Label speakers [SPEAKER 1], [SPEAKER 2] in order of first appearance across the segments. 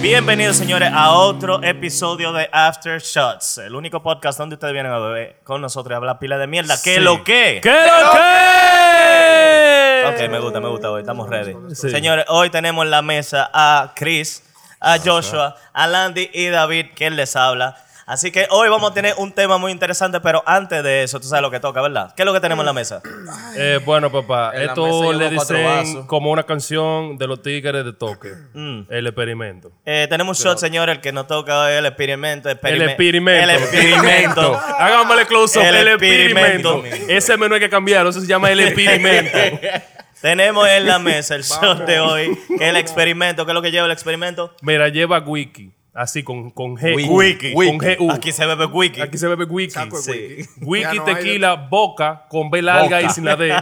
[SPEAKER 1] Bienvenidos, señores, a otro episodio de After Shots, el único podcast donde ustedes vienen a beber con nosotros y hablar pila de mierda. ¿Qué
[SPEAKER 2] Sí.
[SPEAKER 1] lo que?
[SPEAKER 2] ¿Qué lo que?
[SPEAKER 1] Ok, me gusta, me gusta hoy, estamos ready.
[SPEAKER 2] Sí.
[SPEAKER 1] Señores, hoy tenemos en la mesa a Chris, a Joshua, a Landy y David, quien les habla. Así que hoy vamos a tener un tema muy interesante, pero antes de eso, tú sabes lo que toca, ¿verdad? ¿Qué es lo que tenemos en la mesa?
[SPEAKER 2] Eh, bueno, papá,
[SPEAKER 3] En la mesa
[SPEAKER 2] esto
[SPEAKER 3] llevo
[SPEAKER 2] le
[SPEAKER 3] cuatro
[SPEAKER 2] dicen
[SPEAKER 3] vasos.
[SPEAKER 2] como una canción de los tigres de toque. El experimento.
[SPEAKER 1] Eh, tenemos un shot, señores, el que nos toca hoy, el experimento.
[SPEAKER 2] El
[SPEAKER 1] experime-
[SPEAKER 2] experimento.
[SPEAKER 1] El experimento.
[SPEAKER 2] Hágamele close up.
[SPEAKER 1] El
[SPEAKER 2] El, experimento.
[SPEAKER 1] experimento.
[SPEAKER 2] Ese menú hay que cambiarlo. Eso se llama el experimento.
[SPEAKER 1] Tenemos en la mesa el shot de hoy, que es el experimento. ¿Qué es lo que lleva el experimento?
[SPEAKER 2] Mira, lleva wiki. Así con, con G.
[SPEAKER 3] Wiki.
[SPEAKER 2] Wiki. Con
[SPEAKER 3] Wiki.
[SPEAKER 2] G-U.
[SPEAKER 1] Aquí se bebe wiki.
[SPEAKER 2] Aquí se bebe wiki.
[SPEAKER 3] Saco
[SPEAKER 4] pues
[SPEAKER 3] el
[SPEAKER 2] Sí.
[SPEAKER 3] wiki.
[SPEAKER 2] Wiki,
[SPEAKER 3] Ya no hay-
[SPEAKER 2] tequila, boca, con B larga y
[SPEAKER 3] Boca.
[SPEAKER 2] sin la D.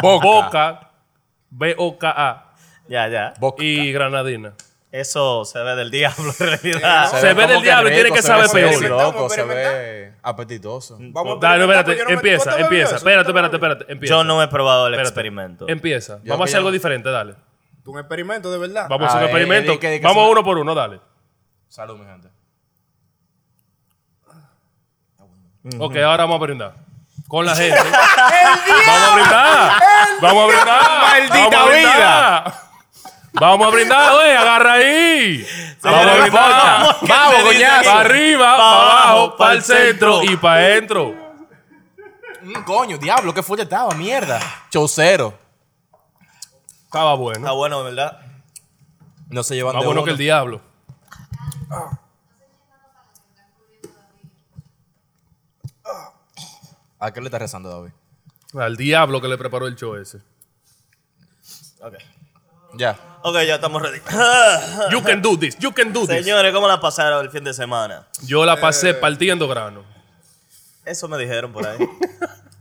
[SPEAKER 3] Boca.
[SPEAKER 2] Boca. B-O-K-A.
[SPEAKER 1] Ya, ya.
[SPEAKER 3] Boca.
[SPEAKER 2] Y granadina.
[SPEAKER 1] Eso se ve del diablo en realidad.
[SPEAKER 2] Se ve
[SPEAKER 3] como
[SPEAKER 2] del diablo y tiene
[SPEAKER 3] rico,
[SPEAKER 2] que
[SPEAKER 3] se
[SPEAKER 2] saber
[SPEAKER 3] ve
[SPEAKER 2] peor. Mm,
[SPEAKER 3] sexy, loco,
[SPEAKER 4] Estamos
[SPEAKER 3] se ve apetitoso.
[SPEAKER 4] Vamos a
[SPEAKER 2] Dale,
[SPEAKER 4] experimentar,
[SPEAKER 2] espérate,
[SPEAKER 4] porque yo no me-
[SPEAKER 2] empieza,
[SPEAKER 4] ¿cuánto me
[SPEAKER 2] empieza.
[SPEAKER 4] bebió eso?
[SPEAKER 2] Espérate, espérate, espérate, empieza.
[SPEAKER 1] Yo no he probado el
[SPEAKER 2] Espérate. Em-
[SPEAKER 1] experimento.
[SPEAKER 2] Empieza.
[SPEAKER 3] Yo
[SPEAKER 2] Vamos a
[SPEAKER 3] que
[SPEAKER 2] hacer
[SPEAKER 3] ya-
[SPEAKER 2] algo diferente, dale.
[SPEAKER 4] Un experimento de verdad.
[SPEAKER 2] Vamos a hacer
[SPEAKER 3] Ah,
[SPEAKER 2] un
[SPEAKER 3] eh,
[SPEAKER 2] experimento.
[SPEAKER 3] di que- di que
[SPEAKER 2] Vamos
[SPEAKER 3] se-
[SPEAKER 2] uno por uno, dale.
[SPEAKER 3] Salud, mi gente.
[SPEAKER 2] Ok, ahora vamos a brindar. Con la gente. ¡Vamos a brindar! ¡Vamos a brindar!
[SPEAKER 3] ¡Maldita
[SPEAKER 2] ¡Vamos a brindar! ¡Vamos a brindar, güey! ¡Agarra ahí! ¡Vamos a
[SPEAKER 1] no
[SPEAKER 2] brindar!
[SPEAKER 1] importa.
[SPEAKER 3] Vamos,
[SPEAKER 1] ¿Qué te dice
[SPEAKER 3] coñazo.
[SPEAKER 2] ¡Para arriba, para abajo, para el
[SPEAKER 1] pa'l
[SPEAKER 2] centro y para adentro!
[SPEAKER 3] Mm, coño, diablo, qué fuerte estaba, mierda. Chocero.
[SPEAKER 2] Estaba
[SPEAKER 1] Está
[SPEAKER 2] bueno.
[SPEAKER 1] Ah, bueno, ¿verdad?
[SPEAKER 3] No se llevan
[SPEAKER 2] Más
[SPEAKER 3] de
[SPEAKER 2] bueno
[SPEAKER 3] uno.
[SPEAKER 2] que el diablo.
[SPEAKER 3] ¿A qué le estás rezando, David?
[SPEAKER 2] Al diablo que le preparó el show ese.
[SPEAKER 1] Ok.
[SPEAKER 3] Ya.
[SPEAKER 1] Ok, ya estamos ready.
[SPEAKER 2] You can do this, you can do this.
[SPEAKER 1] Señores, ¿cómo la pasaron el fin de semana?
[SPEAKER 2] Yo la
[SPEAKER 1] Eh,
[SPEAKER 2] pasé partiendo grano.
[SPEAKER 1] Eso me dijeron por ahí.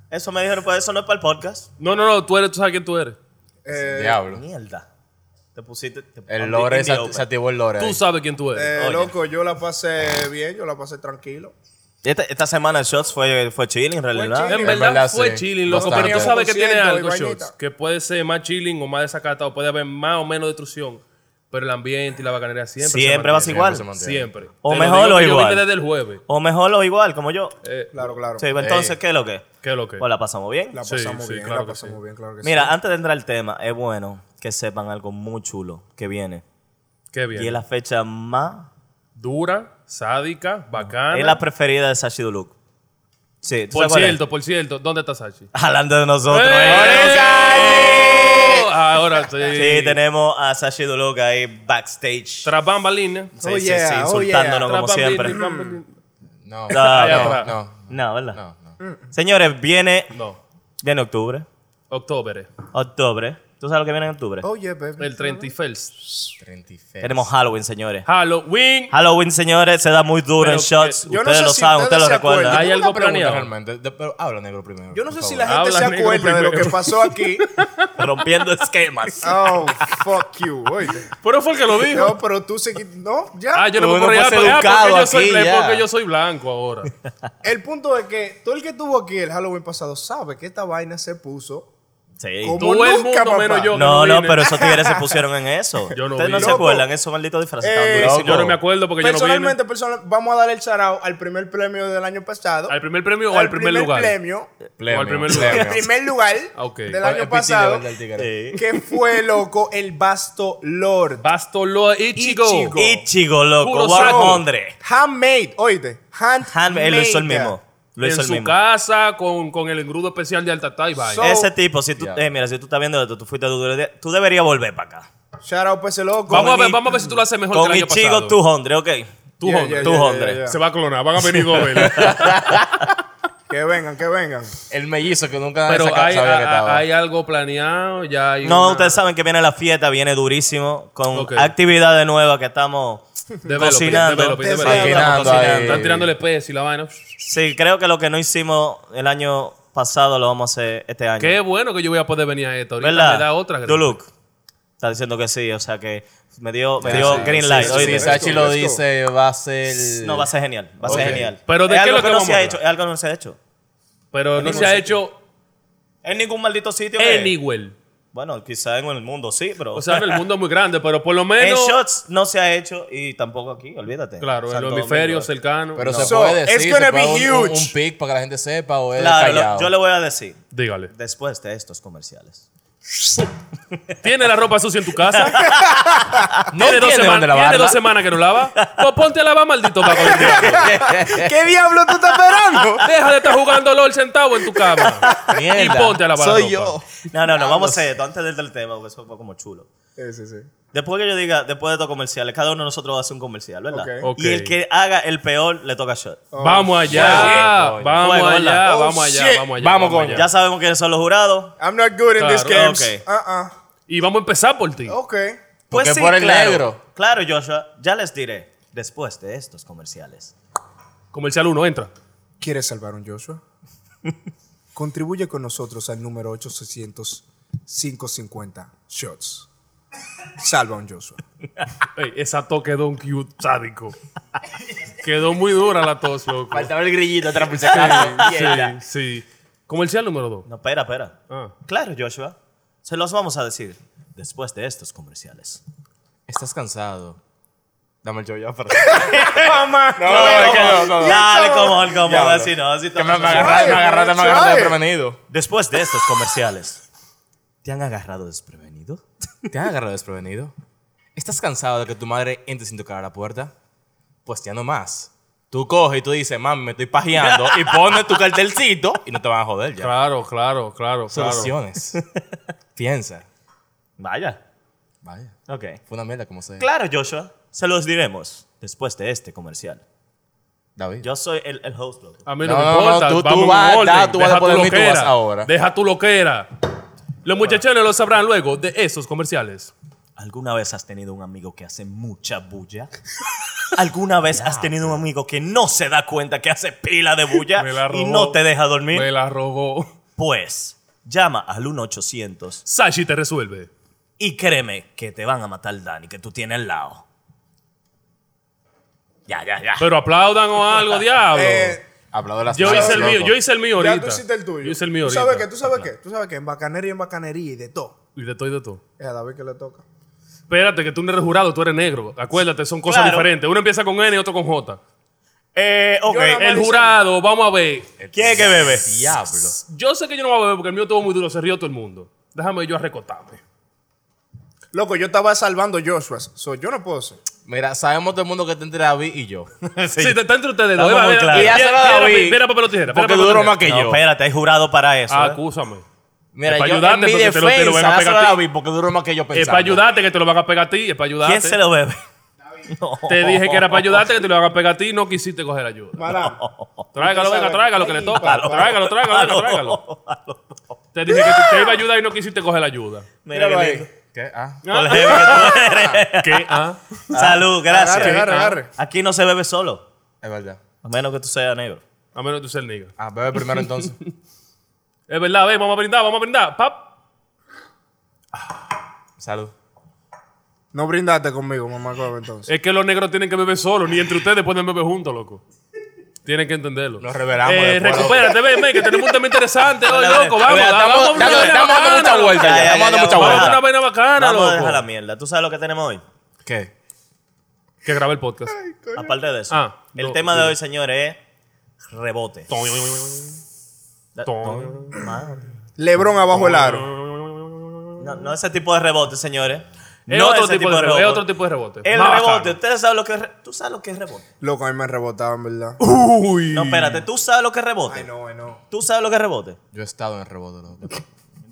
[SPEAKER 1] Eso me dijeron, pues eso no es para el podcast.
[SPEAKER 2] No, no, no, tú eres, tú sabes quién tú eres.
[SPEAKER 4] Eh,
[SPEAKER 3] Diablo.
[SPEAKER 1] Mierda. Te pusiste. te-
[SPEAKER 3] El lore,
[SPEAKER 1] in the
[SPEAKER 3] se,
[SPEAKER 1] open.
[SPEAKER 3] se activó el lore.
[SPEAKER 2] Tú
[SPEAKER 3] ahí.
[SPEAKER 2] sabes quién tú eres.
[SPEAKER 4] eh,
[SPEAKER 1] Oye.
[SPEAKER 4] loco, yo la pasé bien, yo la pasé tranquilo.
[SPEAKER 1] Esta, esta semana el Shots fue, fue chilling, en realidad.
[SPEAKER 4] chilling.
[SPEAKER 2] en
[SPEAKER 3] en
[SPEAKER 2] verdad,
[SPEAKER 3] verdad,
[SPEAKER 2] fue
[SPEAKER 3] sí,
[SPEAKER 2] chilling, loco,
[SPEAKER 3] bastante.
[SPEAKER 2] pero tú sabes que tiene
[SPEAKER 4] Concierto y
[SPEAKER 2] algo,
[SPEAKER 4] vainita.
[SPEAKER 2] Shots, que puede ser más chilling o más desacatado, puede haber más o menos destrucción, pero el ambiente y la bacanería siempre
[SPEAKER 1] Siempre
[SPEAKER 2] se
[SPEAKER 1] vas
[SPEAKER 2] mantiene.
[SPEAKER 1] igual.
[SPEAKER 3] se mantiene.
[SPEAKER 2] Siempre.
[SPEAKER 1] O
[SPEAKER 2] Te lo
[SPEAKER 1] mejor
[SPEAKER 2] digo
[SPEAKER 1] o
[SPEAKER 2] que
[SPEAKER 1] igual.
[SPEAKER 2] Yo vine desde el jueves.
[SPEAKER 1] O mejor o igual, como yo.
[SPEAKER 2] Eh,
[SPEAKER 4] Claro, claro.
[SPEAKER 1] Sí, pues, entonces,
[SPEAKER 3] Ey.
[SPEAKER 1] ¿qué es lo que?
[SPEAKER 2] ¿Qué es lo que?
[SPEAKER 1] Pues la pasamos bien.
[SPEAKER 4] La
[SPEAKER 2] Sí,
[SPEAKER 4] pasamos
[SPEAKER 2] sí,
[SPEAKER 4] bien,
[SPEAKER 2] claro
[SPEAKER 4] la
[SPEAKER 2] que
[SPEAKER 4] pasamos
[SPEAKER 2] sí.
[SPEAKER 4] bien, claro que sí.
[SPEAKER 1] Mira, antes de entrar al tema, es bueno que sepan algo muy chulo que viene.
[SPEAKER 2] Qué
[SPEAKER 1] Y es
[SPEAKER 2] bien.
[SPEAKER 1] la fecha más.
[SPEAKER 2] Dura, sádica, bacana.
[SPEAKER 1] Es la preferida de Sashi Duluc. Sí, ¿tú
[SPEAKER 2] Por
[SPEAKER 1] sabes cuál es?
[SPEAKER 2] cierto, por cierto, ¿dónde está Sachi?
[SPEAKER 1] Hablando de nosotros.
[SPEAKER 2] ¡Eh!
[SPEAKER 1] ¿eh?
[SPEAKER 2] Ahora sí.
[SPEAKER 1] Sí, tenemos a Sashi Duluc ahí backstage.
[SPEAKER 2] Tras bambalinas.
[SPEAKER 1] Sí,
[SPEAKER 4] Oh,
[SPEAKER 1] sí,
[SPEAKER 4] yeah,
[SPEAKER 1] sí,
[SPEAKER 4] oh,
[SPEAKER 1] insultándonos
[SPEAKER 2] Tras
[SPEAKER 1] como siempre.
[SPEAKER 2] bambalinas, bambalinas.
[SPEAKER 3] No,
[SPEAKER 1] Ah, ya,
[SPEAKER 3] no,
[SPEAKER 2] para.
[SPEAKER 3] no,
[SPEAKER 1] No, ¿verdad?
[SPEAKER 3] no, no.
[SPEAKER 4] Mm.
[SPEAKER 1] Señores, viene,
[SPEAKER 2] No,
[SPEAKER 1] viene octubre.
[SPEAKER 2] octubre,
[SPEAKER 1] Octubre. ¿Tú sabes lo que viene en octubre?
[SPEAKER 4] Oye, baby.
[SPEAKER 2] el 31st.
[SPEAKER 3] 36.
[SPEAKER 1] Tenemos Halloween, señores.
[SPEAKER 2] Halloween.
[SPEAKER 1] Halloween, señores, se da muy duro
[SPEAKER 2] Pero
[SPEAKER 1] en shots.
[SPEAKER 2] que-
[SPEAKER 4] yo no
[SPEAKER 1] ustedes
[SPEAKER 4] sé
[SPEAKER 1] lo
[SPEAKER 4] si
[SPEAKER 1] saben, ustedes
[SPEAKER 4] ustedes
[SPEAKER 1] lo
[SPEAKER 4] se acuerdan.
[SPEAKER 1] recuerdan.
[SPEAKER 2] Hay
[SPEAKER 3] Tengo
[SPEAKER 2] algo
[SPEAKER 3] una pregunta
[SPEAKER 2] planeado.
[SPEAKER 3] realmente. de- pero habla negro primero.
[SPEAKER 4] Yo no sé
[SPEAKER 3] por
[SPEAKER 4] si la
[SPEAKER 3] favor.
[SPEAKER 4] gente se
[SPEAKER 2] Habla, negro,
[SPEAKER 4] acuerda de lo que
[SPEAKER 2] primero.
[SPEAKER 4] pasó aquí.
[SPEAKER 1] Rompiendo esquemas.
[SPEAKER 4] Oh, fuck you, oye.
[SPEAKER 2] Pero fue el que lo dijo.
[SPEAKER 4] No, pero tú seguí... No, ya.
[SPEAKER 2] Ah, yo
[SPEAKER 3] Tú
[SPEAKER 2] no me
[SPEAKER 3] no
[SPEAKER 2] puedo
[SPEAKER 3] fuiste
[SPEAKER 2] porque
[SPEAKER 3] educado
[SPEAKER 2] yo soy
[SPEAKER 3] aquí,
[SPEAKER 2] blanco,
[SPEAKER 3] ya.
[SPEAKER 2] porque yo soy blanco ahora.
[SPEAKER 4] El punto es que todo el que estuvo aquí el Halloween pasado sabe que esta vaina se puso...
[SPEAKER 1] Sí.
[SPEAKER 4] ¿Cómo?
[SPEAKER 2] Todo el
[SPEAKER 4] nunca,
[SPEAKER 2] mundo
[SPEAKER 4] papá.
[SPEAKER 2] menos yo. que
[SPEAKER 1] No, no,
[SPEAKER 2] vine.
[SPEAKER 1] pero esos tigres se pusieron en eso.
[SPEAKER 2] Yo no
[SPEAKER 1] Ustedes no
[SPEAKER 2] vi.
[SPEAKER 1] se
[SPEAKER 4] Loco.
[SPEAKER 1] acuerdan, esos malditos disfraces estaban
[SPEAKER 4] Eh,
[SPEAKER 1] durísimos.
[SPEAKER 2] Yo no me acuerdo porque yo no vine.
[SPEAKER 4] Personalmente, personal, vamos a dar el charao al primer premio del año pasado.
[SPEAKER 2] ¿Al primer premio o al primer lugar?
[SPEAKER 4] premio,
[SPEAKER 2] O al primer lugar.
[SPEAKER 4] el
[SPEAKER 3] Premio.
[SPEAKER 4] primer lugar
[SPEAKER 2] Ah, ok.
[SPEAKER 4] del
[SPEAKER 3] El
[SPEAKER 4] año
[SPEAKER 3] pitido
[SPEAKER 4] pasado,
[SPEAKER 3] del tigre.
[SPEAKER 1] Sí.
[SPEAKER 4] que fue loco el Basto Lord.
[SPEAKER 2] Bastolo Ichigo.
[SPEAKER 4] Ichigo.
[SPEAKER 1] Ichigo,
[SPEAKER 2] Puro
[SPEAKER 1] loco. One
[SPEAKER 2] saco.
[SPEAKER 1] Hundred.
[SPEAKER 4] Handmade, oíste. Hand
[SPEAKER 1] Handma- Él lo hizo el mismo. Lo
[SPEAKER 2] En
[SPEAKER 1] hizo el
[SPEAKER 2] su
[SPEAKER 1] mismo.
[SPEAKER 2] casa, con, con el engrudo especial de Altatá y vaina.
[SPEAKER 4] So-
[SPEAKER 1] Ese tipo, si tú,
[SPEAKER 3] Ya.
[SPEAKER 1] eh, mira, si tú estás viendo esto, tú fuiste duro, tú deberías volver para acá.
[SPEAKER 4] Shout out para ese loco.
[SPEAKER 2] vamos, a ver,
[SPEAKER 1] I-
[SPEAKER 2] vamos a ver si tú lo haces mejor
[SPEAKER 1] Con
[SPEAKER 2] que el año
[SPEAKER 1] Ichigo
[SPEAKER 2] pasado.
[SPEAKER 1] 200, ok.
[SPEAKER 2] Tú,
[SPEAKER 4] Yeah,
[SPEAKER 2] hombre.
[SPEAKER 4] yeah,
[SPEAKER 1] tú,
[SPEAKER 4] yeah,
[SPEAKER 1] hombre.
[SPEAKER 4] yeah, yeah.
[SPEAKER 2] Se va a clonar, van a venir dos veces.
[SPEAKER 4] Que vengan, que vengan.
[SPEAKER 3] El mellizo que nunca
[SPEAKER 2] Pero
[SPEAKER 3] saca-
[SPEAKER 2] hay,
[SPEAKER 3] sabía que
[SPEAKER 2] hay-
[SPEAKER 3] estaba.
[SPEAKER 2] hay algo planeado, ya hay
[SPEAKER 1] No,
[SPEAKER 2] una-
[SPEAKER 1] ustedes saben que viene la fiesta, viene durísimo, con
[SPEAKER 2] Ok.
[SPEAKER 1] actividades nuevas que estamos
[SPEAKER 2] Developing,
[SPEAKER 1] cocinando.
[SPEAKER 2] developing,
[SPEAKER 1] Sí,
[SPEAKER 4] developing.
[SPEAKER 1] estamos
[SPEAKER 3] Cocinando ahí.
[SPEAKER 1] cocinando.
[SPEAKER 2] Están tirándole pez y la vaina.
[SPEAKER 1] Sí, creo que lo que no hicimos el año pasado lo vamos a hacer este año.
[SPEAKER 2] Qué bueno que yo voy a poder venir a esto. Ahorita
[SPEAKER 1] ¿Verdad?
[SPEAKER 2] me da otra. gracia.
[SPEAKER 1] Duluc está diciendo que sí, o sea que me dio, me
[SPEAKER 3] Sí,
[SPEAKER 1] dio
[SPEAKER 3] sí,
[SPEAKER 1] green
[SPEAKER 3] sí,
[SPEAKER 1] light.
[SPEAKER 3] sí,
[SPEAKER 1] oíste.
[SPEAKER 3] Sí, Sachi
[SPEAKER 4] Let's
[SPEAKER 3] lo
[SPEAKER 4] go, let's
[SPEAKER 3] dice, va a ser.
[SPEAKER 1] No, va a ser genial, va a ser
[SPEAKER 3] Ok.
[SPEAKER 1] genial.
[SPEAKER 2] Pero ¿de
[SPEAKER 1] es
[SPEAKER 2] qué
[SPEAKER 1] algo
[SPEAKER 2] es lo que
[SPEAKER 1] no
[SPEAKER 2] vamos
[SPEAKER 1] se
[SPEAKER 2] a
[SPEAKER 1] ha
[SPEAKER 2] hablar?
[SPEAKER 1] hecho, es algo que no se ha hecho.
[SPEAKER 2] Pero no se ha hecho
[SPEAKER 1] En ningún maldito sitio. que-
[SPEAKER 2] anywhere.
[SPEAKER 1] Bueno, quizá en el mundo sí, pero.
[SPEAKER 2] O sea, el mundo es muy grande, pero por lo
[SPEAKER 1] en
[SPEAKER 2] menos.
[SPEAKER 1] shots no se ha hecho y tampoco aquí, olvídate.
[SPEAKER 2] Claro, en
[SPEAKER 1] Santo
[SPEAKER 2] los
[SPEAKER 1] Domingo.
[SPEAKER 2] hemisferios cercanos.
[SPEAKER 3] Pero
[SPEAKER 4] No.
[SPEAKER 3] se
[SPEAKER 4] So,
[SPEAKER 3] puede decir,
[SPEAKER 4] it's
[SPEAKER 3] se
[SPEAKER 4] gonna
[SPEAKER 3] puede
[SPEAKER 4] be
[SPEAKER 3] un- un,
[SPEAKER 4] huge.
[SPEAKER 3] un pic para que la gente sepa o es
[SPEAKER 1] Claro, lo-
[SPEAKER 3] callado.
[SPEAKER 1] yo le voy a decir
[SPEAKER 2] Dígale.
[SPEAKER 1] después de estos comerciales.
[SPEAKER 2] ¿Tiene la ropa sucia en tu casa? ¿Tiene, dos
[SPEAKER 3] tiene
[SPEAKER 2] semanas,
[SPEAKER 3] dónde lavarla.
[SPEAKER 2] ¿Tiene dos semanas que no lava? Pues ponte a lavar, maldito vago del diablo.
[SPEAKER 4] ¿Qué diablo tú estás esperando?
[SPEAKER 2] Deja de estar jugando LOL sentado en tu cama.
[SPEAKER 3] Mierda.
[SPEAKER 2] Y ponte a lavar la
[SPEAKER 4] Soy
[SPEAKER 2] ropa.
[SPEAKER 4] yo.
[SPEAKER 1] No, no, no, vamos a hacer esto antes de irte al tema, porque eso fue como chulo.
[SPEAKER 4] Sí, sí, sí.
[SPEAKER 1] Después que yo diga, después de estos comerciales, cada uno de nosotros va a hacer un comercial, ¿verdad?
[SPEAKER 2] Ok.
[SPEAKER 1] Y el que haga el peor le toca shot.
[SPEAKER 2] Vamos allá,
[SPEAKER 1] shit.
[SPEAKER 2] vamos
[SPEAKER 1] Bueno,
[SPEAKER 2] allá,
[SPEAKER 1] hola.
[SPEAKER 4] Oh,
[SPEAKER 2] vamos allá,
[SPEAKER 4] shit.
[SPEAKER 2] vamos allá.
[SPEAKER 3] Vamos, coño.
[SPEAKER 2] allá.
[SPEAKER 1] Ya sabemos quiénes son los jurados.
[SPEAKER 4] I'm not good in these
[SPEAKER 2] Claro,
[SPEAKER 4] games.
[SPEAKER 1] ok.
[SPEAKER 4] Uh-uh.
[SPEAKER 2] Y vamos a empezar por ti.
[SPEAKER 4] Ok.
[SPEAKER 1] Pues
[SPEAKER 3] Porque
[SPEAKER 1] sí,
[SPEAKER 3] por el
[SPEAKER 1] claro.
[SPEAKER 3] negro.
[SPEAKER 1] Claro, Joshua, ya les diré después de estos comerciales.
[SPEAKER 2] Comercial 1, entra.
[SPEAKER 4] ¿Quieres salvar a un Joshua? Contribuye con nosotros al número 800 550 shots. Salva a un Joshua.
[SPEAKER 2] Ey, esa tos quedó un cute sádico. quedó muy dura la tos, loco.
[SPEAKER 3] Faltaba el grillito atrás por si acaso. Mierda.
[SPEAKER 2] Sí, sí. Comercial número 2.
[SPEAKER 1] No, espera, espera.
[SPEAKER 2] Ah.
[SPEAKER 1] Claro, Joshua. Se los vamos a decir después de estos comerciales.
[SPEAKER 3] Estás cansado. Dame el show ya para...
[SPEAKER 4] Mamá.
[SPEAKER 3] es que no, no, no.
[SPEAKER 1] Dale, como el como
[SPEAKER 3] Diablo.
[SPEAKER 1] así no, así
[SPEAKER 3] Que me,
[SPEAKER 1] estamos
[SPEAKER 3] me
[SPEAKER 1] nosotros.
[SPEAKER 3] agarraste, me agarraste, me agarraste
[SPEAKER 4] Try.
[SPEAKER 3] desprevenido.
[SPEAKER 1] Después de estos comerciales, ¿te han agarrado desprevenido?
[SPEAKER 3] ¿Te han agarrado desprevenido? ¿Estás cansado de que tu madre entre sin tocar a la puerta? Pues ya no más. Tú coges y tú dices, mami, me estoy pajeando, y pones tu cartelcito y no te van a joder ya.
[SPEAKER 2] Claro, claro, claro, claro.
[SPEAKER 3] Soluciones. Piensa.
[SPEAKER 1] Vaya.
[SPEAKER 3] Vaya.
[SPEAKER 1] Ok.
[SPEAKER 3] Fue una mierda como se...
[SPEAKER 1] Claro, Joshua. Se los diremos después de este comercial.
[SPEAKER 3] David.
[SPEAKER 1] Yo soy el, el host, loco.
[SPEAKER 2] A mí no,
[SPEAKER 3] No,
[SPEAKER 2] me
[SPEAKER 3] no, no,
[SPEAKER 2] importa.
[SPEAKER 3] tú- tú
[SPEAKER 2] vamos en
[SPEAKER 3] vas-
[SPEAKER 2] orden.
[SPEAKER 3] da- tú vas
[SPEAKER 2] Deja
[SPEAKER 3] después
[SPEAKER 2] tu
[SPEAKER 3] de mí, tú
[SPEAKER 2] loquera.
[SPEAKER 3] vas ahora.
[SPEAKER 2] Deja tu loquera. Los muchachones lo sabrán luego de esos comerciales.
[SPEAKER 1] ¿Alguna vez has tenido un amigo que hace mucha bulla? ¿Alguna vez has tenido un amigo que no se da cuenta que hace pila de bulla
[SPEAKER 2] Me la robó.
[SPEAKER 1] y no te deja dormir?
[SPEAKER 2] Me la robó.
[SPEAKER 1] Pues llama al 1-800
[SPEAKER 2] Sashi te resuelve.
[SPEAKER 1] y créeme que te van a matar Dani, que tú tienes al lado. Ya, ya, ya.
[SPEAKER 2] Pero aplaudan o algo, diablo.
[SPEAKER 4] Eh,
[SPEAKER 3] Hablado de las
[SPEAKER 2] Yo
[SPEAKER 3] manos,
[SPEAKER 2] hice el
[SPEAKER 3] loco.
[SPEAKER 2] mío, yo hice el mío ahorita.
[SPEAKER 4] ya tú hiciste el tuyo.
[SPEAKER 2] Yo hice el mío
[SPEAKER 4] ¿Tú
[SPEAKER 2] ahorita.
[SPEAKER 4] sabes qué? ¿Tú sabes qué? ¿Tú sabes qué? En bacanería, en bacanería y de todo.
[SPEAKER 2] Y de todo y de todo.
[SPEAKER 4] Es a David que le toca.
[SPEAKER 2] Espérate, que tú no eres jurado, tú eres negro. Acuérdate, son cosas
[SPEAKER 1] Claro.
[SPEAKER 2] diferentes. Uno empieza con N y otro con J.
[SPEAKER 1] Eh, ok.
[SPEAKER 4] Yo nada más-
[SPEAKER 2] El jurado, vamos a ver.
[SPEAKER 1] ¿Quién es que bebe?
[SPEAKER 3] Diablo.
[SPEAKER 2] Yo sé que yo no voy a beber porque el mío estuvo muy duro, se rió todo el mundo. Déjame yo arrecotarme.
[SPEAKER 4] Loco, yo estaba salvando a Joshua. So, yo no puedo ser.
[SPEAKER 3] Mira, sabemos todo el mundo que está entre David y yo.
[SPEAKER 2] Sí, te está entre ustedes dos.
[SPEAKER 1] Estamos muy claros.
[SPEAKER 3] Y ya se lo da David.
[SPEAKER 2] Mira papel o tijera.
[SPEAKER 3] Porque
[SPEAKER 2] papel o
[SPEAKER 3] duro
[SPEAKER 2] tijera.
[SPEAKER 3] más que
[SPEAKER 1] No,
[SPEAKER 3] yo.
[SPEAKER 1] espérate, hay jurado para eso.
[SPEAKER 2] Ah,
[SPEAKER 1] ¿eh?
[SPEAKER 2] Acúsame.
[SPEAKER 3] Mira,
[SPEAKER 2] Es pa'
[SPEAKER 3] yo en
[SPEAKER 2] ayudarte,
[SPEAKER 3] mi
[SPEAKER 2] porque te lo- te lo van a pegar
[SPEAKER 3] defensa,
[SPEAKER 2] a
[SPEAKER 3] dáselo a
[SPEAKER 2] ti.
[SPEAKER 3] David, porque duro más que yo pensaba.
[SPEAKER 2] Es para ayudarte que te lo van a pegar a ti. Es para ayudarte.
[SPEAKER 1] ¿Quién se lo bebe? No.
[SPEAKER 2] Te dije que era para ayudarte que te lo van a pegar a ti. No quisiste coger ayuda.
[SPEAKER 4] Mala.
[SPEAKER 2] Tráigalo, venga, tráigalo, que le toca. Tráigalo,
[SPEAKER 1] Ah,
[SPEAKER 2] tráigalo, venga, tráigalo. Te dije que te- te iba a ayudar y no quisiste coger la ayuda.
[SPEAKER 1] Mira
[SPEAKER 4] Míralo
[SPEAKER 1] que
[SPEAKER 4] ahí.
[SPEAKER 1] lindo.
[SPEAKER 3] ¿Qué? Ah.
[SPEAKER 1] Con el heavy que tú eres.
[SPEAKER 2] ¿Qué? Ah.
[SPEAKER 1] Salud, gracias.
[SPEAKER 4] Agarre, agarre, agarre.
[SPEAKER 1] Aquí no se bebe solo,
[SPEAKER 3] Es verdad.
[SPEAKER 1] a menos que tú seas negro.
[SPEAKER 2] A menos que tú seas el nigga.
[SPEAKER 3] Ah, bebe primero entonces.
[SPEAKER 2] Es verdad, ve, vamos a brindar, vamos a brindar. Pap.
[SPEAKER 3] Salud.
[SPEAKER 4] No brindaste conmigo, mamá Coba, entonces.
[SPEAKER 2] Es que los negros tienen que beber solos, ni entre ustedes pueden beber juntos, loco. Tienen que entenderlo.
[SPEAKER 3] Nos revelamos
[SPEAKER 2] Eh,
[SPEAKER 3] después,
[SPEAKER 2] recupérate, ven, ven, que tenemos un tema interesante hoy,
[SPEAKER 1] Dale, dale.
[SPEAKER 2] loco. Vamos,
[SPEAKER 3] Mira,
[SPEAKER 2] vamos,
[SPEAKER 3] estamos,
[SPEAKER 2] vamos,
[SPEAKER 3] dando- estamos dando mucha vuelta
[SPEAKER 1] Ya,
[SPEAKER 3] ya.
[SPEAKER 1] ya, ya,
[SPEAKER 3] Estamos dando
[SPEAKER 1] ya,
[SPEAKER 3] mucha
[SPEAKER 1] vamos.
[SPEAKER 2] Vamos a
[SPEAKER 1] Vamos.
[SPEAKER 2] una vaina
[SPEAKER 3] vuelta.
[SPEAKER 2] bacana,
[SPEAKER 1] Vamos a
[SPEAKER 2] loco.
[SPEAKER 1] dejar la mierda. ¿Tú sabes lo que tenemos hoy?
[SPEAKER 3] ¿Qué?
[SPEAKER 2] Que grabe el podcast.
[SPEAKER 1] Aparte de eso.
[SPEAKER 2] Ah,
[SPEAKER 1] el
[SPEAKER 2] no,
[SPEAKER 1] tema de
[SPEAKER 2] dime.
[SPEAKER 1] hoy, señores, es rebote. Da-
[SPEAKER 2] Tom.
[SPEAKER 1] Madre.
[SPEAKER 4] Lebron abajo el aro.
[SPEAKER 1] No, no ese tipo de rebote, señores.
[SPEAKER 2] Es
[SPEAKER 1] no
[SPEAKER 2] otro
[SPEAKER 1] ese
[SPEAKER 2] tipo de rebote, es otro tipo de rebote.
[SPEAKER 1] El
[SPEAKER 2] Más
[SPEAKER 1] rebote,
[SPEAKER 2] bacano.
[SPEAKER 1] ustedes saben lo que es re- tú sabes lo que es rebote.
[SPEAKER 4] Loco, a mí me rebotaban, ¿verdad?
[SPEAKER 2] Uy.
[SPEAKER 1] No, espérate, tú sabes lo que es rebote.
[SPEAKER 4] Ay, no, ay, no.
[SPEAKER 1] Tú sabes lo que es rebote.
[SPEAKER 3] Yo he estado en el rebote, loco.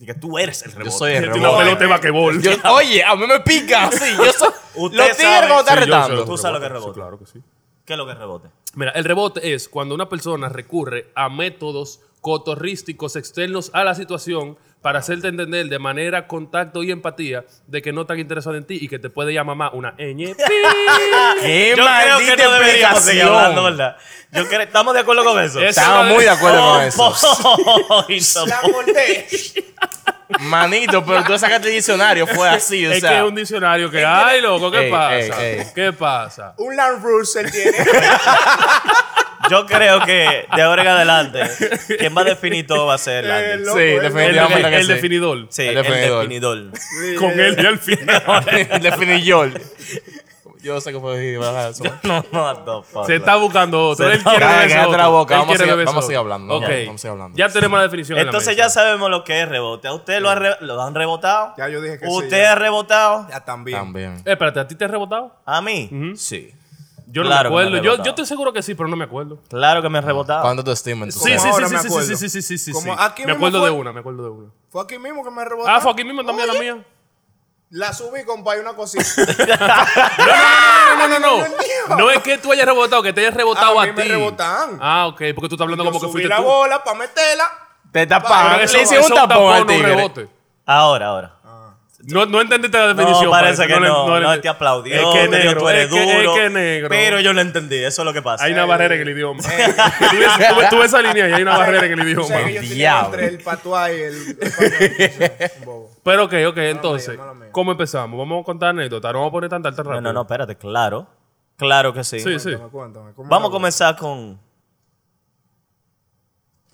[SPEAKER 1] Que tú eres el rebote.
[SPEAKER 3] Yo soy el
[SPEAKER 2] Tiene una
[SPEAKER 3] rebote.
[SPEAKER 2] pelota de basquetbol.
[SPEAKER 3] eh, Yo- oye, a mí me pica así. Yo soy.
[SPEAKER 1] Usted
[SPEAKER 3] Los tigres
[SPEAKER 1] sabe.
[SPEAKER 3] cuando están
[SPEAKER 2] Sí, yo sé
[SPEAKER 3] retando.
[SPEAKER 1] Tú sabes lo que es rebote.
[SPEAKER 2] Sí, claro que sí.
[SPEAKER 1] ¿Qué es lo que es rebote?
[SPEAKER 2] Mira, el rebote es cuando una persona recurre a métodos cotorrísticos externos a la situación para hacerte entender de manera contacto y empatía de que no están interesados en ti y que te puede llamar más una ñ.
[SPEAKER 3] ¡Qué
[SPEAKER 1] Yo creo que no deberíamos seguir hablando, ¿verdad? Yo creo- ¿Estamos de acuerdo con eso?
[SPEAKER 2] Es-
[SPEAKER 3] Estaba muy de acuerdo con eso.
[SPEAKER 1] Oh, boy,
[SPEAKER 4] La
[SPEAKER 1] so-
[SPEAKER 4] corté.
[SPEAKER 3] Manito, pero tú sacaste el diccionario, fue así, o
[SPEAKER 2] es que
[SPEAKER 3] sea.
[SPEAKER 2] es un diccionario que, ay, loco, ¿qué
[SPEAKER 3] Ey,
[SPEAKER 2] pasa?
[SPEAKER 3] ey, ey.
[SPEAKER 2] ¿Qué pasa?
[SPEAKER 4] Un Land Cruiser tiene.
[SPEAKER 1] Yo creo que de ahora en adelante, quien va a definir todo va a ser Landy.
[SPEAKER 4] loco,
[SPEAKER 3] sí,
[SPEAKER 4] eh,
[SPEAKER 2] El,
[SPEAKER 3] definitivamente
[SPEAKER 2] el-
[SPEAKER 3] que
[SPEAKER 2] el
[SPEAKER 3] sí.
[SPEAKER 2] definidor.
[SPEAKER 1] Sí,
[SPEAKER 3] el
[SPEAKER 1] el
[SPEAKER 3] definidor.
[SPEAKER 1] definidor.
[SPEAKER 2] Con él y al final.
[SPEAKER 3] el definidor. Yo sé que fue bajar eso.
[SPEAKER 1] No, no, no, fuck.
[SPEAKER 2] Se está buscando otro.
[SPEAKER 1] Se
[SPEAKER 2] Él
[SPEAKER 1] está-
[SPEAKER 2] quiere
[SPEAKER 3] Cállate,
[SPEAKER 2] beberse
[SPEAKER 3] cállate
[SPEAKER 2] otro.
[SPEAKER 3] la boca.
[SPEAKER 2] Él
[SPEAKER 3] Vamos a
[SPEAKER 2] quiere
[SPEAKER 3] seguir-
[SPEAKER 2] beberse
[SPEAKER 3] vamos a seguir
[SPEAKER 2] otro.
[SPEAKER 3] hablando.
[SPEAKER 2] Ok.
[SPEAKER 3] Ya, vamos a seguir hablando.
[SPEAKER 2] Ya tenemos la definición.
[SPEAKER 1] Entonces
[SPEAKER 2] en la
[SPEAKER 1] ya
[SPEAKER 2] mesa.
[SPEAKER 1] sabemos lo que es rebote. ¿A usted lo, ha re- lo han rebotado?
[SPEAKER 4] Ya yo dije que sí,
[SPEAKER 1] ¿Usted
[SPEAKER 4] ya.
[SPEAKER 1] ha rebotado?
[SPEAKER 4] Ya también.
[SPEAKER 3] También.
[SPEAKER 2] Eh, espérate, ¿a ti te has rebotado?
[SPEAKER 1] ¿A mí?
[SPEAKER 3] Sí.
[SPEAKER 2] Yo no
[SPEAKER 1] Claro que me
[SPEAKER 2] me acuerdo.
[SPEAKER 1] he
[SPEAKER 2] yo,
[SPEAKER 1] rebotado.
[SPEAKER 2] yo estoy seguro que sí, pero no me acuerdo.
[SPEAKER 1] Claro que me he rebotado.
[SPEAKER 3] ¿Cuánto te estima en tu
[SPEAKER 2] Sí,
[SPEAKER 3] cara?
[SPEAKER 2] sí,
[SPEAKER 4] ahora
[SPEAKER 2] sí,
[SPEAKER 4] me
[SPEAKER 2] sí,
[SPEAKER 4] acuerdo.
[SPEAKER 2] sí, sí, sí, sí, sí,
[SPEAKER 4] Como
[SPEAKER 2] sí.
[SPEAKER 4] aquí
[SPEAKER 2] Me
[SPEAKER 4] mismo
[SPEAKER 2] acuerdo
[SPEAKER 4] fue-
[SPEAKER 2] de una, me acuerdo de una.
[SPEAKER 4] Fue aquí mismo que me rebotó.
[SPEAKER 2] Ah, fue aquí mismo también la mía.
[SPEAKER 4] La subí, compa, y una cosita.
[SPEAKER 2] No, no,
[SPEAKER 4] no, no,
[SPEAKER 2] no.
[SPEAKER 4] no.
[SPEAKER 2] No es que tú hayas rebotado, que te hayas rebotado
[SPEAKER 4] A
[SPEAKER 2] a,
[SPEAKER 4] mí
[SPEAKER 2] ti.
[SPEAKER 4] me rebotan.
[SPEAKER 2] Ah, ok, porque tú estás hablando
[SPEAKER 4] Yo
[SPEAKER 2] como que
[SPEAKER 4] subí
[SPEAKER 2] fuiste
[SPEAKER 4] la
[SPEAKER 2] tú.
[SPEAKER 4] bola para meterla.
[SPEAKER 3] Te
[SPEAKER 2] Pero
[SPEAKER 3] taparon.
[SPEAKER 2] eso-
[SPEAKER 3] Le hicieron
[SPEAKER 2] eso
[SPEAKER 3] un
[SPEAKER 2] no
[SPEAKER 3] tapón al
[SPEAKER 2] es un
[SPEAKER 3] tigre.
[SPEAKER 2] rebote.
[SPEAKER 1] Ahora, ahora.
[SPEAKER 2] No, no entendiste la definición.
[SPEAKER 1] No, parece que
[SPEAKER 2] le-
[SPEAKER 1] no. No,
[SPEAKER 2] le-
[SPEAKER 1] te aplaudió.
[SPEAKER 2] Es que
[SPEAKER 1] te dijo,
[SPEAKER 2] negro.
[SPEAKER 1] tú eres
[SPEAKER 2] es que-
[SPEAKER 1] duro.
[SPEAKER 2] es que negro.
[SPEAKER 1] Pero yo lo entendí. Eso es lo que pasa. Eh,
[SPEAKER 2] Hay una barrera en el idioma. Tú ves- tú ves- Tú ves esa línea y hay una barrera en el
[SPEAKER 4] O sea,
[SPEAKER 2] idioma.
[SPEAKER 4] que yo tenía
[SPEAKER 3] Diablo.
[SPEAKER 4] entre el patuá y el. el español. Un bobo.
[SPEAKER 2] Pero ok, ok, entonces,
[SPEAKER 4] mala mía.
[SPEAKER 2] ¿cómo empezamos? Vamos a contar anécdotas, no vamos a poner tanta alta
[SPEAKER 1] No,
[SPEAKER 2] rápido.
[SPEAKER 1] no, no, espérate. Claro. Claro que sí.
[SPEAKER 2] Sí, sí.
[SPEAKER 4] Cuéntame, cuéntame, ¿cómo
[SPEAKER 1] Vamos a
[SPEAKER 4] la-
[SPEAKER 1] comenzar con.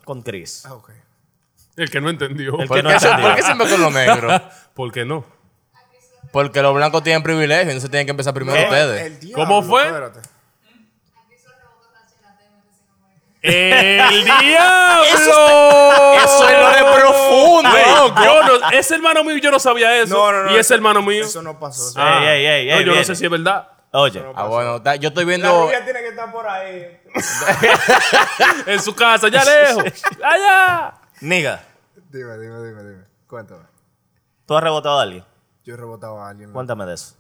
[SPEAKER 1] Con Chris.
[SPEAKER 4] Ah, ok.
[SPEAKER 2] El que no entendió.
[SPEAKER 1] El
[SPEAKER 3] ¿Por
[SPEAKER 1] que no
[SPEAKER 3] qué se-
[SPEAKER 1] entendió.
[SPEAKER 3] ¿Por qué siempre con los negros?
[SPEAKER 2] ¿Por qué no?
[SPEAKER 3] Porque los blancos tienen privilegio, entonces tienen que empezar primero
[SPEAKER 1] ¿Qué?
[SPEAKER 3] ustedes.
[SPEAKER 4] Eh, El diablo,
[SPEAKER 2] ¿Cómo fue?
[SPEAKER 4] espérate.
[SPEAKER 2] ¡El diablo!
[SPEAKER 3] Eso es lo de profundo.
[SPEAKER 2] Güey,
[SPEAKER 3] loco.
[SPEAKER 2] yo no- ese hermano mío, yo no sabía eso.
[SPEAKER 4] No, no, no.
[SPEAKER 2] y ese hermano mío.
[SPEAKER 4] Eso no pasó. o sea,
[SPEAKER 2] Ah,
[SPEAKER 1] Ey, ey, ey,
[SPEAKER 2] no,
[SPEAKER 1] ey,
[SPEAKER 2] yo no
[SPEAKER 1] viene.
[SPEAKER 2] sé si es verdad.
[SPEAKER 1] Oye.
[SPEAKER 3] Ah, bueno, ta- yo estoy
[SPEAKER 4] La
[SPEAKER 3] viendo.
[SPEAKER 4] rubia tiene que estar por ahí.
[SPEAKER 2] En su casa, ya lejos. Allá.
[SPEAKER 1] Niga,
[SPEAKER 4] Dime, dime, dime, dime. Cuéntame.
[SPEAKER 1] ¿tú has rebotado a alguien?
[SPEAKER 4] Yo he rebotado a alguien. ¿no?
[SPEAKER 1] Cuéntame de eso.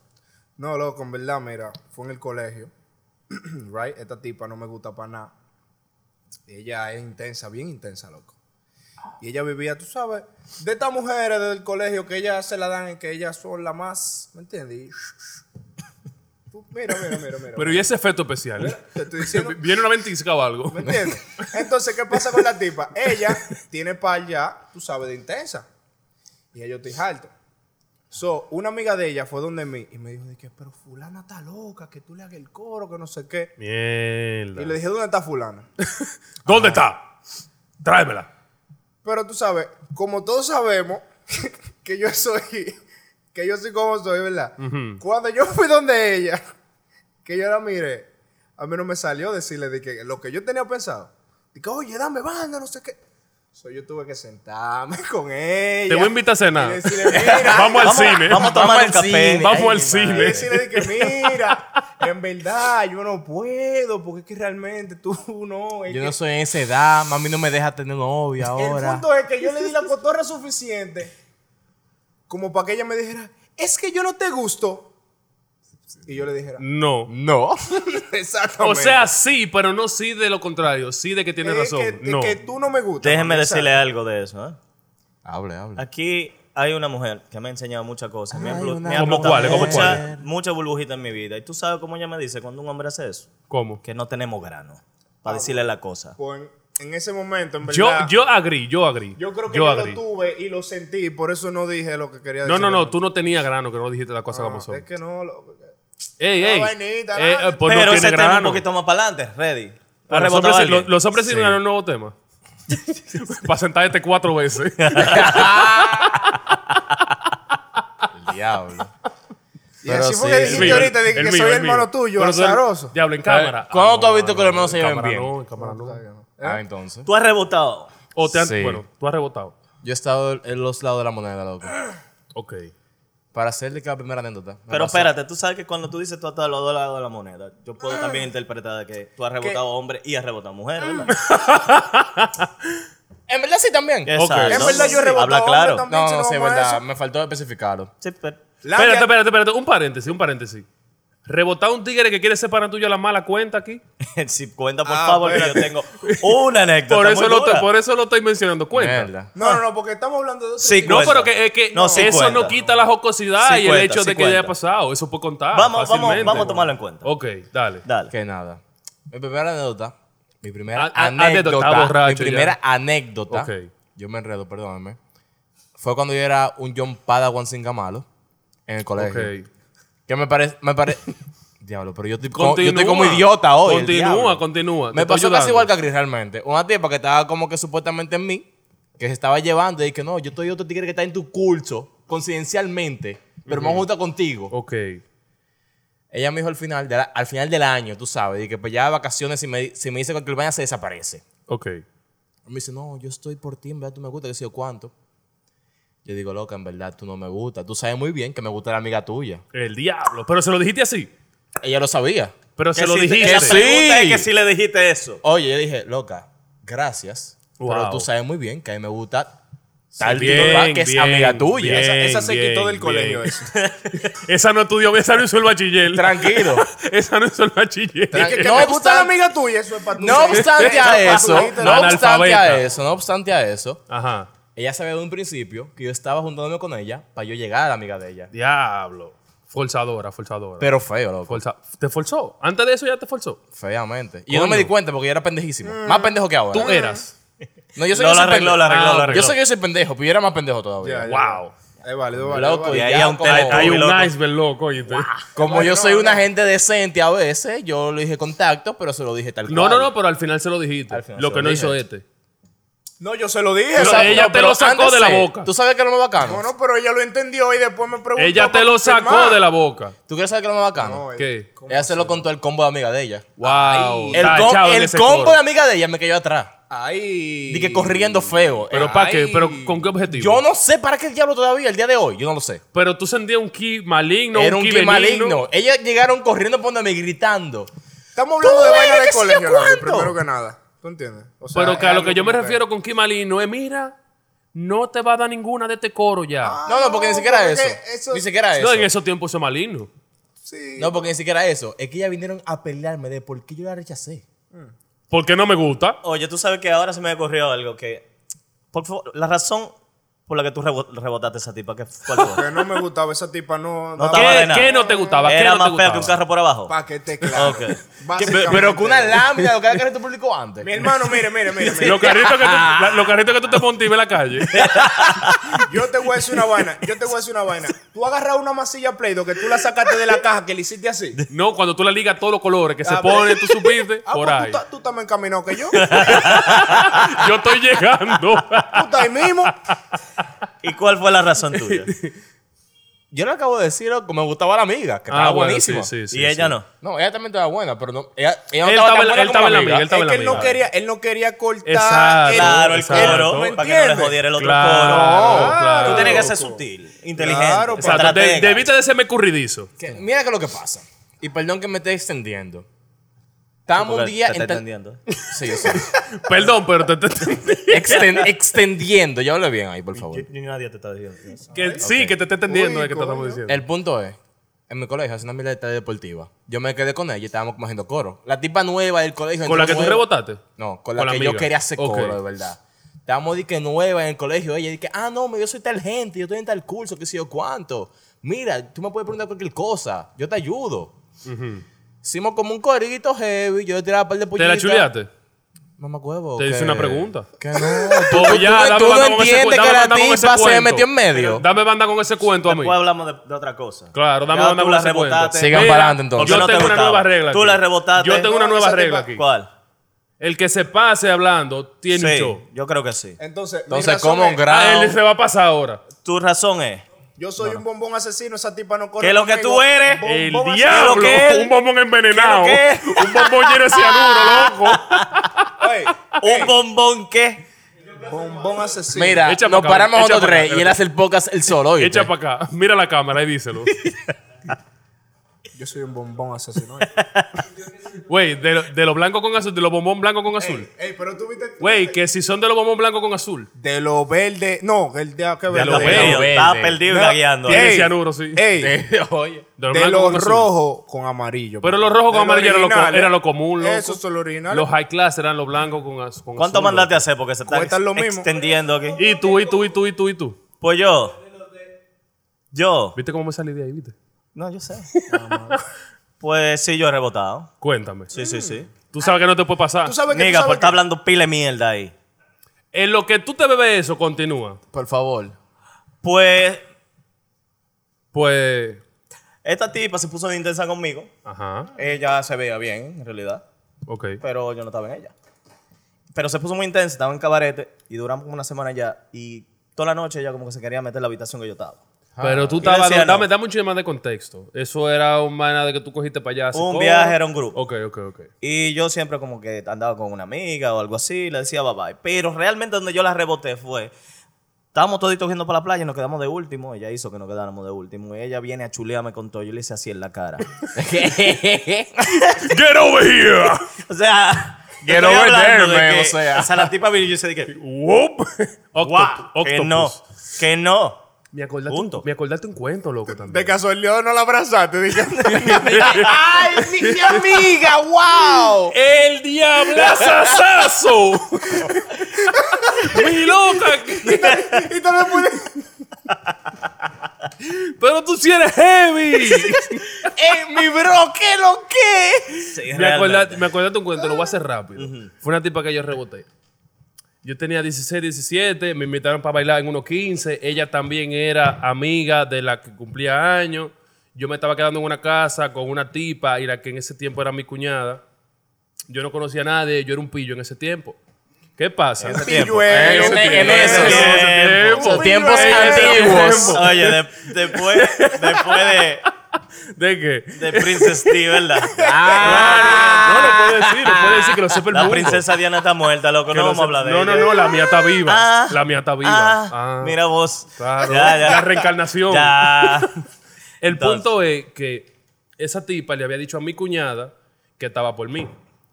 [SPEAKER 4] No, loco, en verdad, mira, fue en el colegio. right? Esta tipa no me gusta para nada. Ella es intensa, bien intensa, loco. Y ella vivía, tú sabes, de estas mujeres del colegio que ellas se la dan en que ellas son la más. ¿Me entiendes? Y- Tú- mira, mira, mira, mira.
[SPEAKER 2] Pero y ese efecto especial. eh?
[SPEAKER 4] Te estoy diciendo.
[SPEAKER 2] Viene una ventisca o algo.
[SPEAKER 4] ¿Me entiendes? Entonces, ¿qué pasa con la tipa? Ella tiene para allá, tú sabes, de intensa. Y ella, yo estoy harto. So, una amiga de ella fue donde mí y me dijo, de que, pero fulana está loca, que tú le hagas el coro, que no sé qué. Y le
[SPEAKER 2] Mierda.
[SPEAKER 4] dije, ¿dónde está fulana?
[SPEAKER 2] ¿Dónde está? Tráemela.
[SPEAKER 4] Pero tú sabes, como todos sabemos que yo soy, que yo soy como soy, ¿verdad? Cuando yo fui donde ella, que yo la miré, a mí no me salió decirle de que lo que yo tenía pensado. Dije, oye, dame banda, no sé qué. So, yo tuve que sentarme con ella.
[SPEAKER 2] Te voy a invitar a cenar.
[SPEAKER 4] Y decirle, mira,
[SPEAKER 2] Vamos al
[SPEAKER 1] Vamos,
[SPEAKER 2] cine.
[SPEAKER 1] vamos a tomar
[SPEAKER 3] Vamos
[SPEAKER 1] un
[SPEAKER 3] al
[SPEAKER 1] café.
[SPEAKER 3] cine.
[SPEAKER 2] Vamos
[SPEAKER 3] Ay,
[SPEAKER 2] al
[SPEAKER 3] mi
[SPEAKER 4] y
[SPEAKER 2] cine.
[SPEAKER 4] decirle de que mira, en verdad yo no puedo, porque es que realmente tú no. es
[SPEAKER 3] Yo
[SPEAKER 4] que-
[SPEAKER 3] no soy en esa edad, mami no me deja tener novia
[SPEAKER 4] El
[SPEAKER 3] ahora.
[SPEAKER 4] punto es que yo le di la cotorra suficiente como para que ella me dijera, es que yo no te gusto. Y yo le dijera,
[SPEAKER 2] No.
[SPEAKER 3] No.
[SPEAKER 4] exactamente.
[SPEAKER 2] O sea, sí, pero no sí de lo contrario. Sí de que
[SPEAKER 4] Es
[SPEAKER 2] tienes razón.
[SPEAKER 4] que,
[SPEAKER 2] no.
[SPEAKER 4] que tú no me gustas.
[SPEAKER 1] Déjeme
[SPEAKER 4] mami,
[SPEAKER 1] decirle
[SPEAKER 4] exacto.
[SPEAKER 1] algo de eso. ¿eh?
[SPEAKER 3] Hable, hable.
[SPEAKER 1] Aquí hay una mujer que me ha enseñado muchas cosas. Me ha,
[SPEAKER 3] Hay
[SPEAKER 1] blu-
[SPEAKER 3] una
[SPEAKER 1] me ha
[SPEAKER 2] ¿Cómo
[SPEAKER 1] explotado
[SPEAKER 2] cuáles? ¿Cómo
[SPEAKER 1] mucha-
[SPEAKER 2] cuáles?
[SPEAKER 1] muchas burbujitas en mi vida. Y tú sabes cómo ella me dice cuando un hombre hace eso.
[SPEAKER 2] ¿Cómo?
[SPEAKER 1] Que no tenemos grano. Para decirle la cosa.
[SPEAKER 4] Pues, en, en ese momento, en
[SPEAKER 2] Yo,
[SPEAKER 4] verdad, yo,
[SPEAKER 2] yo agri, yo agri.
[SPEAKER 4] creo que yo,
[SPEAKER 2] agri.
[SPEAKER 4] lo tuve y lo sentí, por eso no dije lo que quería
[SPEAKER 2] No,
[SPEAKER 4] decir.
[SPEAKER 2] no, no, tú no tenías grano, que no dijiste la cosa
[SPEAKER 4] No,
[SPEAKER 2] como son.
[SPEAKER 4] es que no. lo-
[SPEAKER 2] Ey,
[SPEAKER 4] No,
[SPEAKER 2] ey.
[SPEAKER 4] vainita,
[SPEAKER 2] Eh,
[SPEAKER 4] nada.
[SPEAKER 2] eh, pues
[SPEAKER 1] Pero
[SPEAKER 2] no
[SPEAKER 1] ese
[SPEAKER 2] tiene
[SPEAKER 1] tema un
[SPEAKER 2] grano. Ah,
[SPEAKER 1] poquito más para adelante. Ready. ¿Has
[SPEAKER 2] Los hombres
[SPEAKER 1] rebotado a
[SPEAKER 2] sí-
[SPEAKER 1] alguien?
[SPEAKER 2] los- Los hombres sí ganaron un nuevo tema. Para sentarte cuatro veces.
[SPEAKER 3] El diablo.
[SPEAKER 4] Y
[SPEAKER 3] Pero
[SPEAKER 4] así fue
[SPEAKER 3] sí,
[SPEAKER 4] que
[SPEAKER 3] el
[SPEAKER 4] dijiste ¿eh?
[SPEAKER 3] mío,
[SPEAKER 4] ahorita, dije que soy hermano tuyo, azaroso.
[SPEAKER 2] Diablo, en cámara. Ah,
[SPEAKER 3] ¿cuándo tú has
[SPEAKER 2] no,
[SPEAKER 3] visto que los hermanos
[SPEAKER 2] en
[SPEAKER 3] se lleven
[SPEAKER 2] cámara
[SPEAKER 3] bien?
[SPEAKER 2] No, en cámara no.
[SPEAKER 3] Ah, entonces.
[SPEAKER 1] Tú has rebotado.
[SPEAKER 2] O te han,
[SPEAKER 3] Sí.
[SPEAKER 2] Bueno, tú has rebotado.
[SPEAKER 3] Yo he estado en los lados de la moneda, loco.
[SPEAKER 2] Ok.
[SPEAKER 3] Para hacerle que la primera anécdota. me
[SPEAKER 1] Pero
[SPEAKER 3] pasó-
[SPEAKER 1] espérate, tú sabes que cuando tú dices tú has estado a los dos lados de la moneda, yo puedo
[SPEAKER 4] Ah.
[SPEAKER 1] también interpretar que tú has rebotado hombres y has rebotado mujeres, ¿verdad?
[SPEAKER 3] En verdad sí también.
[SPEAKER 1] Exacto.
[SPEAKER 4] En verdad yo
[SPEAKER 1] Sí,
[SPEAKER 4] he rebotado
[SPEAKER 1] Habla
[SPEAKER 4] hombres
[SPEAKER 1] claro.
[SPEAKER 4] también.
[SPEAKER 3] No,
[SPEAKER 4] Pinche,
[SPEAKER 3] no,
[SPEAKER 4] no
[SPEAKER 3] sí, es
[SPEAKER 4] vamos a
[SPEAKER 3] verdad.
[SPEAKER 4] eso.
[SPEAKER 3] Me faltó especificarlo.
[SPEAKER 1] Sí, pero-
[SPEAKER 4] Landia-
[SPEAKER 2] Espérate, espérate, espérate. Un paréntesis, un paréntesis. ¿Rebotar un tigre que quiere separar tuyo la mala cuenta aquí?
[SPEAKER 1] si cuenta, por
[SPEAKER 4] Ah,
[SPEAKER 1] favor, que yo
[SPEAKER 4] espérate.
[SPEAKER 1] tengo una anécdota.
[SPEAKER 2] pues. Por eso,
[SPEAKER 1] muy
[SPEAKER 2] lo te-
[SPEAKER 1] dura.
[SPEAKER 2] por eso lo estoy mencionando. Cuenta.
[SPEAKER 3] Mierda.
[SPEAKER 4] No, no, no, porque estamos hablando de otro
[SPEAKER 1] Sí,
[SPEAKER 2] No,
[SPEAKER 1] Cuenta.
[SPEAKER 2] pero que, eh, que
[SPEAKER 1] No, sí
[SPEAKER 2] eso
[SPEAKER 1] cuenta.
[SPEAKER 2] no quita la jocosidad
[SPEAKER 1] Sí
[SPEAKER 2] y el
[SPEAKER 1] cuenta,
[SPEAKER 2] hecho
[SPEAKER 1] sí
[SPEAKER 2] de que haya
[SPEAKER 1] cuenta.
[SPEAKER 2] pasado. Eso puede contar.
[SPEAKER 1] Vamos, vamos,
[SPEAKER 2] fácilmente.
[SPEAKER 1] vamos a tomarlo en cuenta.
[SPEAKER 2] Ok, dale.
[SPEAKER 1] Dale.
[SPEAKER 3] Que nada. Mi primera anécdota. Mi primera
[SPEAKER 2] A- a- anécdota,
[SPEAKER 3] anécdota. mi
[SPEAKER 2] borracho
[SPEAKER 3] primera anécdota.
[SPEAKER 2] Ok.
[SPEAKER 3] Yo me enredo, perdóname. Fue cuando yo era un John Padawan sin gamalo en el colegio.
[SPEAKER 2] Ok.
[SPEAKER 3] Que me parece. Me pare- Diablo, pero yo estoy, co- yo
[SPEAKER 2] Continúa.
[SPEAKER 3] estoy como idiota hoy. el
[SPEAKER 2] Continúa,
[SPEAKER 3] diablo.
[SPEAKER 2] continúa. te
[SPEAKER 3] Me
[SPEAKER 2] estoy
[SPEAKER 3] pasó
[SPEAKER 2] ayudando.
[SPEAKER 3] casi igual que a Chris realmente. Una tipa que estaba como que supuestamente en mí, que se estaba llevando y que no, yo estoy otro tigre que está en tu curso, coincidencialmente, pero me gusta contigo.
[SPEAKER 2] Ok.
[SPEAKER 3] Ella me dijo al final, de la- al final del año, tú sabes, y que pues ya de vacaciones, si me, si me dice cualquier vaina, se desaparece.
[SPEAKER 2] Ok.
[SPEAKER 3] Me dice, no, yo estoy por ti, en verdad tú me gustas, que sé yo cuánto. Yo digo, loca, en verdad tú no me gustas. Tú sabes muy bien que me gusta la amiga tuya.
[SPEAKER 2] El diablo. Pero se lo dijiste así.
[SPEAKER 3] Ella lo sabía.
[SPEAKER 2] Pero se
[SPEAKER 1] Que
[SPEAKER 2] lo
[SPEAKER 1] si-
[SPEAKER 2] dijiste.
[SPEAKER 1] La
[SPEAKER 3] sí.
[SPEAKER 1] pregunta es que si le dijiste eso.
[SPEAKER 3] Oye, yo dije, loca, gracias.
[SPEAKER 2] Wow.
[SPEAKER 3] Pero tú sabes muy bien que a mí me gusta tal
[SPEAKER 2] bien,
[SPEAKER 3] tipa que es
[SPEAKER 2] bien,
[SPEAKER 3] amiga tuya.
[SPEAKER 2] bien.
[SPEAKER 3] Esa-
[SPEAKER 4] Esa se
[SPEAKER 2] Bien,
[SPEAKER 4] quitó del
[SPEAKER 2] bien,
[SPEAKER 4] colegio
[SPEAKER 2] bien.
[SPEAKER 4] eso.
[SPEAKER 2] Esa no estudió, esa no hizo el bachiller.
[SPEAKER 3] Tranquilo.
[SPEAKER 2] esa no hizo el bachiller.
[SPEAKER 3] Tran-
[SPEAKER 4] Que, que
[SPEAKER 3] No
[SPEAKER 4] te gusta
[SPEAKER 3] obstan-
[SPEAKER 4] la amiga tuya, eso es para tu
[SPEAKER 3] No obstante a eso, no obstante
[SPEAKER 2] Analfabeta.
[SPEAKER 3] a eso, no obstante a eso,
[SPEAKER 2] Ajá.
[SPEAKER 3] ella sabía de un principio que yo estaba juntándome con ella para yo llegar a la amiga de ella.
[SPEAKER 2] Diablo. Forzadora, forzadora.
[SPEAKER 3] Pero feo, loco.
[SPEAKER 2] Forza- te forzó. Antes de eso ya te forzó.
[SPEAKER 3] Feamente. Y yo no
[SPEAKER 2] Coño.
[SPEAKER 3] me di cuenta porque yo era pendejísimo. Más pendejo que ahora.
[SPEAKER 2] Tú eras.
[SPEAKER 3] No, yo sé
[SPEAKER 1] Lo
[SPEAKER 3] que soy
[SPEAKER 1] arregló,
[SPEAKER 3] pendejo.
[SPEAKER 1] lo arregló,
[SPEAKER 3] Ah,
[SPEAKER 1] lo arregló.
[SPEAKER 3] Yo sé que yo soy pendejo, pero yo era más pendejo todavía.
[SPEAKER 2] Wow.
[SPEAKER 4] Es válido, es válido. es
[SPEAKER 3] Loco,
[SPEAKER 4] válido.
[SPEAKER 3] y
[SPEAKER 1] Y ahí
[SPEAKER 3] ya
[SPEAKER 1] hay un-
[SPEAKER 3] como,
[SPEAKER 1] hay- hay
[SPEAKER 2] Hay
[SPEAKER 1] Muy
[SPEAKER 2] un
[SPEAKER 1] loco.
[SPEAKER 2] iceberg loco, ¿oíste?
[SPEAKER 3] como yo soy una gente decente a veces, yo le dije contacto, pero se lo dije tal cual.
[SPEAKER 2] No, no, no, pero al final se lo dijiste.
[SPEAKER 3] Al final
[SPEAKER 2] Lo
[SPEAKER 3] se
[SPEAKER 2] que
[SPEAKER 3] lo
[SPEAKER 2] no
[SPEAKER 3] dije.
[SPEAKER 2] hizo este.
[SPEAKER 4] No, yo se lo dije.
[SPEAKER 2] Pero
[SPEAKER 4] o sea,
[SPEAKER 2] ella te
[SPEAKER 3] pero
[SPEAKER 2] lo sacó de la
[SPEAKER 3] antes,
[SPEAKER 2] boca.
[SPEAKER 3] ¿Tú sabes que es lo más bacano?
[SPEAKER 4] Bueno, pero ella lo entendió y después me preguntó.
[SPEAKER 2] Ella te
[SPEAKER 4] para
[SPEAKER 2] lo
[SPEAKER 4] confirmar.
[SPEAKER 2] sacó de la boca.
[SPEAKER 3] ¿Tú quieres saber que es lo más bacano?
[SPEAKER 4] No,
[SPEAKER 2] ¿Qué?
[SPEAKER 4] ¿cómo
[SPEAKER 3] ella se lo contó el combo de amiga de ella.
[SPEAKER 2] Wow.
[SPEAKER 3] El, com-
[SPEAKER 2] tachado en
[SPEAKER 3] el
[SPEAKER 2] ese
[SPEAKER 3] combo
[SPEAKER 2] coro.
[SPEAKER 3] de amiga de ella me cayó atrás.
[SPEAKER 4] Ay.
[SPEAKER 3] Dije corriendo feo.
[SPEAKER 2] Pero
[SPEAKER 3] Eh,
[SPEAKER 2] para qué,
[SPEAKER 4] Ay.
[SPEAKER 2] pero con qué objetivo?
[SPEAKER 3] yo no sé para qué el diablo todavía, el día de hoy, yo no lo sé.
[SPEAKER 2] Pero tú sentías un ki maligno,
[SPEAKER 3] Era un
[SPEAKER 2] ki
[SPEAKER 3] que
[SPEAKER 2] benigno.
[SPEAKER 3] maligno. Ellas llegaron corriendo por donde me gritando.
[SPEAKER 4] Estamos hablando
[SPEAKER 3] Tú
[SPEAKER 4] de
[SPEAKER 3] eres
[SPEAKER 4] vaina
[SPEAKER 3] que
[SPEAKER 4] de
[SPEAKER 3] sí,
[SPEAKER 4] colegio,
[SPEAKER 3] ¿cuánto?
[SPEAKER 4] Larry, primero que nada. ¿Tú entiendes? O sea,
[SPEAKER 2] Pero que a
[SPEAKER 4] es
[SPEAKER 2] lo que
[SPEAKER 4] algo
[SPEAKER 2] yo me
[SPEAKER 4] como
[SPEAKER 2] refiero con ki maligno es, mira, no te va a dar ninguna de este coro ya.
[SPEAKER 3] No, no, porque ni
[SPEAKER 4] Ah, no,
[SPEAKER 3] siquiera
[SPEAKER 4] porque
[SPEAKER 3] eso.
[SPEAKER 4] eso-
[SPEAKER 3] Ni siquiera Ah, eso.
[SPEAKER 2] no, en esos tiempos eso es maligno.
[SPEAKER 4] Sí.
[SPEAKER 3] No, porque ni siquiera eso. Es que ellas vinieron a pelearme de por qué yo la rechacé.
[SPEAKER 2] ¿Por qué no me gusta?
[SPEAKER 1] Oye, tú sabes que ahora se me ocurrió algo que. Por favor, la razón por la que tú rebo- rebotaste a esa tipa, ¿qué fue? ¿Cuál fue?
[SPEAKER 4] Porque no me gustaba esa tipa, no.
[SPEAKER 1] No
[SPEAKER 4] daba-
[SPEAKER 1] estaba de
[SPEAKER 2] ¿Qué,
[SPEAKER 1] nada.
[SPEAKER 2] qué no te gustaba? ¿Qué
[SPEAKER 1] Era
[SPEAKER 2] no te
[SPEAKER 1] más fea
[SPEAKER 2] gustaba?
[SPEAKER 1] que un carro por abajo.
[SPEAKER 4] Pa' que esté claro.
[SPEAKER 1] Ok.
[SPEAKER 4] Básicamente.
[SPEAKER 3] Pero con una lámina, lo que era que tú publicó antes.
[SPEAKER 4] Mi hermano, mire, mire, mire. mire.
[SPEAKER 2] Los carritos que tú, la- los carritos que tú te montes en la calle.
[SPEAKER 4] Yo te voy a decir una vaina. Yo te voy a decir una vaina. Tú agarras una masilla Play-Doh que tú la sacaste de la caja, que le hiciste así.
[SPEAKER 2] No, cuando tú la ligas todos los colores que se
[SPEAKER 4] Ah,
[SPEAKER 2] pone, tú supiste,
[SPEAKER 4] Ah,
[SPEAKER 2] por
[SPEAKER 4] pues
[SPEAKER 2] ahí.
[SPEAKER 4] Tú, ta- tú estás más encaminado que yo. Tú estás
[SPEAKER 2] Yo estoy llegando.
[SPEAKER 4] ahí mismo.
[SPEAKER 1] ¿Y cuál fue la razón tuya?
[SPEAKER 3] Yo le acabo de decir, loco, me gustaba la amiga, que estaba
[SPEAKER 2] Ah, bueno,
[SPEAKER 3] buenísima.
[SPEAKER 2] sí, sí,
[SPEAKER 1] y ella
[SPEAKER 2] sí.
[SPEAKER 1] no.
[SPEAKER 3] No, ella también estaba buena, pero no. Ella, ella no
[SPEAKER 2] Él
[SPEAKER 3] estaba
[SPEAKER 2] estaba en-
[SPEAKER 3] tan buena
[SPEAKER 2] él
[SPEAKER 3] como
[SPEAKER 2] estaba en la
[SPEAKER 3] amiga.
[SPEAKER 2] amiga, él estaba-
[SPEAKER 4] Es que él no
[SPEAKER 2] Exacto.
[SPEAKER 4] quería, él no quería cortar.
[SPEAKER 2] Exacto.
[SPEAKER 4] Ah, el-
[SPEAKER 1] Claro, el
[SPEAKER 2] exacto.
[SPEAKER 1] coro, para que no
[SPEAKER 4] ¿Me
[SPEAKER 1] le
[SPEAKER 4] entiendes?
[SPEAKER 1] jodiera el otro
[SPEAKER 2] Claro,
[SPEAKER 1] coro.
[SPEAKER 2] claro.
[SPEAKER 1] Tú tienes que ser
[SPEAKER 4] loco.
[SPEAKER 1] sutil, inteligente.
[SPEAKER 4] Claro,
[SPEAKER 2] Exacto,
[SPEAKER 1] estratega.
[SPEAKER 2] de- debiste de serme curridizo.
[SPEAKER 3] Que- mira que lo que pasa. Y perdón que me esté extendiendo. Estábamos un
[SPEAKER 1] Porque
[SPEAKER 3] día.
[SPEAKER 1] te está
[SPEAKER 3] enten-
[SPEAKER 1] entendiendo.
[SPEAKER 3] Sí, yo sé.
[SPEAKER 2] Perdón, pero te, te- te-
[SPEAKER 3] Exten- extendiendo. Yo hablé bien ahí, por favor.
[SPEAKER 1] Ni nadie te está diciendo eso.
[SPEAKER 2] que sí, que te esté entendiendo
[SPEAKER 4] Uy,
[SPEAKER 2] de que te estamos
[SPEAKER 4] coño.
[SPEAKER 2] diciendo.
[SPEAKER 3] El punto es. En mi colegio, haciendo una mileta deportiva. Yo me quedé con ella y estábamos como haciendo coro. La tipa nueva del colegio.
[SPEAKER 2] ¿Con la que
[SPEAKER 3] entró
[SPEAKER 2] tú
[SPEAKER 3] nueva-
[SPEAKER 2] rebotaste?
[SPEAKER 3] No, con la
[SPEAKER 2] Con la
[SPEAKER 3] que yo
[SPEAKER 2] amiga.
[SPEAKER 3] quería hacer
[SPEAKER 2] Ok.
[SPEAKER 3] coro, de verdad. Estábamos de que nueva en el colegio. Ella dije, ah, no, yo soy tal gente, yo estoy en tal curso, qué sé yo cuánto. Mira, tú me puedes preguntar cualquier cosa, yo te ayudo. Hicimos como un corito heavy, yo le tiraba un par de
[SPEAKER 2] ¿Te
[SPEAKER 3] pollitas.
[SPEAKER 2] la chuleaste?
[SPEAKER 3] Mamá huevo.
[SPEAKER 2] Te
[SPEAKER 3] que-
[SPEAKER 2] hice una pregunta.
[SPEAKER 3] Que no. Tú,
[SPEAKER 2] Pues
[SPEAKER 3] tú-
[SPEAKER 2] ya,
[SPEAKER 3] tú no-
[SPEAKER 2] dame
[SPEAKER 3] tú no
[SPEAKER 2] banda con ese cu-
[SPEAKER 3] entiendes
[SPEAKER 2] dame
[SPEAKER 3] que la
[SPEAKER 2] banda con ese
[SPEAKER 3] tipa se
[SPEAKER 2] cuento.
[SPEAKER 3] metió en medio.
[SPEAKER 2] Dame banda con ese cuento a mí.
[SPEAKER 1] Después hablamos de, de otra cosa.
[SPEAKER 2] Claro, dame
[SPEAKER 1] Ya
[SPEAKER 2] banda
[SPEAKER 1] tú
[SPEAKER 2] con
[SPEAKER 1] la
[SPEAKER 2] ese cuento.
[SPEAKER 1] rebotaste.
[SPEAKER 3] Sigan
[SPEAKER 2] Mira,
[SPEAKER 3] para adelante, entonces.
[SPEAKER 2] Yo
[SPEAKER 1] Porque no
[SPEAKER 2] tengo
[SPEAKER 1] te
[SPEAKER 2] una
[SPEAKER 1] gustaba.
[SPEAKER 2] nueva regla.
[SPEAKER 1] Tú
[SPEAKER 2] aquí.
[SPEAKER 1] la rebotaste.
[SPEAKER 2] Yo tengo una
[SPEAKER 4] No,
[SPEAKER 2] nueva
[SPEAKER 4] esa
[SPEAKER 2] regla
[SPEAKER 4] tipa-
[SPEAKER 2] aquí.
[SPEAKER 1] ¿Cuál?
[SPEAKER 2] El que se pase hablando tiene un show.
[SPEAKER 1] Sí, yo creo que sí.
[SPEAKER 4] Entonces, mi
[SPEAKER 3] Entonces,
[SPEAKER 4] razón
[SPEAKER 3] como
[SPEAKER 4] es,
[SPEAKER 3] un
[SPEAKER 2] Ah, él
[SPEAKER 3] grado.
[SPEAKER 2] se va a pasar ahora.
[SPEAKER 1] Tu razón es.
[SPEAKER 4] Yo soy un bombón asesino, esa tipa no corre.
[SPEAKER 1] ¿Qué es lo que
[SPEAKER 4] conmigo.
[SPEAKER 1] tú eres?
[SPEAKER 4] Bombón
[SPEAKER 2] El
[SPEAKER 4] asesino.
[SPEAKER 2] diablo,
[SPEAKER 1] que él-
[SPEAKER 2] un bombón envenenado,
[SPEAKER 1] que lo
[SPEAKER 2] un bombón lleno de cianuro, loco.
[SPEAKER 4] Ey,
[SPEAKER 1] Un bombón que.
[SPEAKER 4] bombón asesino.
[SPEAKER 3] Mira,
[SPEAKER 2] Echa
[SPEAKER 3] nos
[SPEAKER 2] pa' acá,
[SPEAKER 3] paramos
[SPEAKER 2] echa
[SPEAKER 3] otros
[SPEAKER 2] pa' acá,
[SPEAKER 3] tres y él hace el podcast el solo hoy.
[SPEAKER 2] Echa para acá, mira la cámara y díselo.
[SPEAKER 4] Yo soy un bombón asesino.
[SPEAKER 2] Güey, de, lo- de los blancos con azul, de los bombón blancos con azul.
[SPEAKER 4] Ey, pero tú viste.
[SPEAKER 2] Güey, que si son de los bombón blancos con azul,
[SPEAKER 4] De lo verde. No, el de que
[SPEAKER 2] lo
[SPEAKER 1] Está
[SPEAKER 2] verde.
[SPEAKER 1] perdido,
[SPEAKER 3] verde.
[SPEAKER 1] Estaba perdido y
[SPEAKER 4] No,
[SPEAKER 1] gagueando.
[SPEAKER 4] tiene-
[SPEAKER 2] tiene
[SPEAKER 4] Ey.
[SPEAKER 2] cianuro, sí.
[SPEAKER 4] Ey, de,
[SPEAKER 3] Oye.
[SPEAKER 2] los blancos con
[SPEAKER 4] los
[SPEAKER 2] azul.
[SPEAKER 4] rojos con amarillo.
[SPEAKER 2] Pero
[SPEAKER 4] papá.
[SPEAKER 2] los rojos con
[SPEAKER 4] De
[SPEAKER 2] amarillo era lo co-
[SPEAKER 4] original,
[SPEAKER 2] era
[SPEAKER 4] ¿eh?
[SPEAKER 2] lo común, loco.
[SPEAKER 4] Esos son los originales.
[SPEAKER 2] Los high class eran los blancos con, az- con azul.
[SPEAKER 1] ¿Cuánto mandaste a hacer? Porque se está
[SPEAKER 4] Cuestan lo mismo.
[SPEAKER 1] extendiendo aquí.
[SPEAKER 2] Y tú, y tú, y tú, y tú, y tú.
[SPEAKER 1] Pues yo. Yo.
[SPEAKER 2] ¿Viste cómo me salí de ahí, viste?
[SPEAKER 1] No, yo sé. Pues sí, yo he rebotado.
[SPEAKER 2] Cuéntame.
[SPEAKER 1] Sí, sí, sí.
[SPEAKER 2] Tú sabes que no te puede pasar.
[SPEAKER 4] Tú sabes que. tú
[SPEAKER 1] Niga,
[SPEAKER 4] sabes
[SPEAKER 1] por
[SPEAKER 4] que-
[SPEAKER 1] estar hablando pile mierda ahí.
[SPEAKER 2] En lo que tú te bebes eso, continúa.
[SPEAKER 3] Por favor.
[SPEAKER 1] Pues
[SPEAKER 2] Pues...
[SPEAKER 1] Esta tipa se puso de intensa conmigo.
[SPEAKER 2] Ajá.
[SPEAKER 1] Ella se veía bien, en realidad.
[SPEAKER 2] Ok.
[SPEAKER 1] Pero yo no estaba en ella. Pero se puso muy intensa, estaba en cabarete y duramos como una semana ya. Y toda la noche ella como que se quería meter en la habitación que yo estaba.
[SPEAKER 2] Pero tú
[SPEAKER 1] Yo
[SPEAKER 2] estabas.
[SPEAKER 1] decía,
[SPEAKER 2] dame,
[SPEAKER 1] no.
[SPEAKER 2] dame un chisme más de contexto. Eso era un manada de que tú cogiste para allá. a hacer
[SPEAKER 1] Un
[SPEAKER 2] coro.
[SPEAKER 1] viaje, era un grupo.
[SPEAKER 2] Ok, ok, ok.
[SPEAKER 1] Y yo siempre como que andaba con una amiga o algo así, le decía bye bye. Pero realmente donde yo la reboté fue, estábamos toditos yendo para la playa y nos quedamos de último. Ella hizo que nos quedáramos de último. Y ella viene a chulearme con todo. Yo le hice así en la cara.
[SPEAKER 2] Get over here.
[SPEAKER 1] o sea...
[SPEAKER 2] Get
[SPEAKER 1] estoy
[SPEAKER 2] over there,
[SPEAKER 1] hablando de
[SPEAKER 2] man,
[SPEAKER 1] que-
[SPEAKER 2] o sea.
[SPEAKER 1] la tipa vino y yo se dije,
[SPEAKER 2] Whoop.
[SPEAKER 1] guau, que no, que no.
[SPEAKER 2] Me acordaste,
[SPEAKER 1] Punto.
[SPEAKER 2] un, me acordaste un cuento, loco, también.
[SPEAKER 4] De casualidad no la abrazaste. dije,
[SPEAKER 3] ¡Ay, mi, mi amiga! ¡Wow!
[SPEAKER 2] ¡El diablazazazo! ¡Mi loca!
[SPEAKER 4] y tú le pones-
[SPEAKER 2] ¡Pero tú sí eres heavy!
[SPEAKER 3] ¡Eh, mi bro! ¿Qué lo que?
[SPEAKER 1] Sí,
[SPEAKER 2] me,
[SPEAKER 1] realmente.
[SPEAKER 2] acordaste, me acordaste un cuento, lo voy a hacer rápido. Fue una tipa que yo reboté. Yo tenía 16, 17, me invitaron para bailar en unos 15. Ella también era amiga de la que cumplía años. Yo me estaba quedando en una casa con una tipa y la que en ese tiempo era mi cuñada. Yo no conocía a nadie, yo era un pillo en ese tiempo. ¿Qué pasa?
[SPEAKER 1] En ese tiempo.
[SPEAKER 4] Pilluelo.
[SPEAKER 1] En ese
[SPEAKER 3] En- en
[SPEAKER 1] tiempo.
[SPEAKER 3] esos
[SPEAKER 2] tiempos.
[SPEAKER 3] Esos tiempos antiguos.
[SPEAKER 1] Oye, de- después, después de,
[SPEAKER 2] ¿De qué?
[SPEAKER 1] de Princess T, ¿verdad?
[SPEAKER 2] No, lo puedo decir, lo puedo decir que lo sepa el
[SPEAKER 1] La
[SPEAKER 2] mundo.
[SPEAKER 1] princesa Diana está muerta, loco.
[SPEAKER 2] Que
[SPEAKER 1] No
[SPEAKER 2] lo
[SPEAKER 1] vamos a
[SPEAKER 2] sepa-
[SPEAKER 1] hablar de
[SPEAKER 2] No,
[SPEAKER 1] ella.
[SPEAKER 2] no, no, la mía está viva.
[SPEAKER 1] Ah,
[SPEAKER 2] la mía está viva.
[SPEAKER 1] Ah,
[SPEAKER 2] Ah,
[SPEAKER 1] Mira vos.
[SPEAKER 2] claro.
[SPEAKER 1] Ya, ya.
[SPEAKER 2] La reencarnación.
[SPEAKER 1] Ya.
[SPEAKER 2] El
[SPEAKER 1] Entonces.
[SPEAKER 2] punto es que esa tipa le había dicho a mi cuñada que estaba por mí.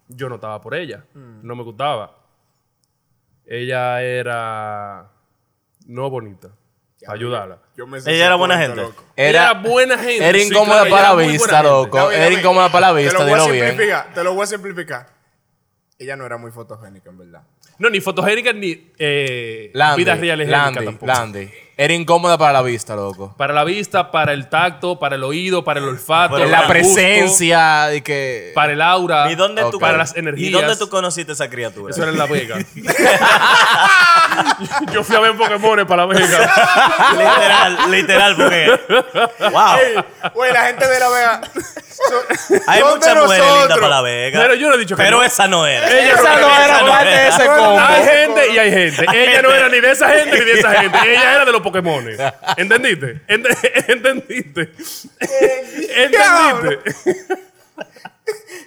[SPEAKER 2] Yo no estaba por ella.
[SPEAKER 1] Mm.
[SPEAKER 2] No me gustaba. Ella era no bonita. Para ayudarla.
[SPEAKER 4] Yo me sé
[SPEAKER 1] Ella
[SPEAKER 4] ese
[SPEAKER 1] era buena
[SPEAKER 4] cuento,
[SPEAKER 1] gente.
[SPEAKER 4] loco.
[SPEAKER 2] Ella
[SPEAKER 3] Era,
[SPEAKER 2] era buena gente.
[SPEAKER 3] era
[SPEAKER 2] sí,
[SPEAKER 3] incómoda
[SPEAKER 2] claro,
[SPEAKER 3] para
[SPEAKER 2] ella
[SPEAKER 3] la
[SPEAKER 2] muy buena
[SPEAKER 3] vista,
[SPEAKER 2] gente.
[SPEAKER 3] loco.
[SPEAKER 4] Dame,
[SPEAKER 3] Era
[SPEAKER 4] dame.
[SPEAKER 3] incómoda para la
[SPEAKER 4] Te
[SPEAKER 3] vista,
[SPEAKER 4] lo voy a
[SPEAKER 3] dilo bien.
[SPEAKER 4] simplificar, Te lo voy a simplificar. Ella no era muy fotogénica, en verdad.
[SPEAKER 2] No, ni fotogénica ni eh,
[SPEAKER 3] Landy,
[SPEAKER 2] vida real higiénica
[SPEAKER 3] Landy,
[SPEAKER 2] tampoco.
[SPEAKER 3] Landy. Era incómoda para la vista, loco.
[SPEAKER 2] Para la vista, para el tacto, para el oído, para el olfato.
[SPEAKER 1] Pero
[SPEAKER 3] En
[SPEAKER 2] para
[SPEAKER 3] la
[SPEAKER 1] Landy.
[SPEAKER 2] el gusto,
[SPEAKER 3] presencia y que...
[SPEAKER 2] para el aura.
[SPEAKER 1] ¿Y dónde tú
[SPEAKER 3] Ok. Para
[SPEAKER 2] Ah, las energías.
[SPEAKER 1] ¿Y dónde tú conociste a esa criatura?
[SPEAKER 2] Eso era en La Vega. Yo fui a ver Pokémon para La Vega.
[SPEAKER 1] literal, literal, porque. Wow.
[SPEAKER 4] Güey, la gente de la Vega. son-
[SPEAKER 1] Hay
[SPEAKER 4] son de
[SPEAKER 1] muchas mujeres
[SPEAKER 4] nosotros.
[SPEAKER 1] lindas para la Vega.
[SPEAKER 2] Pero yo no he dicho que
[SPEAKER 1] Pero
[SPEAKER 2] no.
[SPEAKER 1] esa no era.
[SPEAKER 2] Ella
[SPEAKER 3] Esa no
[SPEAKER 1] Esa
[SPEAKER 3] era
[SPEAKER 1] no
[SPEAKER 3] parte de
[SPEAKER 1] era.
[SPEAKER 3] ese
[SPEAKER 2] Hay
[SPEAKER 3] combo.
[SPEAKER 2] gente y hay gente. Ella no era ni de esa gente ni de esa gente. Ella era de los Pokémon. ¿Entendiste? Ent- ¿Entendiste?
[SPEAKER 4] eh,
[SPEAKER 2] ¿Entendiste?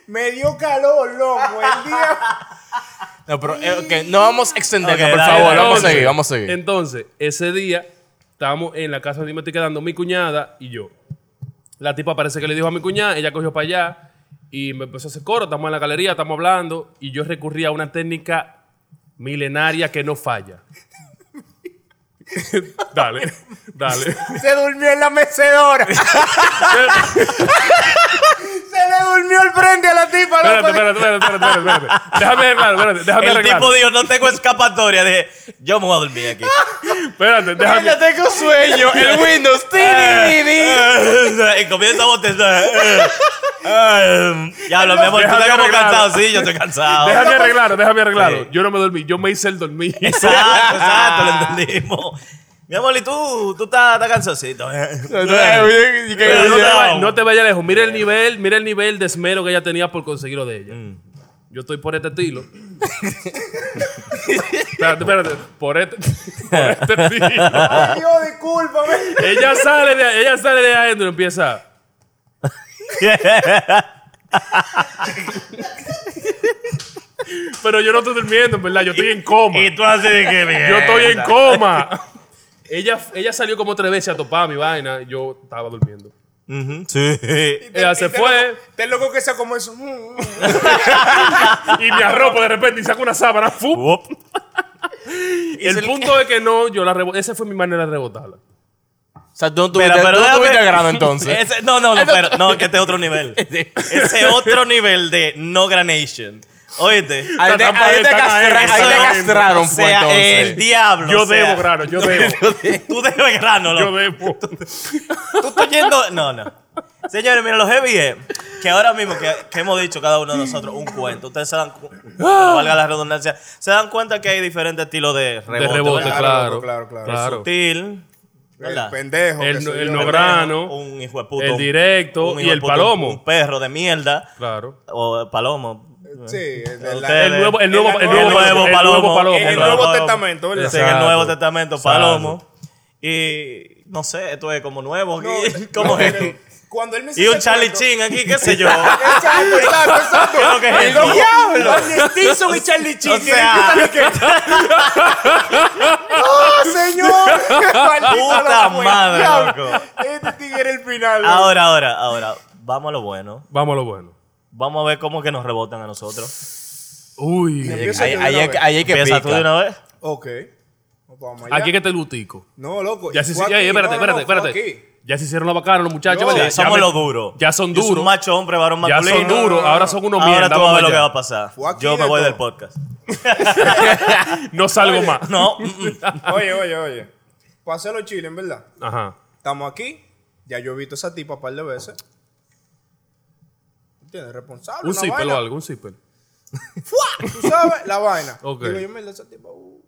[SPEAKER 4] Me dio calor, loco. El día.
[SPEAKER 3] No, pero, eh, ok, no vamos a extender,
[SPEAKER 1] Ok,
[SPEAKER 3] por
[SPEAKER 1] dale, dale,
[SPEAKER 3] favor. Vamos a
[SPEAKER 2] Entonces,
[SPEAKER 3] seguir, vamos a seguir.
[SPEAKER 2] Entonces, ese día estábamos en la casa donde me estoy quedando mi cuñada y yo. La tipa parece que le dijo a mi cuñada, ella cogió para allá y me empezó a hacer coro. Estamos en la galería, estamos hablando y yo recurrí a una técnica milenaria que no falla. dale, dale.
[SPEAKER 4] Se durmió en la mecedora. Se le durmió el frente a la tipa,
[SPEAKER 2] Espérate,
[SPEAKER 4] loco.
[SPEAKER 2] espérate, espérate, espérate, espérate, espérate. Déjame arreglar, espérate, déjame
[SPEAKER 1] El
[SPEAKER 2] arreglar.
[SPEAKER 1] tipo dijo, no tengo escapatoria. Dije, yo me voy a dormir aquí.
[SPEAKER 2] Espérate, déjame.
[SPEAKER 3] Ya tengo sueño. El Windows. Ti, ti, ti.
[SPEAKER 1] y comienza a bostezar. Ay, ya lo mismo, tú
[SPEAKER 2] Déjame
[SPEAKER 1] estás como
[SPEAKER 2] arreglar.
[SPEAKER 1] cansado. Sí, yo estoy cansado.
[SPEAKER 2] Déjame arreglarlo, déjame arreglarlo.
[SPEAKER 1] Sí.
[SPEAKER 2] Yo no me dormí, yo me hice el dormir.
[SPEAKER 1] Exacto, exacto, lo entendimos. Mi amor, ¿y tú? ¿Tú estás, estás cansadito?
[SPEAKER 3] Entonces, y que-
[SPEAKER 1] Pero
[SPEAKER 2] Pero no, te
[SPEAKER 1] Cuidado.
[SPEAKER 2] vayas, no te vayas lejos. Mira el nivel, mira el nivel de esmero que ella tenía por conseguirlo de ella.
[SPEAKER 1] Mm.
[SPEAKER 2] Yo estoy por este estilo. espérate, espérate. Por este, por este estilo.
[SPEAKER 4] Dios, discúlpame.
[SPEAKER 2] Ella sale de, ella sale de adentro y empieza. Pero yo no estoy durmiendo, en verdad. Yo estoy en coma.
[SPEAKER 1] Y tú así de que bien.
[SPEAKER 2] Yo estoy en coma. Ella, ella salió como tres veces a topar mi vaina. Yo estaba durmiendo.
[SPEAKER 1] Ujú, Sí.
[SPEAKER 2] Ella se
[SPEAKER 4] Y te
[SPEAKER 2] fue.
[SPEAKER 4] Este loco- Te loco que sea como eso. Mm, mm.
[SPEAKER 2] y me arropo de repente y saco una sábana. ¡fu!
[SPEAKER 1] Uop.
[SPEAKER 2] Y el punto es que no, yo la rebo- Esa fue mi manera de rebotarla.
[SPEAKER 3] O sea, tú no
[SPEAKER 1] Pero,
[SPEAKER 3] tuviste,
[SPEAKER 1] pero
[SPEAKER 3] tú no
[SPEAKER 1] déjame-
[SPEAKER 3] tuviste grano entonces.
[SPEAKER 1] Ese- no, no, no, pero, no, que este es otro nivel. Ese otro nivel de no granation. Oíste.
[SPEAKER 3] Ahí te,
[SPEAKER 2] Están
[SPEAKER 3] ahí te
[SPEAKER 2] adentro, están
[SPEAKER 3] castra- ahí
[SPEAKER 2] adentro,
[SPEAKER 3] te
[SPEAKER 2] están
[SPEAKER 3] castraron,
[SPEAKER 1] O
[SPEAKER 3] fue
[SPEAKER 1] sea, el
[SPEAKER 3] entonces.
[SPEAKER 1] diablo.
[SPEAKER 2] Yo
[SPEAKER 1] o sea,
[SPEAKER 2] debo, grano, yo debo.
[SPEAKER 1] Tú debes grano,
[SPEAKER 2] yo
[SPEAKER 1] loco.
[SPEAKER 2] debo.
[SPEAKER 1] Tú estás yendo. No, no. Señores, miren, los heavy es que ahora mismo que, que hemos dicho cada uno de nosotros un cuento, ustedes se dan cu- valga la redundancia, se dan cuenta que hay diferentes estilos de rebote.
[SPEAKER 2] de rebote,
[SPEAKER 1] ¿verdad?
[SPEAKER 2] claro.
[SPEAKER 4] claro, claro, claro.
[SPEAKER 1] Sutil, ¿Verdad?
[SPEAKER 4] El pendejo. que
[SPEAKER 2] El,
[SPEAKER 4] soy
[SPEAKER 2] el
[SPEAKER 4] yo.
[SPEAKER 2] nograno,
[SPEAKER 1] Un hijo de puto.
[SPEAKER 2] el directo
[SPEAKER 1] un
[SPEAKER 2] y
[SPEAKER 1] hijo de
[SPEAKER 2] el
[SPEAKER 1] puto,
[SPEAKER 2] palomo.
[SPEAKER 1] Un perro de mierda.
[SPEAKER 2] Claro.
[SPEAKER 1] O el palomo.
[SPEAKER 4] Sí, el, de la-
[SPEAKER 1] Ustedes-
[SPEAKER 2] El nuevo- el nuevo- el nuevo- el nuevo palomo.
[SPEAKER 4] El
[SPEAKER 2] El
[SPEAKER 4] nuevo
[SPEAKER 2] Palomo.
[SPEAKER 4] testamento, ¿verdad?
[SPEAKER 1] Sí, en el
[SPEAKER 2] Exacto.
[SPEAKER 1] Nuevo Testamento,
[SPEAKER 2] Exacto.
[SPEAKER 1] Palomo. Y no sé, esto es como nuevo.
[SPEAKER 4] No,
[SPEAKER 1] aquí, como
[SPEAKER 4] no,
[SPEAKER 1] esto.
[SPEAKER 4] Cuando él me hizo
[SPEAKER 1] Y un
[SPEAKER 4] ese
[SPEAKER 1] Charlie
[SPEAKER 4] cuento-
[SPEAKER 1] Chin aquí, qué sé yo.
[SPEAKER 4] Exacto, exacto, exacto.
[SPEAKER 1] Creo que es
[SPEAKER 4] El
[SPEAKER 1] esto.
[SPEAKER 4] diablo. Barney Stinson y Charlie Chin.
[SPEAKER 1] O sea,
[SPEAKER 4] ¡Oh, señor!
[SPEAKER 1] puta madre,
[SPEAKER 4] Diablo.
[SPEAKER 1] loco.
[SPEAKER 4] Este tigre era el final. loco.
[SPEAKER 1] Ahora, ahora, ahora. Vamos a lo bueno.
[SPEAKER 2] Vamos a lo bueno.
[SPEAKER 1] Vamos a ver cómo que nos rebotan a nosotros.
[SPEAKER 2] Uy.
[SPEAKER 4] Empieza
[SPEAKER 3] Ahí
[SPEAKER 4] tú de
[SPEAKER 3] ahí
[SPEAKER 4] una
[SPEAKER 3] es que-
[SPEAKER 4] vez.
[SPEAKER 3] ahí es que
[SPEAKER 1] Empieza tú de
[SPEAKER 3] pica.
[SPEAKER 1] una vez.
[SPEAKER 4] Ok. Vamos allá.
[SPEAKER 2] Aquí que está el gutico.
[SPEAKER 4] No, loco.
[SPEAKER 2] Ya
[SPEAKER 4] y
[SPEAKER 2] se
[SPEAKER 4] fue
[SPEAKER 2] ey,
[SPEAKER 4] aquí.
[SPEAKER 2] espérate,
[SPEAKER 4] No, no,
[SPEAKER 2] espérate,
[SPEAKER 4] fue
[SPEAKER 2] espérate.
[SPEAKER 4] aquí.
[SPEAKER 2] Ya se hicieron los bacanos los muchachos,
[SPEAKER 4] Yo,
[SPEAKER 2] ¿verdad?
[SPEAKER 4] ya
[SPEAKER 1] somos
[SPEAKER 2] me-
[SPEAKER 1] los duros.
[SPEAKER 2] Ya son
[SPEAKER 1] Yo soy
[SPEAKER 2] duros.
[SPEAKER 1] un macho hombre, varón
[SPEAKER 2] Ya son
[SPEAKER 1] masculino.
[SPEAKER 2] duros, ahora son unos
[SPEAKER 1] Ahora
[SPEAKER 2] mierda.
[SPEAKER 1] tú vas a
[SPEAKER 2] vamos
[SPEAKER 1] ver lo que va
[SPEAKER 2] allá.
[SPEAKER 1] a pasar.
[SPEAKER 4] Fue aquí
[SPEAKER 1] Yo me
[SPEAKER 4] de
[SPEAKER 1] voy
[SPEAKER 4] todo.
[SPEAKER 1] del podcast.
[SPEAKER 2] No salgo más.
[SPEAKER 1] No, mm, mm.
[SPEAKER 4] Oye, oye, oye. Pasé los chiles, en verdad.
[SPEAKER 2] Ajá.
[SPEAKER 4] Estamos aquí. Ya yo he visto a esa tipa un par de veces. ¿Entiendes? Responsable.
[SPEAKER 2] Un
[SPEAKER 4] una
[SPEAKER 2] zipper
[SPEAKER 4] vaina.
[SPEAKER 2] o algo, un zipper.
[SPEAKER 4] Tú sabes la vaina.
[SPEAKER 2] Ok.
[SPEAKER 4] Digo yo, mira, esa tipa. uh,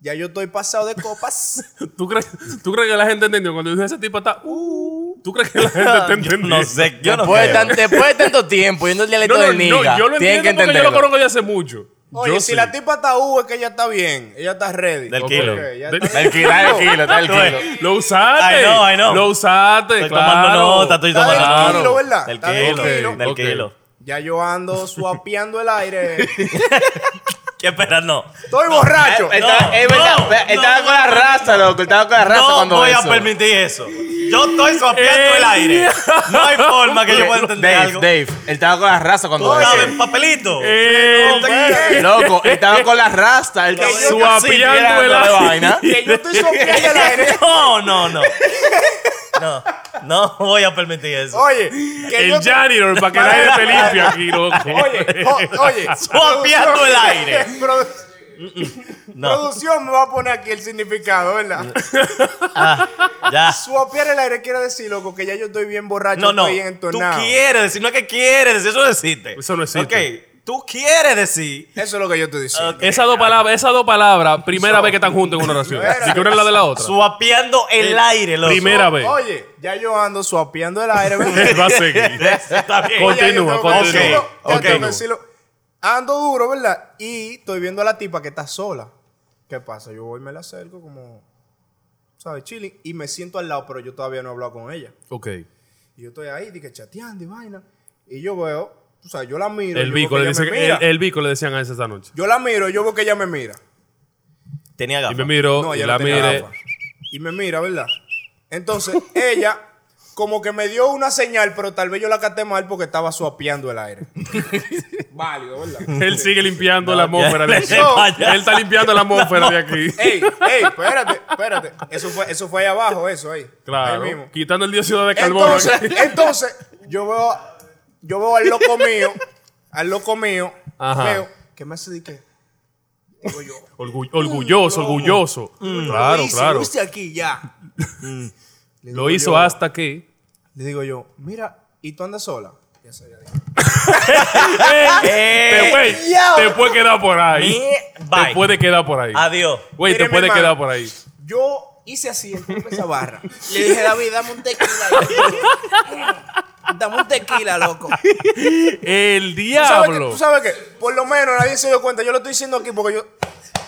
[SPEAKER 4] ya yo estoy pasado de copas.
[SPEAKER 2] ¿Tú crees, ¿Tú crees que la gente entendió? Cuando dije ese tipo está. Uh, ¿Tú crees que la gente está
[SPEAKER 1] mm, yo
[SPEAKER 2] entendiendo?
[SPEAKER 1] no sé. Yo no
[SPEAKER 3] Después de
[SPEAKER 1] creo.
[SPEAKER 3] tan- después de tanto tiempo yendo al
[SPEAKER 2] No,
[SPEAKER 3] dialecto
[SPEAKER 2] no,
[SPEAKER 3] del
[SPEAKER 2] no,
[SPEAKER 3] Niga,
[SPEAKER 2] yo lo
[SPEAKER 3] tienen
[SPEAKER 2] entiendo porque
[SPEAKER 3] que
[SPEAKER 2] yo lo
[SPEAKER 3] entenderlo.
[SPEAKER 2] conozco ya hace mucho.
[SPEAKER 4] Oye,
[SPEAKER 2] Yo
[SPEAKER 4] si
[SPEAKER 2] sí.
[SPEAKER 4] la tipa está U, es que ella está bien. Ella está ready.
[SPEAKER 1] Del
[SPEAKER 2] Ok.
[SPEAKER 1] kilo.
[SPEAKER 4] ya
[SPEAKER 2] Del-
[SPEAKER 4] está.
[SPEAKER 3] Tranquilo, tranquilo, tranquilo.
[SPEAKER 2] Lo usaste.
[SPEAKER 1] I know, I know.
[SPEAKER 2] Lo usaste.
[SPEAKER 1] Estoy
[SPEAKER 2] claro.
[SPEAKER 1] tomando nota, estoy
[SPEAKER 4] Está
[SPEAKER 1] tomando
[SPEAKER 4] del
[SPEAKER 1] nota.
[SPEAKER 4] kilo, ¿verdad?
[SPEAKER 1] Del
[SPEAKER 4] Está del
[SPEAKER 1] kilo,
[SPEAKER 4] kilo.
[SPEAKER 1] del
[SPEAKER 2] Ok.
[SPEAKER 1] kilo.
[SPEAKER 4] Ya yo ando suapeando el aire.
[SPEAKER 1] ¿Qué esperas? No.
[SPEAKER 4] Estoy borracho.
[SPEAKER 1] Eh, eh,
[SPEAKER 3] Estaba-
[SPEAKER 1] No,
[SPEAKER 3] es verdad,
[SPEAKER 1] no,
[SPEAKER 3] ve- estaba
[SPEAKER 1] no,
[SPEAKER 3] con la raza, loco. Estaba con la raza
[SPEAKER 1] No
[SPEAKER 3] cuando
[SPEAKER 1] voy a
[SPEAKER 3] eso.
[SPEAKER 1] permitir eso. Yo estoy sopeando
[SPEAKER 2] Eh,
[SPEAKER 1] el aire. No hay forma que yo pueda entender
[SPEAKER 3] Dave,
[SPEAKER 1] algo.
[SPEAKER 3] Dave, él estaba con la raza cuando
[SPEAKER 1] Tú
[SPEAKER 3] eso.
[SPEAKER 1] sabes, en papelito.
[SPEAKER 2] Eh,
[SPEAKER 1] No, bueno.
[SPEAKER 3] Loco, estaba con la rasta. Él
[SPEAKER 4] Que
[SPEAKER 3] estaba
[SPEAKER 4] yo-
[SPEAKER 2] Suapeando el
[SPEAKER 3] mirando la vaina.
[SPEAKER 4] Que yo estoy sopeando el aire.
[SPEAKER 1] No, no, no. No, no voy a permitir eso.
[SPEAKER 4] Oye, que yo
[SPEAKER 2] El
[SPEAKER 4] te-
[SPEAKER 2] janitor para que el aire te limpie aquí, loco.
[SPEAKER 4] Oye, oh. jo- oye.
[SPEAKER 1] Suapeando
[SPEAKER 4] producción-
[SPEAKER 1] el aire.
[SPEAKER 4] Produ-
[SPEAKER 1] No,
[SPEAKER 4] Producción me va a poner aquí el significado, ¿verdad?
[SPEAKER 1] ya.
[SPEAKER 4] Suapear el aire quiere decir, loco, que ya yo estoy bien borracho.
[SPEAKER 1] No, no.
[SPEAKER 4] Estoy
[SPEAKER 1] Tú
[SPEAKER 4] entonado.
[SPEAKER 1] quieres decir, no es que quieres decir, eso no existe.
[SPEAKER 2] Eso no existe.
[SPEAKER 1] Ok, tú quieres decir.
[SPEAKER 4] Eso es lo que yo estoy diciendo.
[SPEAKER 1] Ok.
[SPEAKER 2] Esas dos palabras, esas dos palabras, primera vez que están juntas en una oración. Así que una es la de la otra.
[SPEAKER 1] Suapeando el aire, loco.
[SPEAKER 2] Primera vez.
[SPEAKER 4] Oye, ya yo ando suapeando el aire. ¿verdad?
[SPEAKER 2] Va a seguir.
[SPEAKER 1] Está bien.
[SPEAKER 2] Con- Continúa,
[SPEAKER 4] Ya yo tengo que
[SPEAKER 1] continúa.
[SPEAKER 4] decirlo, ya
[SPEAKER 1] Ok,
[SPEAKER 4] tengo que
[SPEAKER 1] ok.
[SPEAKER 4] decirlo. Ando duro, ¿verdad? Y estoy viendo a la tipa que está sola. ¿Qué pasa? Yo voy y me la acerco como, ¿sabes? Chilling. Y me siento al lado, pero yo todavía no he hablado con ella.
[SPEAKER 2] Ok.
[SPEAKER 4] Y yo estoy ahí, dije, chateando y vaina. Y yo veo, o sea, yo la miro.
[SPEAKER 2] El
[SPEAKER 4] yo
[SPEAKER 2] bico
[SPEAKER 4] veo
[SPEAKER 2] le
[SPEAKER 4] que ella
[SPEAKER 2] dice
[SPEAKER 4] me
[SPEAKER 2] que- el,
[SPEAKER 4] mira.
[SPEAKER 2] el bico le decían a esa esa noche.
[SPEAKER 4] Yo la miro, yo veo que ella me mira.
[SPEAKER 1] Tenía
[SPEAKER 2] Y
[SPEAKER 1] gafas.
[SPEAKER 2] me miro
[SPEAKER 4] No,
[SPEAKER 2] y
[SPEAKER 4] ella
[SPEAKER 2] la
[SPEAKER 4] no tenía
[SPEAKER 2] mire.
[SPEAKER 4] gafas. Y me mira, ¿verdad? Entonces, ella como que me dio una señal, pero tal vez yo la capté mal porque estaba suapeando el aire. Válido, ¿verdad?
[SPEAKER 2] Él sigue limpiando la atmósfera de aquí.
[SPEAKER 1] Ese payaso.
[SPEAKER 2] Él está limpiando la atmósfera de aquí.
[SPEAKER 4] Ey, ey, espérate, espérate. Eso fue, eso fue ahí abajo, eso ahí.
[SPEAKER 2] Claro.
[SPEAKER 4] Ahí mismo.
[SPEAKER 2] Quitando el dióxido de carbono.
[SPEAKER 4] Entonces, entonces, yo veo, yo veo al loco mío, al loco mío,
[SPEAKER 2] Ajá.
[SPEAKER 4] veo que me hace de que. Digo yo.
[SPEAKER 2] Orgull- orgulloso, orgulloso. Claro,
[SPEAKER 4] Mm. lo hice,
[SPEAKER 2] claro. Mm.
[SPEAKER 4] Lo hice aquí ya. Le digo
[SPEAKER 2] Lo hizo
[SPEAKER 4] yo-
[SPEAKER 2] hasta que.
[SPEAKER 4] Le digo yo, mira, ¿y tú andas sola? Ya sé, ya dije.
[SPEAKER 2] Te, güey,
[SPEAKER 4] ya.
[SPEAKER 2] te puede quedar por ahí. Te
[SPEAKER 1] Bye.
[SPEAKER 2] puede quedar por ahí.
[SPEAKER 1] Adiós.
[SPEAKER 2] Güey, te
[SPEAKER 4] Mire, mi
[SPEAKER 2] puede
[SPEAKER 4] hermano.
[SPEAKER 2] quedar por ahí.
[SPEAKER 4] Yo hice así, entonces esa barra. Le dije, David, dame un tequila. dame un tequila, loco.
[SPEAKER 2] El
[SPEAKER 4] ¿Tú sabes, que,
[SPEAKER 2] diablo.
[SPEAKER 4] tú sabes que, por lo menos nadie se dio cuenta. Yo lo estoy diciendo aquí porque yo.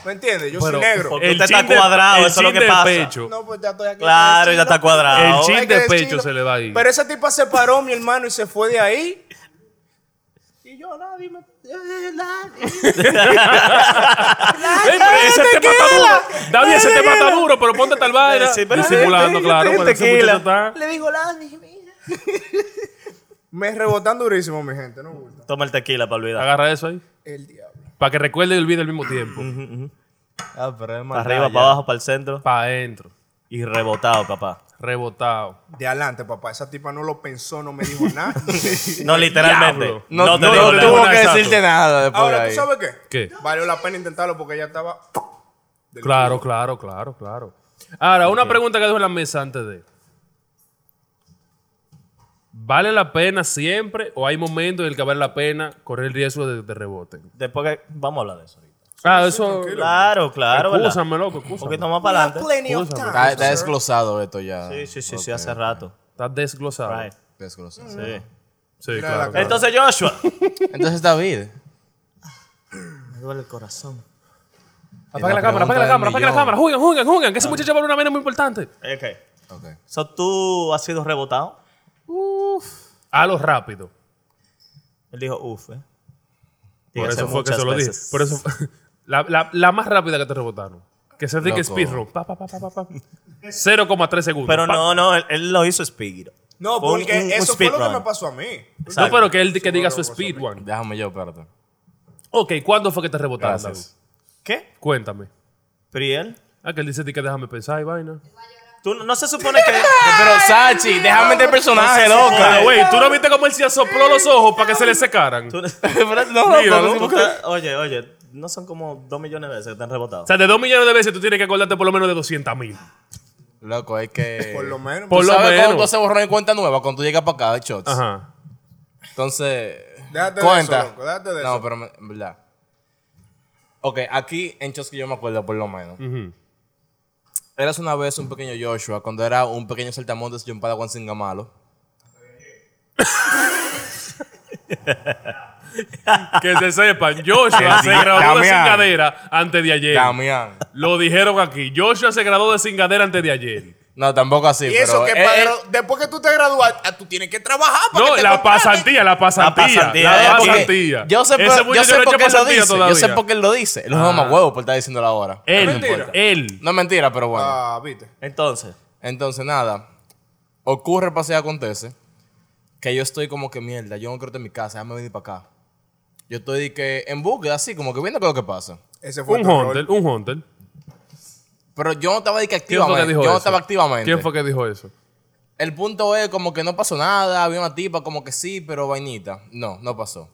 [SPEAKER 4] ¿Me entiendes? Yo
[SPEAKER 1] Pero,
[SPEAKER 4] soy negro.
[SPEAKER 1] ¿por qué usted
[SPEAKER 2] chin
[SPEAKER 1] está
[SPEAKER 2] de-
[SPEAKER 1] cuadrado,
[SPEAKER 2] el
[SPEAKER 1] eso es lo
[SPEAKER 2] chin
[SPEAKER 1] que
[SPEAKER 2] del
[SPEAKER 1] pasa.
[SPEAKER 2] pecho.
[SPEAKER 4] No, pues ya estoy aquí.
[SPEAKER 1] Claro, ya está cuadrado.
[SPEAKER 2] El chin
[SPEAKER 4] Hay que
[SPEAKER 2] de pecho
[SPEAKER 4] decirlo.
[SPEAKER 2] se le va a ir.
[SPEAKER 4] Pero esa tipa se paró, mi hermano, y se fue de ahí. Y yo, nadie me. eh, nadie.
[SPEAKER 2] Ey, pero ese tema está duro. David, ese tema está duro, pero ponte tal vaina.
[SPEAKER 1] Sí, pero-
[SPEAKER 2] Disimulando,
[SPEAKER 1] Sí,
[SPEAKER 2] claro.
[SPEAKER 1] sí,
[SPEAKER 2] cuando ese
[SPEAKER 1] tequila.
[SPEAKER 2] muchacho está-
[SPEAKER 4] Le digo, nadie, mira. me rebotan durísimo, mi gente, no gusta.
[SPEAKER 1] Toma el tequila para olvidar.
[SPEAKER 2] Agarra eso ahí.
[SPEAKER 4] El diablo.
[SPEAKER 2] Para que recuerde y olvide al mismo tiempo.
[SPEAKER 4] Mm.
[SPEAKER 3] Ah, pero es
[SPEAKER 1] Para arriba, para abajo, para el centro.
[SPEAKER 2] Para adentro.
[SPEAKER 1] Y rebotado, papá.
[SPEAKER 2] Rebotado.
[SPEAKER 4] De adelante, papá. Esa tipa no lo pensó, no me dijo nada.
[SPEAKER 1] No, literalmente.
[SPEAKER 2] Diablo.
[SPEAKER 3] No,
[SPEAKER 1] No te
[SPEAKER 3] no
[SPEAKER 1] digo
[SPEAKER 2] tú-
[SPEAKER 1] nada.
[SPEAKER 3] tuvo
[SPEAKER 2] nada.
[SPEAKER 3] que
[SPEAKER 2] Exacto.
[SPEAKER 3] decirte nada después de
[SPEAKER 4] Ahora, ¿tú
[SPEAKER 3] ahí.
[SPEAKER 4] sabes qué?
[SPEAKER 2] ¿Qué?
[SPEAKER 4] Valió la pena intentarlo porque ella estaba. del
[SPEAKER 2] Claro, claro, claro, claro. Ahora, una pregunta que dejo en la mesa antes de. ¿Vale la pena siempre o hay momentos en el que vale la pena correr el riesgo de que te reboten?
[SPEAKER 1] Después que- vamos a hablar de eso ahorita.
[SPEAKER 2] Ah, eso.
[SPEAKER 1] Claro, claro, ¿verdad?
[SPEAKER 2] Excúsame, loco,
[SPEAKER 1] Un
[SPEAKER 2] excúsame.
[SPEAKER 1] poquito más para adelante.
[SPEAKER 4] plenty of
[SPEAKER 2] Escúchame.
[SPEAKER 3] Está, está
[SPEAKER 4] sir.
[SPEAKER 3] desglosado esto ya.
[SPEAKER 1] Sí, sí, sí, sí,
[SPEAKER 3] Ok,
[SPEAKER 1] hace rato.
[SPEAKER 2] Está desglosado.
[SPEAKER 1] Right.
[SPEAKER 3] Desglosado.
[SPEAKER 1] Sí.
[SPEAKER 2] Sí,
[SPEAKER 4] Mira
[SPEAKER 2] claro.
[SPEAKER 4] la
[SPEAKER 2] claro.
[SPEAKER 1] Entonces, Joshua.
[SPEAKER 3] Entonces, David.
[SPEAKER 1] Me duele el corazón.
[SPEAKER 2] Apaga la
[SPEAKER 3] la
[SPEAKER 2] cámara, apaga la cámara,
[SPEAKER 3] pregunta del
[SPEAKER 2] apaga la
[SPEAKER 3] millón.
[SPEAKER 2] cámara. Jugan, jugan, jugan. Que ese muchacho va a una vaina muy importante.
[SPEAKER 1] Ok.
[SPEAKER 3] Ok.
[SPEAKER 1] So, tú has sido rebotado.
[SPEAKER 2] A lo rápido.
[SPEAKER 1] Él dijo, uff, eh.
[SPEAKER 2] Por
[SPEAKER 1] Dígase
[SPEAKER 2] eso fue que
[SPEAKER 1] muchas
[SPEAKER 2] se lo dije.
[SPEAKER 1] veces.
[SPEAKER 2] Por eso. La, la, la más rápida que te rebotaron. Que se dice
[SPEAKER 3] Loco.
[SPEAKER 2] speedrun. Pa, pa, pa, pa, pa, pa. 0,3 segundos.
[SPEAKER 1] Pero
[SPEAKER 2] Pa.
[SPEAKER 1] no, no, él, él lo hizo speed.
[SPEAKER 4] No,
[SPEAKER 1] Fue un-
[SPEAKER 4] porque
[SPEAKER 1] un- un
[SPEAKER 4] eso fue lo que
[SPEAKER 1] speedrun.
[SPEAKER 4] me pasó a mí.
[SPEAKER 2] No,
[SPEAKER 1] Exacto.
[SPEAKER 2] pero que él di- que diga su speedrun.
[SPEAKER 3] Déjame yo, espérate.
[SPEAKER 2] Ok, ¿cuándo fue que te rebotaron?
[SPEAKER 3] Gracias.
[SPEAKER 2] David?
[SPEAKER 1] ¿Qué?
[SPEAKER 2] Cuéntame.
[SPEAKER 1] Pero ¿y él?
[SPEAKER 2] Ah, que él dice di que déjame pensar y vaina.
[SPEAKER 1] Tú no- no se supone que.
[SPEAKER 3] Pero Sachi, déjame meter personaje,
[SPEAKER 2] Ah,
[SPEAKER 3] loca.
[SPEAKER 2] güey, ¿tú no viste cómo él se sopló los ojos para que se le secaran?
[SPEAKER 1] tú-
[SPEAKER 3] Pero no,
[SPEAKER 2] Mira,
[SPEAKER 3] pero-
[SPEAKER 1] tú estás- oye, oye, no son como dos millones de veces que te han rebotado.
[SPEAKER 2] O sea, de dos millones de veces tú tienes que acordarte por lo menos de 200 mil.
[SPEAKER 3] Loco, es que.
[SPEAKER 4] Por lo menos.
[SPEAKER 2] Por
[SPEAKER 3] Tú
[SPEAKER 2] lo
[SPEAKER 3] sabes
[SPEAKER 2] menos.
[SPEAKER 3] cuando tú haces borrón y cuenta nueva, cuando tú llegas para acá, de shots.
[SPEAKER 2] Ajá.
[SPEAKER 3] Entonces.
[SPEAKER 4] Déjate de
[SPEAKER 3] cuenta.
[SPEAKER 4] eso, loco, déjate de
[SPEAKER 3] no,
[SPEAKER 4] eso.
[SPEAKER 3] pero me- en verdad. Ok, aquí en shots que yo me acuerdo, por lo menos. Eras una vez un pequeño Joshua, cuando era un pequeño saltamontes John Padawan Singamalo.
[SPEAKER 2] Que se sepan, Joshua se graduó de sin
[SPEAKER 3] Damián.
[SPEAKER 2] cadera antes de ayer.
[SPEAKER 3] Damián.
[SPEAKER 2] Lo dijeron aquí. Joshua se graduó de sin cadera antes de ayer.
[SPEAKER 3] No, tampoco así.
[SPEAKER 4] Y eso
[SPEAKER 3] pero
[SPEAKER 4] que
[SPEAKER 3] eh,
[SPEAKER 4] para-
[SPEAKER 3] eh,
[SPEAKER 4] después que tú te gradúas, ah, tú tienes que trabajar para
[SPEAKER 2] No, eh,
[SPEAKER 4] que te
[SPEAKER 2] la
[SPEAKER 4] contraten.
[SPEAKER 2] pasantía, la pasantía. La
[SPEAKER 1] pasantía,
[SPEAKER 2] pasantía.
[SPEAKER 1] eh,
[SPEAKER 3] porque Yo sé,
[SPEAKER 2] Ese
[SPEAKER 3] por, yo
[SPEAKER 2] muchacho
[SPEAKER 3] sé
[SPEAKER 2] no ha
[SPEAKER 3] por
[SPEAKER 2] hecho
[SPEAKER 3] qué él lo
[SPEAKER 2] pasantía
[SPEAKER 3] dice. Yo sé
[SPEAKER 2] todavía. Ah.
[SPEAKER 3] por qué él lo dice. Él es un más huevo por estar diciéndolo ahora.
[SPEAKER 2] Él,
[SPEAKER 4] Mentira.
[SPEAKER 2] él.
[SPEAKER 3] No es mentira, pero bueno.
[SPEAKER 4] Ah, viste.
[SPEAKER 1] Entonces,
[SPEAKER 3] Entonces, nada. Ocurre, pasa y acontece. Que yo estoy como que mierda. Yo no creo que en mi casa. Déjame venir para acá. Yo estoy de que en búsqueda, así, como que viendo qué es lo que pasa.
[SPEAKER 4] Ese fue
[SPEAKER 2] Un
[SPEAKER 4] tu rol.
[SPEAKER 2] hunter, un hunter.
[SPEAKER 3] Pero yo no estaba de que
[SPEAKER 2] ¿Quién fue que
[SPEAKER 3] activamente.
[SPEAKER 2] dijo
[SPEAKER 3] Yo no
[SPEAKER 2] eso?
[SPEAKER 3] estaba activamente.
[SPEAKER 2] ¿Quién fue que dijo eso?
[SPEAKER 3] El punto es como que no pasó nada, había una tipa como que sí, pero vainita. No, no pasó.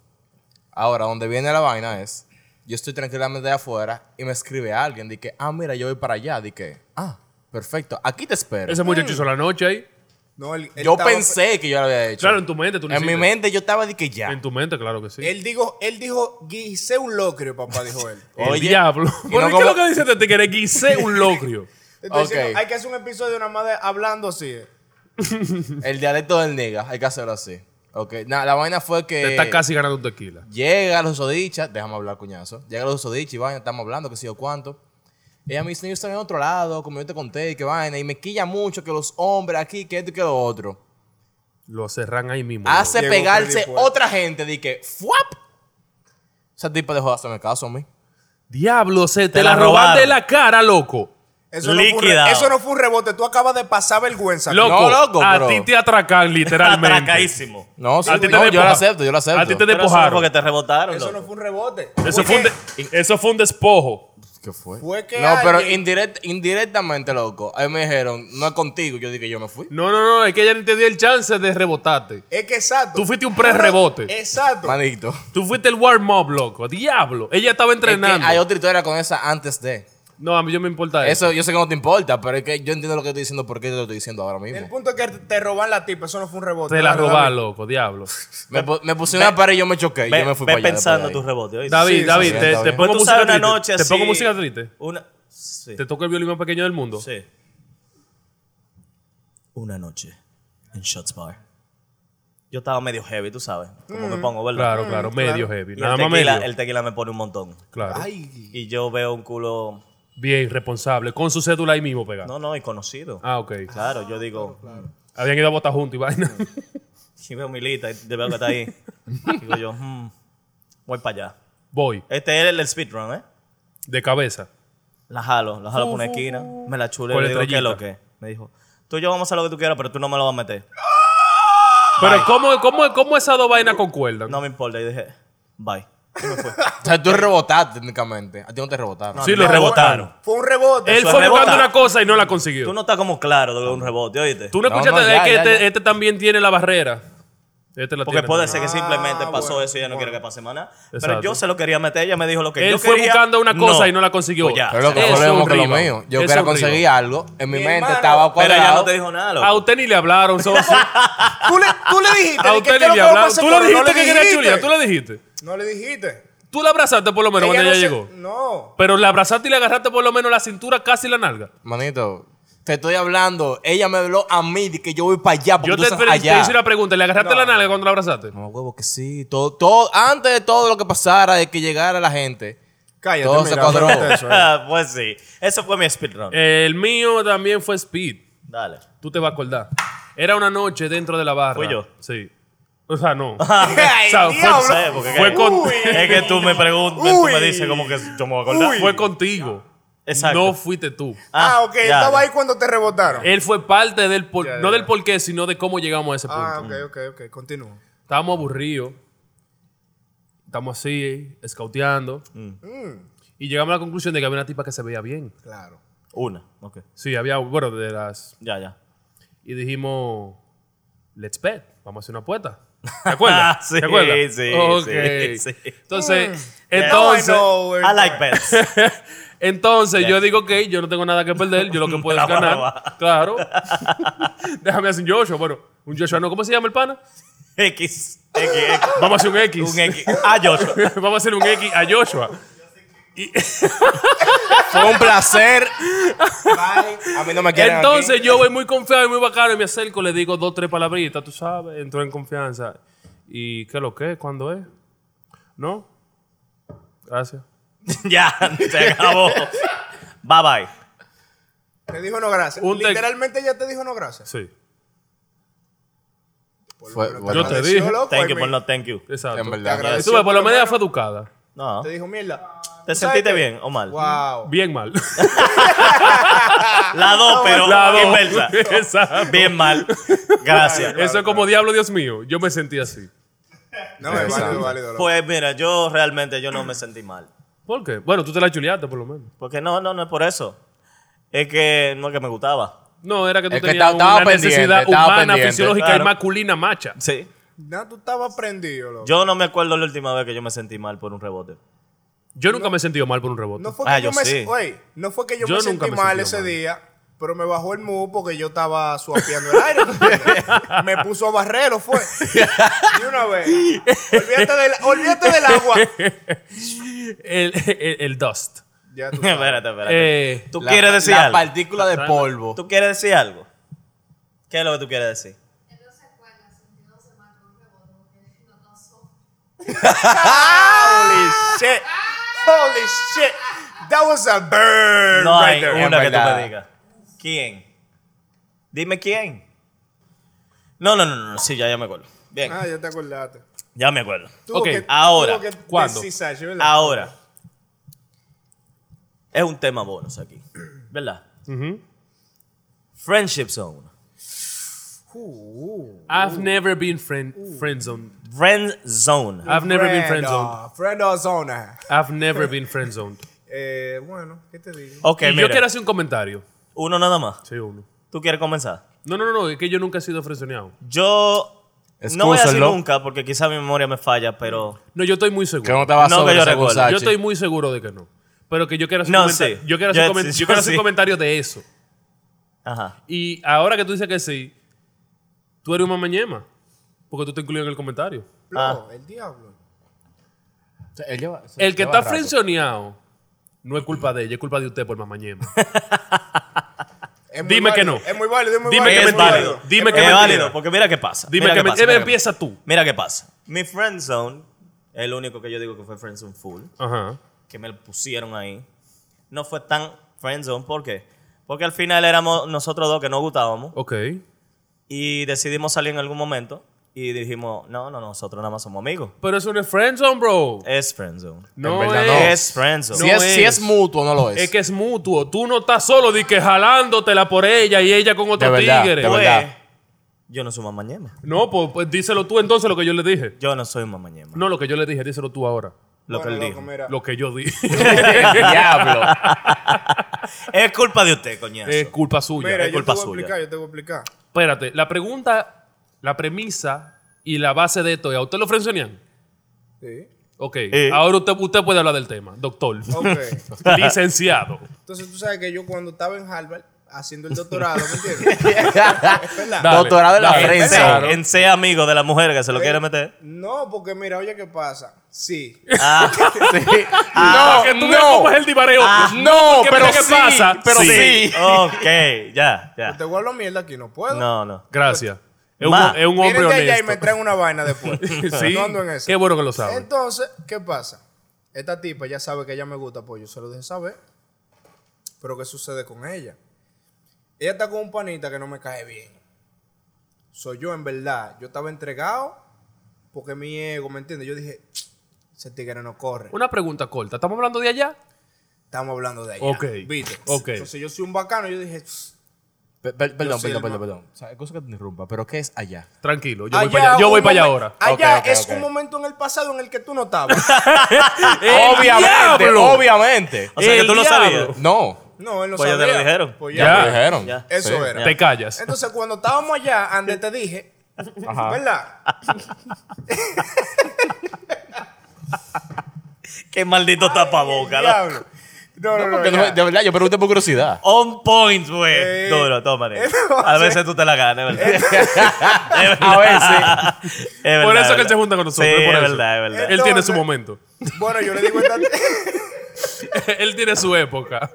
[SPEAKER 3] Ahora, donde viene la vaina es, yo estoy tranquilamente allá afuera y me escribe alguien, de que, ah, mira, yo voy para allá, de que, ah, perfecto, aquí te espero.
[SPEAKER 2] Ese muchacho hizo la noche ahí.
[SPEAKER 4] No, él- él
[SPEAKER 3] yo
[SPEAKER 4] estaba-
[SPEAKER 3] pensé que yo lo había hecho.
[SPEAKER 2] Claro, en tu mente tú lo
[SPEAKER 3] En mi
[SPEAKER 2] hiciste.
[SPEAKER 3] mente Eh, yo estaba de que ya.
[SPEAKER 2] En tu mente, claro que sí. El,
[SPEAKER 4] Él dijo, él dijo, guisé un locrio, papá, dijo él.
[SPEAKER 3] Oye,
[SPEAKER 2] diablo.
[SPEAKER 3] y
[SPEAKER 2] ¿Por
[SPEAKER 3] no
[SPEAKER 2] qué es lo
[SPEAKER 3] como-
[SPEAKER 2] que dice este tigre? Quise un locrio.
[SPEAKER 4] Te estoy
[SPEAKER 3] Ok.
[SPEAKER 4] diciendo, hay que hacer un episodio nada más de hablando así. eh.
[SPEAKER 3] El dialecto del nigga, hay que hacerlo así. Ok, nada, la vaina fue que...
[SPEAKER 2] Te está casi ganando un tequila.
[SPEAKER 3] Llega los sodichas, déjame hablar, cuñazo. Llega los sodichas y vaina, estamos hablando, que sé yo cuánto. Ella me dice, no, yo estoy en otro lado, como yo te conté, y que vaina. Y me quilla mucho que los hombres aquí, que esto y que lo otro.
[SPEAKER 2] Lo cerran ahí mismo.
[SPEAKER 3] Hace
[SPEAKER 4] Llegó
[SPEAKER 3] pegarse
[SPEAKER 4] predispuesto.
[SPEAKER 3] otra gente, de que, ¡fuap! Esa tipa dejó de hacerme caso a mí.
[SPEAKER 2] Diablo, se te,
[SPEAKER 1] Te
[SPEAKER 2] la
[SPEAKER 1] la
[SPEAKER 2] roban
[SPEAKER 1] robaron.
[SPEAKER 2] de la cara, loco.
[SPEAKER 4] Eso no, fue un re-
[SPEAKER 1] Liquidado.
[SPEAKER 4] eso no fue un rebote, tú acabas de pasar vergüenza.
[SPEAKER 2] Loco,
[SPEAKER 3] No, loco,
[SPEAKER 2] a
[SPEAKER 3] pero-
[SPEAKER 2] ti te atracan literalmente.
[SPEAKER 1] atracadísimo.
[SPEAKER 3] No, sí,
[SPEAKER 2] A ti te
[SPEAKER 3] no, yo
[SPEAKER 2] despoja-
[SPEAKER 3] lo acepto, yo lo acepto.
[SPEAKER 2] A ti te
[SPEAKER 1] Pero eso no
[SPEAKER 2] despojaron.
[SPEAKER 1] porque te rebotaron.
[SPEAKER 4] Eso no
[SPEAKER 1] loco.
[SPEAKER 4] fue un rebote.
[SPEAKER 2] Eso fue, un
[SPEAKER 4] que-
[SPEAKER 2] de- eso fue un despojo.
[SPEAKER 3] ¿Qué fue?
[SPEAKER 4] Fue que
[SPEAKER 3] no, pero
[SPEAKER 4] alguien-
[SPEAKER 3] indirect- indirectamente, loco. Ahí me dijeron, no es contigo. Yo dije, yo me fui.
[SPEAKER 2] No, no, no, es que ella ni te dio el chance de rebotarte.
[SPEAKER 4] Es que exacto.
[SPEAKER 2] Tú fuiste un pre-rebote.
[SPEAKER 3] Eh.
[SPEAKER 4] Exacto.
[SPEAKER 3] Manito.
[SPEAKER 2] Tú fuiste el warm-up, loco. Diablo. Ella estaba
[SPEAKER 3] Es que
[SPEAKER 2] entrenando.
[SPEAKER 3] hay otra historia con esa antes de.
[SPEAKER 2] No, a mí yo me importa eso.
[SPEAKER 3] Eso yo sé que no te importa, pero es que yo entiendo lo que estoy diciendo, porque te lo estoy diciendo ahora mismo.
[SPEAKER 4] El punto es que te roban la tipa, eso no fue un rebote.
[SPEAKER 2] Te la
[SPEAKER 4] Dale,
[SPEAKER 2] robaron,
[SPEAKER 4] David.
[SPEAKER 2] loco. Diablo.
[SPEAKER 3] Me, pu- me puse una pared y yo me choqué. y
[SPEAKER 1] Ve,
[SPEAKER 3] yo me fui
[SPEAKER 1] ve
[SPEAKER 3] para allá
[SPEAKER 1] pensando
[SPEAKER 3] después
[SPEAKER 1] tus
[SPEAKER 3] de ahí.
[SPEAKER 1] rebotes. ¿oíste?
[SPEAKER 2] David,
[SPEAKER 4] sí,
[SPEAKER 2] David,
[SPEAKER 3] sí,
[SPEAKER 2] te,
[SPEAKER 3] está
[SPEAKER 2] te
[SPEAKER 1] Pues
[SPEAKER 3] bien.
[SPEAKER 2] pongo
[SPEAKER 1] tú
[SPEAKER 2] música
[SPEAKER 1] sabes una
[SPEAKER 2] triste.
[SPEAKER 1] noche
[SPEAKER 2] Te
[SPEAKER 1] así.
[SPEAKER 2] pongo música triste.
[SPEAKER 1] Una. Sí.
[SPEAKER 2] Te toco el violín más pequeño del mundo.
[SPEAKER 1] sí. Una noche en Shots Bar. Yo estaba medio heavy, tú sabes. Como me pongo, ¿verdad?
[SPEAKER 2] Claro, claro. Medio heavy.
[SPEAKER 1] Mm, Y
[SPEAKER 2] Nada
[SPEAKER 1] el,
[SPEAKER 2] más
[SPEAKER 1] tequila,
[SPEAKER 2] medio.
[SPEAKER 1] el tequila me pone un montón.
[SPEAKER 2] Claro.
[SPEAKER 4] Ay,
[SPEAKER 1] Y yo veo un culo.
[SPEAKER 2] Bien, responsable. Con su cédula ahí mismo pegada.
[SPEAKER 1] No, no, y conocido.
[SPEAKER 2] Ah, ok.
[SPEAKER 1] Claro, yo digo.
[SPEAKER 2] Habían ido a votar juntos y vaina.
[SPEAKER 1] Mm. Y veo mi lista y te veo que está ahí. digo yo, hmm, voy para allá.
[SPEAKER 2] Voy.
[SPEAKER 1] Este es el, el speedrun, ¿eh?
[SPEAKER 2] De cabeza.
[SPEAKER 1] La jalo, la jalo por una esquina. Me la chuleo
[SPEAKER 2] Con
[SPEAKER 1] y le digo, ¿qué
[SPEAKER 2] estrellita.
[SPEAKER 1] es lo que? es?". Me dijo, tú y yo vamos a hacer lo que tú quieras, pero tú no me lo vas a meter.
[SPEAKER 2] Pero ¿cómo, cómo, cómo esas dos vainas concuerdan?
[SPEAKER 1] No me importa. Y dije, bye. Y me fui.
[SPEAKER 3] O sea, tú rebotaste técnicamente. A ti no te rebotaron.
[SPEAKER 2] sí, lo
[SPEAKER 4] no,
[SPEAKER 2] rebotaron.
[SPEAKER 4] bueno, Fue un rebote.
[SPEAKER 2] Él
[SPEAKER 1] Eso es
[SPEAKER 2] fue buscando
[SPEAKER 1] rebotar.
[SPEAKER 2] una cosa y no la consiguió.
[SPEAKER 1] Tú no estás como claro de lo de un rebote, ¿oíste?
[SPEAKER 2] Tú no
[SPEAKER 3] No,
[SPEAKER 2] escuchaste
[SPEAKER 3] no,
[SPEAKER 2] de
[SPEAKER 3] ya,
[SPEAKER 2] que
[SPEAKER 3] ya,
[SPEAKER 2] este,
[SPEAKER 3] ya.
[SPEAKER 2] este también tiene la barrera. Este la
[SPEAKER 1] Porque
[SPEAKER 2] tiene.
[SPEAKER 1] puede ser que simplemente
[SPEAKER 4] Ah,
[SPEAKER 1] pasó
[SPEAKER 4] bueno,
[SPEAKER 1] eso y ella no quiere que pase más nada. Pero
[SPEAKER 2] Exacto.
[SPEAKER 1] yo se lo quería meter, ella me dijo lo que
[SPEAKER 2] Él
[SPEAKER 1] yo
[SPEAKER 2] fue
[SPEAKER 1] quería.
[SPEAKER 2] buscando una cosa y no la consiguió.
[SPEAKER 1] Pues ya.
[SPEAKER 3] pero lo que
[SPEAKER 2] Eso
[SPEAKER 3] fue lo mismo
[SPEAKER 2] es
[SPEAKER 3] que lo
[SPEAKER 2] horrible.
[SPEAKER 3] mío.
[SPEAKER 2] Eso
[SPEAKER 3] Yo quería
[SPEAKER 2] es horrible.
[SPEAKER 3] conseguir algo. En mi,
[SPEAKER 4] Mi
[SPEAKER 3] mente
[SPEAKER 4] hermano.
[SPEAKER 3] estaba
[SPEAKER 1] Pero
[SPEAKER 3] cuadrado.
[SPEAKER 1] ella no te dijo nada, loco.
[SPEAKER 2] A Ah, usted ni le hablaron. so-
[SPEAKER 4] Tú le, tú le dijiste.
[SPEAKER 2] a
[SPEAKER 4] de que
[SPEAKER 2] usted
[SPEAKER 4] ¿qué
[SPEAKER 2] ni
[SPEAKER 4] es lo
[SPEAKER 2] le
[SPEAKER 4] que vamos a
[SPEAKER 2] hablaron.
[SPEAKER 4] hacer,
[SPEAKER 2] Tú le
[SPEAKER 4] pero no
[SPEAKER 2] dijiste que quería chulia. Tú le dijiste.
[SPEAKER 4] No le dijiste.
[SPEAKER 2] Tú la abrazaste por lo menos cuando
[SPEAKER 4] no
[SPEAKER 2] ella
[SPEAKER 4] se-
[SPEAKER 2] llegó.
[SPEAKER 4] No.
[SPEAKER 2] Pero la abrazaste y le agarraste por lo menos la cintura, casi la nalga.
[SPEAKER 3] Manito, te estoy hablando. Ella me habló a mí de que yo voy para allá porque
[SPEAKER 2] Yo
[SPEAKER 3] tú
[SPEAKER 2] te,
[SPEAKER 3] estás
[SPEAKER 2] pre- te
[SPEAKER 3] allá.
[SPEAKER 2] hice una pregunta. ¿Le agarraste
[SPEAKER 4] No.
[SPEAKER 2] la nalga cuando la abrazaste?
[SPEAKER 3] No, huevo, que sí. Todo, todo, antes de todo lo que pasara, de que llegara la gente.
[SPEAKER 4] Cállate,
[SPEAKER 3] Todo se
[SPEAKER 4] mira,
[SPEAKER 3] cuadró.
[SPEAKER 2] Ah,
[SPEAKER 4] suéltate eso, eh.
[SPEAKER 1] pues sí. Eso fue mi speedrun.
[SPEAKER 2] El mío también fue Speed.
[SPEAKER 1] Dale.
[SPEAKER 2] Tú te vas a acordar. Era una noche dentro de la barra.
[SPEAKER 1] ¿Fui yo?
[SPEAKER 2] Sí. O sea, no.
[SPEAKER 4] Ay,
[SPEAKER 2] O sea, fue-
[SPEAKER 1] No
[SPEAKER 4] diablo.
[SPEAKER 1] sé, porque
[SPEAKER 2] Fue
[SPEAKER 1] que-
[SPEAKER 2] con-
[SPEAKER 1] es que tú me preguntas, tú me
[SPEAKER 4] Uy.
[SPEAKER 1] dices como que yo me voy a acordar.
[SPEAKER 4] Uy.
[SPEAKER 2] fue contigo.
[SPEAKER 1] Exacto.
[SPEAKER 2] No fuiste tú.
[SPEAKER 4] Ah, ok.
[SPEAKER 1] ya,
[SPEAKER 4] Estaba
[SPEAKER 1] ya.
[SPEAKER 4] ahí cuando te rebotaron.
[SPEAKER 2] Él fue parte del por-
[SPEAKER 4] Ya, ya,
[SPEAKER 2] no del
[SPEAKER 4] ya.
[SPEAKER 2] porqué, sino de cómo llegamos a ese punto.
[SPEAKER 4] Ah, ok, ok, ok. Continúa.
[SPEAKER 2] Estábamos aburridos. Estamos así, escauteando.
[SPEAKER 1] Mm.
[SPEAKER 2] Y llegamos a la conclusión de que había una tipa que se veía bien.
[SPEAKER 4] Claro.
[SPEAKER 1] Una, ok.
[SPEAKER 2] Sí, había, bueno, de las.
[SPEAKER 1] Ya, ya.
[SPEAKER 2] Y dijimos, let's bet, vamos a hacer una apuesta. ¿Te acuerdas?
[SPEAKER 1] Sí,
[SPEAKER 2] ¿Te acuerdas?
[SPEAKER 1] sí,
[SPEAKER 2] Ok.
[SPEAKER 1] sí, Mm. sí.
[SPEAKER 2] Entonces,
[SPEAKER 4] No, I
[SPEAKER 2] entonces,
[SPEAKER 4] know, güey.
[SPEAKER 1] I like bets.
[SPEAKER 2] entonces yo digo, ok, yo no tengo nada que perder, yo lo que puedo
[SPEAKER 1] la
[SPEAKER 2] es
[SPEAKER 1] voy a
[SPEAKER 2] ganar.
[SPEAKER 1] robar.
[SPEAKER 2] Claro. Déjame hacer un Joshua, bueno, un Joshua no, ¿cómo se llama el pana?
[SPEAKER 1] X, X, X.
[SPEAKER 2] Vamos a hacer un X.
[SPEAKER 1] Un X. Ah, Joshua.
[SPEAKER 2] vamos a hacer un X a Joshua.
[SPEAKER 3] Fue un placer. A mí no me quieren
[SPEAKER 2] Entonces
[SPEAKER 3] aquí.
[SPEAKER 2] yo voy muy confiado y muy bacano y me acerco, le digo dos, tres palabritas, tú sabes, entro en confianza. ¿Y qué lo que es? ¿Cuándo es? ¿No? Gracias.
[SPEAKER 1] ya, se acabó. Bye bye.
[SPEAKER 4] Te dijo no gracias.
[SPEAKER 2] Un te-
[SPEAKER 4] Literalmente ella te dijo no gracias.
[SPEAKER 2] Sí,
[SPEAKER 3] Fue-
[SPEAKER 2] Yo
[SPEAKER 3] bueno,
[SPEAKER 2] te
[SPEAKER 4] Agradeció,
[SPEAKER 2] dije.
[SPEAKER 4] loco,
[SPEAKER 1] Thank
[SPEAKER 4] ay,
[SPEAKER 1] you por
[SPEAKER 4] mi-
[SPEAKER 1] no thank you.
[SPEAKER 2] exacto.
[SPEAKER 3] En
[SPEAKER 4] Te
[SPEAKER 3] verdad.
[SPEAKER 2] Tú
[SPEAKER 4] agradeció
[SPEAKER 2] ves, por lo menos ella
[SPEAKER 4] menos.
[SPEAKER 2] fue educada.
[SPEAKER 1] No.
[SPEAKER 4] Te dijo mierda.
[SPEAKER 1] ¿Te
[SPEAKER 4] ¿Sabes
[SPEAKER 1] sentiste
[SPEAKER 4] qué?
[SPEAKER 1] bien o mal?
[SPEAKER 4] Wow.
[SPEAKER 2] Bien mal.
[SPEAKER 1] La dos, pero
[SPEAKER 2] La dos.
[SPEAKER 1] inversa.
[SPEAKER 2] Exacto.
[SPEAKER 1] Bien mal. Gracias.
[SPEAKER 2] Eso es como diablo, Dios mío. Yo me sentí así.
[SPEAKER 4] No, es válido, válido. loco.
[SPEAKER 1] Pues mira, yo realmente yo no me sentí mal.
[SPEAKER 2] ¿Por qué? Bueno, tú te la chuleaste por lo menos.
[SPEAKER 1] Porque no, no, no es por eso. Es que no es que me gustaba.
[SPEAKER 2] No, era que tú
[SPEAKER 3] Es que
[SPEAKER 2] tenías
[SPEAKER 3] estaba- estaba
[SPEAKER 2] una necesidad
[SPEAKER 3] pendiente, estaba
[SPEAKER 2] humana,
[SPEAKER 3] pendiente.
[SPEAKER 2] fisiológica
[SPEAKER 1] Claro.
[SPEAKER 2] y masculina macha.
[SPEAKER 1] Sí.
[SPEAKER 4] No, tú estabas prendido, loco.
[SPEAKER 1] Yo no me acuerdo la última vez que yo me sentí mal por un rebote.
[SPEAKER 2] Yo nunca me he sentido mal por un rebote.
[SPEAKER 4] No fue que
[SPEAKER 1] Ah,
[SPEAKER 4] yo,
[SPEAKER 1] yo
[SPEAKER 4] me,
[SPEAKER 1] sí.
[SPEAKER 4] oye, no fue que yo,
[SPEAKER 2] Yo
[SPEAKER 4] me
[SPEAKER 2] nunca
[SPEAKER 4] sentí
[SPEAKER 2] me
[SPEAKER 4] mal
[SPEAKER 2] sentí
[SPEAKER 4] ese
[SPEAKER 2] mal.
[SPEAKER 4] día, pero me bajó el mood porque yo estaba suapeando el aire. ¿tú entiendes? me puso a barrero, fue. De una vez. Olvídate del, olvídate del agua.
[SPEAKER 2] El, el- el dust.
[SPEAKER 4] Ya tú sabes.
[SPEAKER 1] espérate, espérate.
[SPEAKER 2] Eh,
[SPEAKER 1] ¿Tú
[SPEAKER 3] La-
[SPEAKER 1] quieres decir
[SPEAKER 3] La
[SPEAKER 1] algo?
[SPEAKER 3] partícula de polvo.
[SPEAKER 1] ¿Tú quieres decir algo? ¿Qué es lo que tú quieres decir?
[SPEAKER 4] Holy shit. Holy shit. That was a burn
[SPEAKER 1] No
[SPEAKER 4] right
[SPEAKER 1] hay
[SPEAKER 4] there.
[SPEAKER 1] una que tú
[SPEAKER 3] verdad.
[SPEAKER 1] me digas. ¿Quién? Dime quién. No, no, no, no, no, sí, ya, ya me acuerdo. Bien,
[SPEAKER 4] Ah, ya te acordaste.
[SPEAKER 1] ya me acuerdo.
[SPEAKER 4] Tuvo
[SPEAKER 2] Ok,
[SPEAKER 4] que-
[SPEAKER 1] ahora,
[SPEAKER 4] tuvo que
[SPEAKER 2] ¿cuándo?
[SPEAKER 4] deshizaje, ¿verdad?
[SPEAKER 1] Ahora, es un tema bonus aquí, ¿verdad? Friendship Zone.
[SPEAKER 2] I've never been friend, friend zone.
[SPEAKER 1] Friend Zone.
[SPEAKER 2] I've never been friend
[SPEAKER 4] Friend
[SPEAKER 2] zoned.
[SPEAKER 4] of- Friend of zone.
[SPEAKER 2] I've never been friend zoned.
[SPEAKER 4] Eh, bueno, ¿qué te digo?
[SPEAKER 1] Ok,
[SPEAKER 2] y
[SPEAKER 1] mira,
[SPEAKER 2] yo quiero hacer un comentario.
[SPEAKER 1] uno nada más.
[SPEAKER 2] Sí, uno.
[SPEAKER 1] ¿Tú quieres comenzar?
[SPEAKER 2] No, no, no, no, es que yo nunca he sido friendzoneado.
[SPEAKER 1] Yo no voy a decir
[SPEAKER 3] Excúsenlo.
[SPEAKER 1] nunca porque quizá mi memoria me falla, pero...
[SPEAKER 2] No, yo estoy muy
[SPEAKER 3] Que no
[SPEAKER 2] seguro.
[SPEAKER 1] No,
[SPEAKER 3] estaba
[SPEAKER 1] que
[SPEAKER 3] sobre
[SPEAKER 1] yo
[SPEAKER 3] según
[SPEAKER 1] recuerdo.
[SPEAKER 3] Sachi.
[SPEAKER 2] Yo estoy muy seguro de que no. Pero que yo quiero hacer
[SPEAKER 1] No,
[SPEAKER 2] un comentario.
[SPEAKER 1] sí.
[SPEAKER 2] Yo quiero hacer,
[SPEAKER 1] Yo-
[SPEAKER 2] comen-
[SPEAKER 1] sí,
[SPEAKER 2] yo quiero hacer
[SPEAKER 1] sí.
[SPEAKER 2] un comentario de eso.
[SPEAKER 1] Ajá.
[SPEAKER 2] Y ahora que tú dices que sí, tú eres un mamañema. Porque tú te incluyes en el comentario.
[SPEAKER 1] Pues
[SPEAKER 4] No, el diablo.
[SPEAKER 3] O sea, él lleva-
[SPEAKER 2] El que
[SPEAKER 3] lleva
[SPEAKER 2] está
[SPEAKER 3] rato.
[SPEAKER 2] friendzoneado no es culpa de ella, es culpa de usted por mamañema.
[SPEAKER 4] Es muy
[SPEAKER 2] Dime que
[SPEAKER 4] válido,
[SPEAKER 2] no.
[SPEAKER 4] Es muy válido, es muy
[SPEAKER 2] Dime que
[SPEAKER 4] válido.
[SPEAKER 1] Es
[SPEAKER 4] es muy
[SPEAKER 2] mentira.
[SPEAKER 1] válido.
[SPEAKER 2] Dime que
[SPEAKER 1] es
[SPEAKER 2] mentira.
[SPEAKER 1] válido, porque mira qué pasa.
[SPEAKER 2] Dime
[SPEAKER 1] mira
[SPEAKER 2] que
[SPEAKER 1] qué
[SPEAKER 2] me,
[SPEAKER 1] pasa,
[SPEAKER 2] eh,
[SPEAKER 1] mira qué
[SPEAKER 2] empieza tú.
[SPEAKER 1] Mira qué pasa. Mi friend zone, el único que yo digo que fue friend zone full,
[SPEAKER 2] Ajá.
[SPEAKER 1] que me lo pusieron ahí, no fue tan friend zone. ¿Por qué? Porque al final éramos nosotros dos que nos gustábamos
[SPEAKER 2] Ok.
[SPEAKER 1] y decidimos salir en algún momento y dijimos, no, no, nosotros nada más somos amigos.
[SPEAKER 2] Pero eso no es friendzone, bro.
[SPEAKER 1] Es friend zone.
[SPEAKER 2] No
[SPEAKER 3] verdad,
[SPEAKER 2] es.
[SPEAKER 3] no.
[SPEAKER 1] Es friend zone.
[SPEAKER 3] Si,
[SPEAKER 2] No
[SPEAKER 3] es, si
[SPEAKER 2] es.
[SPEAKER 3] es mutuo, no lo es.
[SPEAKER 2] Es que es mutuo. Tú no estás solo de que jalándotela por ella y ella con otro
[SPEAKER 3] De verdad,
[SPEAKER 2] tigre.
[SPEAKER 3] de verdad.
[SPEAKER 1] Pues, yo no soy mamañema.
[SPEAKER 2] No, pues, pues díselo tú entonces lo que yo le dije.
[SPEAKER 1] Yo no soy mamañema.
[SPEAKER 2] No, lo que yo le dije, díselo tú ahora.
[SPEAKER 1] Lo que él
[SPEAKER 4] Bueno,
[SPEAKER 1] dijo.
[SPEAKER 4] loco, mira.
[SPEAKER 2] Lo que yo dije.
[SPEAKER 3] Diablo.
[SPEAKER 1] Es culpa de usted, coñazo.
[SPEAKER 2] es culpa suya.
[SPEAKER 4] Mira,
[SPEAKER 1] es
[SPEAKER 4] yo te
[SPEAKER 1] culpa
[SPEAKER 4] voy a
[SPEAKER 1] suya.
[SPEAKER 4] explicar, yo te voy a explicar.
[SPEAKER 2] Espérate, la pregunta, la premisa y la base de esto, ¿a usted lo frenzonean?
[SPEAKER 4] Sí.
[SPEAKER 2] Ok, ahora usted, usted puede hablar del tema, doctor.
[SPEAKER 4] Ok.
[SPEAKER 2] Licenciado.
[SPEAKER 4] Entonces tú sabes que yo cuando estaba en Harvard, haciendo el doctorado, ¿me entiendes? Es verdad.
[SPEAKER 2] Dale,
[SPEAKER 3] Doctorado en la
[SPEAKER 2] dale,
[SPEAKER 3] prensa.
[SPEAKER 2] claro.
[SPEAKER 1] En sea amigo de la mujer que se lo quiere meter.
[SPEAKER 4] No, porque mira, oye, ¿qué pasa? Sí.
[SPEAKER 1] Ah,
[SPEAKER 3] Ah.
[SPEAKER 2] Para que tú veas cómo es el divareo.
[SPEAKER 3] no,
[SPEAKER 2] porque
[SPEAKER 3] pero
[SPEAKER 2] mira qué
[SPEAKER 3] sí,
[SPEAKER 2] pasa.
[SPEAKER 3] pero sí.
[SPEAKER 1] ok, ya, ya.
[SPEAKER 4] Te guardo mierda aquí, no puedo.
[SPEAKER 1] No, no.
[SPEAKER 2] Gracias. Es un,
[SPEAKER 1] Ma,
[SPEAKER 2] es un
[SPEAKER 4] Vienen
[SPEAKER 2] hombre
[SPEAKER 4] de allá y me
[SPEAKER 2] honesto.
[SPEAKER 4] traen una vaina después.
[SPEAKER 2] Sí.
[SPEAKER 4] No ando en eso.
[SPEAKER 2] Qué bueno que lo saben.
[SPEAKER 4] Entonces, ¿qué pasa? Esta tipa ya sabe que ella me gusta, pues yo se lo dejé saber. Pero ¿qué sucede con ella? Ella está con un panita que no me cae bien. Soy yo, en verdad. Yo estaba entregado porque mi ego, ¿me entiendes? Yo dije, ese tigre no corre.
[SPEAKER 2] Una pregunta corta. ¿Estamos hablando de allá?
[SPEAKER 4] Estamos hablando de ella.
[SPEAKER 2] Ok,
[SPEAKER 4] ¿Viste?
[SPEAKER 2] ok.
[SPEAKER 4] Entonces yo soy un bacano. Yo dije,
[SPEAKER 3] Pe- pe- Perdón,
[SPEAKER 4] soy
[SPEAKER 3] perdón,
[SPEAKER 4] el
[SPEAKER 3] perdón,
[SPEAKER 4] ma-
[SPEAKER 3] perdón. O sea, excusa que te interrumpa, pero ¿qué es allá?
[SPEAKER 2] Tranquilo, yo voy
[SPEAKER 4] allá
[SPEAKER 2] para allá. Yo
[SPEAKER 4] Ah, un
[SPEAKER 2] voy para allá
[SPEAKER 4] momen-
[SPEAKER 2] ahora.
[SPEAKER 4] Allá
[SPEAKER 3] Ok, ok,
[SPEAKER 4] es
[SPEAKER 3] ok.
[SPEAKER 4] un momento en el pasado en el que tú no estabas.
[SPEAKER 3] obviamente,
[SPEAKER 2] diablo!
[SPEAKER 3] obviamente.
[SPEAKER 1] O sea que
[SPEAKER 2] El
[SPEAKER 1] tú lo sabías.
[SPEAKER 2] diablo.
[SPEAKER 3] No,
[SPEAKER 4] No, él no
[SPEAKER 1] Pues ya te
[SPEAKER 4] sabía.
[SPEAKER 1] lo dijeron.
[SPEAKER 4] Pues
[SPEAKER 2] Ah. Ya.
[SPEAKER 4] ya.
[SPEAKER 3] lo dijeron.
[SPEAKER 1] Ya.
[SPEAKER 4] Eso
[SPEAKER 3] Sí.
[SPEAKER 4] era.
[SPEAKER 2] Te callas.
[SPEAKER 4] Entonces, cuando estábamos allá, Ande te dije, ¿verdad?
[SPEAKER 1] Qué maldito
[SPEAKER 2] Oh,
[SPEAKER 1] tapaboca. ¿no?
[SPEAKER 4] Diablo. No, no, no.
[SPEAKER 3] Porque no
[SPEAKER 4] ya.
[SPEAKER 3] me- de verdad, yo pregunté por curiosidad.
[SPEAKER 1] On point, güey.
[SPEAKER 4] Eh,
[SPEAKER 1] Duro, tómale.
[SPEAKER 4] entonces-
[SPEAKER 1] A veces tú te la ganas, ¿verdad?
[SPEAKER 3] A veces.
[SPEAKER 1] Es verdad,
[SPEAKER 2] Por eso
[SPEAKER 1] es
[SPEAKER 2] que él se
[SPEAKER 1] verdad.
[SPEAKER 2] junta con nosotros.
[SPEAKER 1] Sí,
[SPEAKER 2] es por
[SPEAKER 1] es
[SPEAKER 2] eso.
[SPEAKER 1] verdad, es verdad.
[SPEAKER 2] Él tiene
[SPEAKER 4] Entonces-
[SPEAKER 2] su momento.
[SPEAKER 4] Bueno, yo le digo esta
[SPEAKER 2] él tiene su época.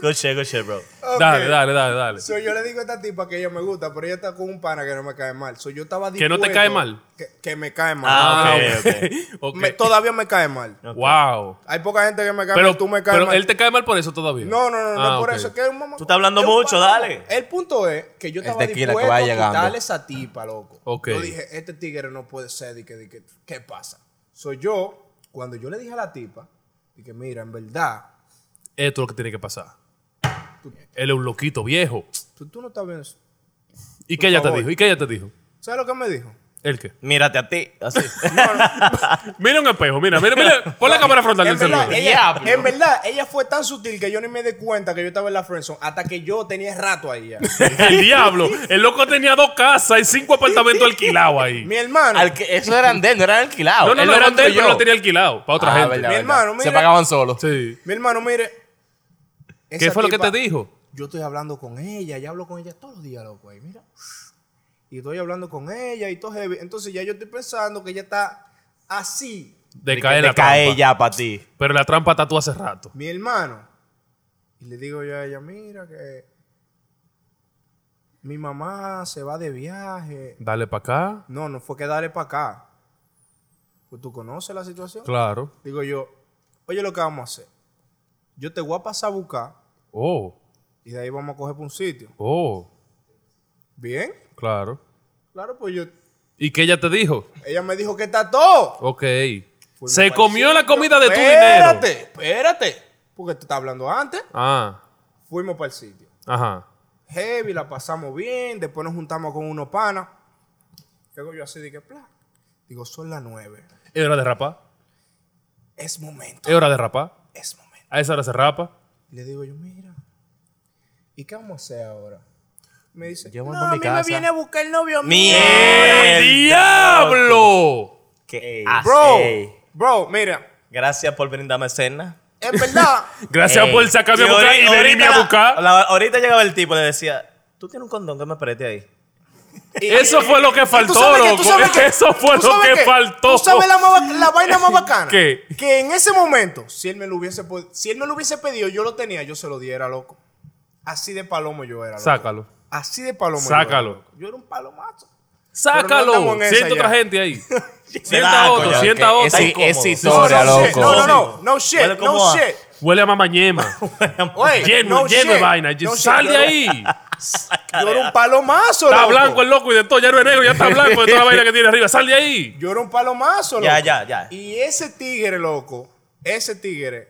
[SPEAKER 1] Good shit, good shit, bro.
[SPEAKER 4] Ok.
[SPEAKER 2] Dale, dale, dale, dale.
[SPEAKER 4] So, yo le digo a esta tipa que ella me gusta, pero ella está con un pana que no me cae mal. So, yo estaba
[SPEAKER 2] ¿Que no te
[SPEAKER 4] dispuesto-
[SPEAKER 2] cae mal?
[SPEAKER 4] Que, que me cae mal.
[SPEAKER 1] Ah, ok, ok.
[SPEAKER 2] ok.
[SPEAKER 4] Me- todavía me cae mal.
[SPEAKER 2] Wow.
[SPEAKER 4] Hay poca gente que me cae
[SPEAKER 2] Pero,
[SPEAKER 4] mal, tú me caes
[SPEAKER 2] pero
[SPEAKER 4] mal.
[SPEAKER 2] él te cae mal por eso todavía.
[SPEAKER 4] No, no, no, no,
[SPEAKER 2] Ah,
[SPEAKER 4] por
[SPEAKER 2] ok.
[SPEAKER 4] eso. Que es un mamá-
[SPEAKER 1] Tú estás hablando
[SPEAKER 4] es un
[SPEAKER 1] mucho,
[SPEAKER 4] pana.
[SPEAKER 1] dale.
[SPEAKER 4] El punto es que yo estaba
[SPEAKER 3] tequila que
[SPEAKER 4] dispuesto
[SPEAKER 3] va
[SPEAKER 4] a
[SPEAKER 3] llegando.
[SPEAKER 4] quitarle esa tipa, loco.
[SPEAKER 2] Ok.
[SPEAKER 4] Yo dije, este tigre no puede ser. di que, di que, ¿Qué pasa? Soy yo, cuando yo le dije a la tipa, dije, mira, en verdad,
[SPEAKER 2] Esto es lo que tiene que pasar. Él es un loquito viejo.
[SPEAKER 4] tú, tú no estás bien.
[SPEAKER 2] ¿Y qué ella te
[SPEAKER 4] favor.
[SPEAKER 2] dijo? ¿Y qué ella te dijo?
[SPEAKER 4] ¿Sabes lo que me dijo?
[SPEAKER 2] ¿El qué?
[SPEAKER 1] Mírate a ti, así.
[SPEAKER 2] Mira un espejo, mira, mira, mira. Pon la cámara frontal
[SPEAKER 4] En
[SPEAKER 2] del
[SPEAKER 4] verdad,
[SPEAKER 2] celular.
[SPEAKER 4] ella, en verdad, ella fue tan sutil que yo ni me di cuenta que yo estaba en la friendzone hasta que yo tenía rato ahí ya.
[SPEAKER 2] El diablo. El loco tenía dos casas y cinco apartamentos alquilados ahí.
[SPEAKER 4] Mi hermano,
[SPEAKER 3] Al que- eso eran de él, no eran alquilados.
[SPEAKER 2] No, no,
[SPEAKER 3] Él
[SPEAKER 2] no,
[SPEAKER 3] lo
[SPEAKER 2] eran de él, pero
[SPEAKER 3] construyó.
[SPEAKER 2] lo tenía alquilado para otra
[SPEAKER 3] Ah,
[SPEAKER 2] gente.
[SPEAKER 3] verdad,
[SPEAKER 4] Mi
[SPEAKER 3] verdad.
[SPEAKER 4] hermano, mira.
[SPEAKER 3] Se pagaban solos.
[SPEAKER 2] Sí.
[SPEAKER 4] mi hermano, mire.
[SPEAKER 2] ¿Qué
[SPEAKER 4] esa
[SPEAKER 2] fue lo que
[SPEAKER 4] tipa-
[SPEAKER 2] te dijo?
[SPEAKER 4] Yo estoy hablando con ella, ya hablo con ella todos los días, loco, ahí, mira. Y estoy hablando con ella y todo heavy. Entonces ya yo estoy pensando que ella está así.
[SPEAKER 2] De caer la
[SPEAKER 3] Te cae
[SPEAKER 2] trampa.
[SPEAKER 3] ya para ti.
[SPEAKER 2] Pero la trampa está tú hace rato.
[SPEAKER 4] Mi hermano. Y le digo yo a ella, mira que mi mamá se va de viaje.
[SPEAKER 2] Dale para acá.
[SPEAKER 4] No, no fue que dale para acá. Pues tú conoces la situación.
[SPEAKER 2] Claro.
[SPEAKER 4] Digo yo, oye lo que vamos a hacer. Yo te voy a pasar a buscar
[SPEAKER 2] Oh,
[SPEAKER 4] y de ahí vamos a coger por un sitio.
[SPEAKER 2] oh,
[SPEAKER 4] ¿Bien?
[SPEAKER 2] claro.
[SPEAKER 4] Claro, pues yo...
[SPEAKER 2] ¿Y qué ella te dijo?
[SPEAKER 4] Ella me dijo que está todo.
[SPEAKER 2] Ok.
[SPEAKER 4] Fuimos
[SPEAKER 2] Se
[SPEAKER 4] pa'l
[SPEAKER 2] comió la
[SPEAKER 4] sitio.
[SPEAKER 2] comida de tu dinero.
[SPEAKER 4] espérate, Espérate, Porque tú estás hablando antes.
[SPEAKER 2] Ah,
[SPEAKER 4] Fuimos para el sitio.
[SPEAKER 2] ajá.
[SPEAKER 4] Heavy, la pasamos bien. Después nos juntamos con unos panas. Luego yo así dije, plá. Digo, son las nueve.
[SPEAKER 2] Es hora de rapar.
[SPEAKER 4] Es momento,
[SPEAKER 2] Es hora de rapar.
[SPEAKER 4] es momento.
[SPEAKER 2] A esa hora se rapa.
[SPEAKER 4] Y le digo yo, mira, ¿y qué vamos a hacer ahora? Me dice,
[SPEAKER 3] Yo
[SPEAKER 4] no,
[SPEAKER 3] vuelvo
[SPEAKER 4] a
[SPEAKER 3] a mi
[SPEAKER 4] mí me
[SPEAKER 3] casa".
[SPEAKER 4] viene a buscar el novio mío.
[SPEAKER 1] Mierda.
[SPEAKER 2] ¡El diablo!
[SPEAKER 1] ¿Qué
[SPEAKER 4] Bro,
[SPEAKER 1] haces?
[SPEAKER 4] bro, mira,
[SPEAKER 1] ah, Gracias por brindarme cena.
[SPEAKER 4] es verdad.
[SPEAKER 2] Gracias
[SPEAKER 1] Ey.
[SPEAKER 2] por sacarme a
[SPEAKER 1] Que
[SPEAKER 2] buscar
[SPEAKER 1] ahorita-
[SPEAKER 2] y
[SPEAKER 1] ahorita
[SPEAKER 2] venirme a
[SPEAKER 1] la-
[SPEAKER 2] buscar.
[SPEAKER 1] la- ahorita llegaba el tipo y le decía, tú tienes un condón que me preste ahí.
[SPEAKER 2] Eso fue lo que faltó,
[SPEAKER 4] ¿Tú sabes qué? ¿Tú
[SPEAKER 2] loco.
[SPEAKER 4] sabes qué?
[SPEAKER 2] Eso fue
[SPEAKER 4] ¿Tú
[SPEAKER 2] lo
[SPEAKER 4] sabes
[SPEAKER 2] que
[SPEAKER 4] qué?
[SPEAKER 2] faltó.
[SPEAKER 4] ¿Tú sabes la, más ba- la vaina más bacana?
[SPEAKER 2] ¿Qué?
[SPEAKER 4] Que en ese momento, si él, me lo hubiese pod- si él me lo hubiese pedido, yo lo tenía, yo se lo diera, loco. Así de palomo yo era, loco.
[SPEAKER 2] Sácalo.
[SPEAKER 4] Así de palomo
[SPEAKER 2] Sácalo.
[SPEAKER 4] yo era. loco. Yo era un palomazo. Pero no
[SPEAKER 2] Sácalo.
[SPEAKER 4] estamos en
[SPEAKER 2] Sienta
[SPEAKER 4] esa
[SPEAKER 2] otra
[SPEAKER 4] ya.
[SPEAKER 2] gente ahí.
[SPEAKER 1] da
[SPEAKER 2] Sienta
[SPEAKER 1] asco
[SPEAKER 2] otro,
[SPEAKER 1] ya,
[SPEAKER 2] sienta
[SPEAKER 3] que
[SPEAKER 2] otro.
[SPEAKER 3] ese-
[SPEAKER 2] Incómodo.
[SPEAKER 3] ese
[SPEAKER 2] Sí,
[SPEAKER 3] historia,
[SPEAKER 2] sí, sí.
[SPEAKER 4] no, no,
[SPEAKER 3] loco.
[SPEAKER 4] shit, No, no, no. No
[SPEAKER 1] Huele
[SPEAKER 4] shit,
[SPEAKER 1] como
[SPEAKER 4] no
[SPEAKER 1] a-
[SPEAKER 4] shit.
[SPEAKER 2] Huele a mamañema.
[SPEAKER 4] Oye,
[SPEAKER 2] lleno,
[SPEAKER 4] no
[SPEAKER 2] lleno de
[SPEAKER 4] shit,
[SPEAKER 2] vaina.
[SPEAKER 4] no
[SPEAKER 2] Sal
[SPEAKER 4] shit,
[SPEAKER 2] de
[SPEAKER 4] yo era-
[SPEAKER 2] ahí.
[SPEAKER 4] Yo era un palomazo,
[SPEAKER 2] Está
[SPEAKER 4] loco.
[SPEAKER 2] blanco el loco y de todo. Ya no es negro, ya está blanco de toda la vaina que tiene arriba. Sal de ahí.
[SPEAKER 4] Yo era un palomazo,
[SPEAKER 1] Ya,
[SPEAKER 4] loco.
[SPEAKER 1] ya, ya.
[SPEAKER 4] Y ese tigre, loco, ese tigre